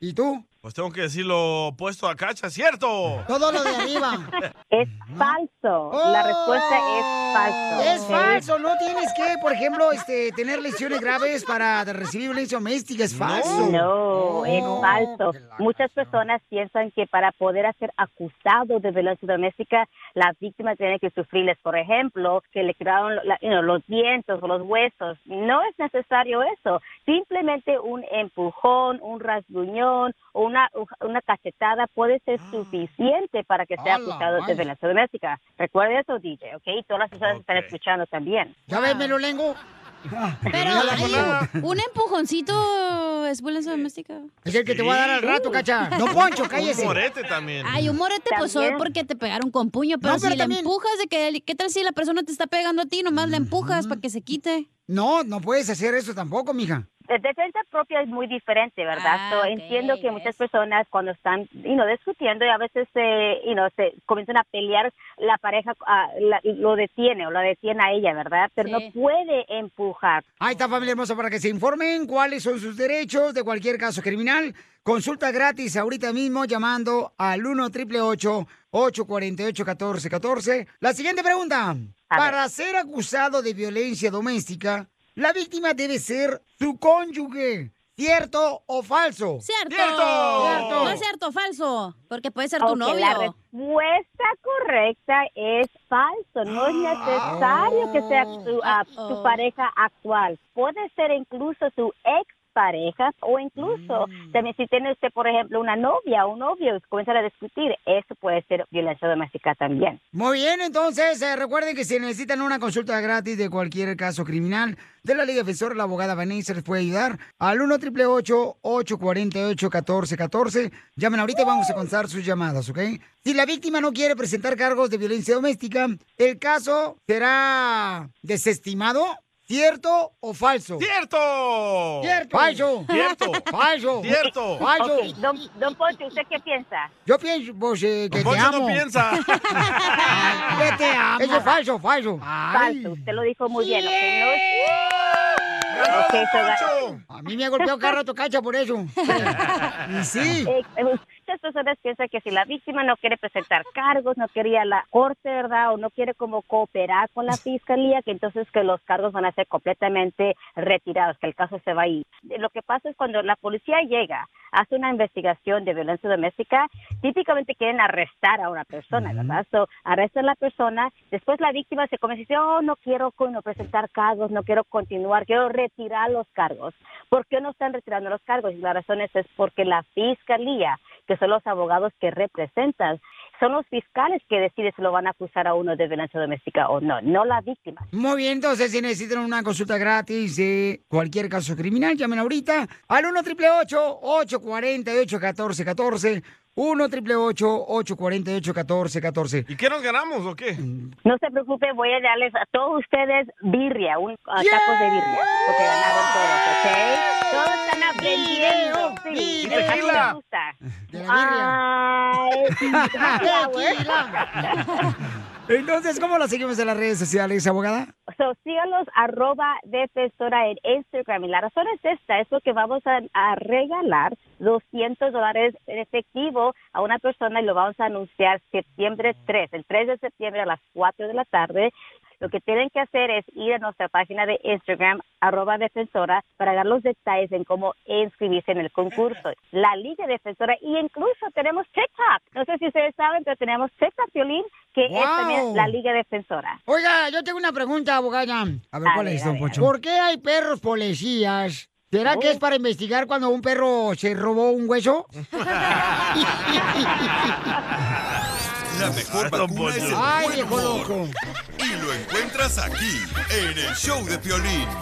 [SPEAKER 2] ¿Y tú?
[SPEAKER 3] Pues tengo que decir lo opuesto a Cacha, ¿cierto?
[SPEAKER 2] Todo lo de arriba.
[SPEAKER 1] (laughs)
[SPEAKER 2] Oh,
[SPEAKER 1] Es falso. La respuesta es falso.
[SPEAKER 2] Es falso, no tienes que, por ejemplo, este, tener lesiones graves para recibir violencia doméstica, es falso.
[SPEAKER 1] No, es
[SPEAKER 2] No.
[SPEAKER 1] falso. Muchas personas piensan que para poder ser acusado de violencia doméstica, las víctimas tienen que sufrirles, por ejemplo, que le quedaron la- you know, los dientes o los huesos. No es necesario eso. Simplemente un empujón, un rasguñón o una, una cachetada puede ser
[SPEAKER 2] Ah.
[SPEAKER 1] suficiente para que sea
[SPEAKER 2] ¡Hala,
[SPEAKER 1] acusado de
[SPEAKER 2] vaya!
[SPEAKER 1] violencia doméstica. Recuerda eso, DJ, ¿ok? Y todas las personas que están escuchando también.
[SPEAKER 2] Ya ves, me lo lengo.
[SPEAKER 13] Pero ay, un empujoncito es violencia doméstica.
[SPEAKER 2] Es el que te voy a dar al rato, cacha. Don Poncho, cállese.
[SPEAKER 3] Un morete también.
[SPEAKER 13] Ay, un morete pues solo
[SPEAKER 2] También.
[SPEAKER 13] porque te pegaron con puño, pero,
[SPEAKER 2] No, pero
[SPEAKER 13] si
[SPEAKER 2] también-
[SPEAKER 13] le empujas, de que, ¿qué tal si la persona te está pegando a ti? Nomás la empujas para que se quite.
[SPEAKER 2] No, no puedes hacer eso tampoco, mija.
[SPEAKER 1] De defensa propia es muy diferente, ¿verdad?
[SPEAKER 13] Ah,
[SPEAKER 1] So,
[SPEAKER 13] ok,
[SPEAKER 1] entiendo que muchas personas cuando están you know, discutiendo y a veces eh, you know, se comienzan a pelear, la pareja ah, la- lo detiene o la detiene a ella, ¿verdad? Pero no puede empujar.
[SPEAKER 2] Ahí está, familia hermosa, para que se informen cuáles son sus derechos de cualquier caso criminal. Consulta gratis ahorita mismo llamando al 1 888 848 1414 La siguiente pregunta. Para ser acusado de violencia doméstica, la víctima debe ser su cónyuge. ¿Cierto o falso?
[SPEAKER 13] ¡Cierto!
[SPEAKER 2] ¡Cierto!
[SPEAKER 13] No es cierto, falso. Porque puede ser tu
[SPEAKER 1] Ok,
[SPEAKER 13] novio.
[SPEAKER 1] La respuesta correcta es falso. No es necesario que sea
[SPEAKER 13] Oh.
[SPEAKER 1] tu, ah, tu pareja actual. Puede ser incluso tu ex pareja o incluso
[SPEAKER 13] Mm.
[SPEAKER 1] también si tiene usted por ejemplo una novia o un novio y comienzan a discutir eso puede ser violencia doméstica también
[SPEAKER 2] Muy bien, entonces eh, recuerden que si necesitan una consulta gratis de cualquier caso criminal de la Liga Defensora, la abogada Vanessa les puede ayudar al 1 888 848 1414 Llamen ahorita y vamos a contar sus llamadas, ¿ok? Si la víctima no quiere presentar cargos de violencia doméstica, el caso será desestimado, ¿cierto o falso?
[SPEAKER 3] ¡Cierto!
[SPEAKER 2] ¡Cierto! ¡Falso!
[SPEAKER 3] ¡Cierto!
[SPEAKER 2] ¡Falso!
[SPEAKER 3] ¡Cierto!
[SPEAKER 2] ¡Falso!
[SPEAKER 3] Ok,
[SPEAKER 1] don, don Poncho, ¿usted qué piensa?
[SPEAKER 2] Yo pienso pues, eh, que te
[SPEAKER 3] Poncho no
[SPEAKER 2] amo.
[SPEAKER 3] piensa.
[SPEAKER 2] Ay, que te amo. Eso es falso, falso. Ay.
[SPEAKER 1] falso usted lo dijo muy bien ok, no es-
[SPEAKER 2] A mí me ha golpeado carro tocacha por
[SPEAKER 1] (laughs)
[SPEAKER 2] eso. sí.
[SPEAKER 1] Eh, Muchas personas piensan que si la víctima no quiere presentar cargos, no quería la corte, ¿verdad? O no quiere como cooperar con la fiscalía, que entonces que los cargos van a ser completamente retirados, que el caso se va ahí. Lo que pasa es cuando la policía llega, hace una investigación de violencia doméstica, típicamente quieren arrestar a una persona, ¿verdad? So, arrestan a la persona, después la víctima se comienza a decir, oh, no quiero con- no presentar cargos, no quiero continuar, quiero retirar los cargos. ¿Por qué no están retirando los cargos? Y la razón es, es porque la fiscalía, que son los abogados que representan, son los fiscales que deciden si lo van a acusar a uno de violencia doméstica o no, no la víctima.
[SPEAKER 2] Muy bien, entonces si necesitan una consulta gratis de cualquier caso criminal, llamen ahorita al 1 888 848 1414 1 888 848 1414
[SPEAKER 3] ¿Y qué nos ganamos o qué?
[SPEAKER 2] Mm.
[SPEAKER 1] No se preocupe, voy a eh, darles a todos ustedes birria, un a tacos de birria, porque ganaron todos, ¿ok? Todos están aprendiendo. Sí,
[SPEAKER 4] Y
[SPEAKER 1] de verdad que
[SPEAKER 4] tequila.
[SPEAKER 1] me gusta. Ah.
[SPEAKER 2] (laughs) Entonces, ¿cómo la seguimos en las redes sociales, abogada?
[SPEAKER 1] So, síganos arroba defensora en Instagram. Y la razón es esta, es porque vamos a, a regalar 200 dólares en efectivo a una persona y lo vamos a anunciar septiembre 3, el 3 de septiembre a las 4 de la tarde. Lo que tienen que hacer es ir a nuestra página de Instagram, arroba defensora, para dar los detalles en cómo inscribirse en el concurso. La Liga Defensora, y incluso tenemos TikTok. No sé si ustedes saben, pero tenemos TikTok, Violín, que es
[SPEAKER 2] ¡Wow!
[SPEAKER 1] también la Liga Defensora.
[SPEAKER 2] Oiga, yo tengo una pregunta, abogada. A ver,
[SPEAKER 1] A
[SPEAKER 2] ¿cuál
[SPEAKER 1] ver,
[SPEAKER 2] es,
[SPEAKER 1] a
[SPEAKER 2] don
[SPEAKER 1] ver, a
[SPEAKER 2] Pocho?
[SPEAKER 1] ver. Oh.
[SPEAKER 2] ¿Por qué hay perros policías? ¿Será que es para investigar cuando un perro se robó
[SPEAKER 1] (laughs)
[SPEAKER 2] un hueso? (laughs)
[SPEAKER 5] La mejor vacuna es el
[SPEAKER 2] Ay,
[SPEAKER 5] buen
[SPEAKER 2] viejo
[SPEAKER 5] humor.
[SPEAKER 2] loco.
[SPEAKER 5] Y lo encuentras aquí, en el show de Piolín.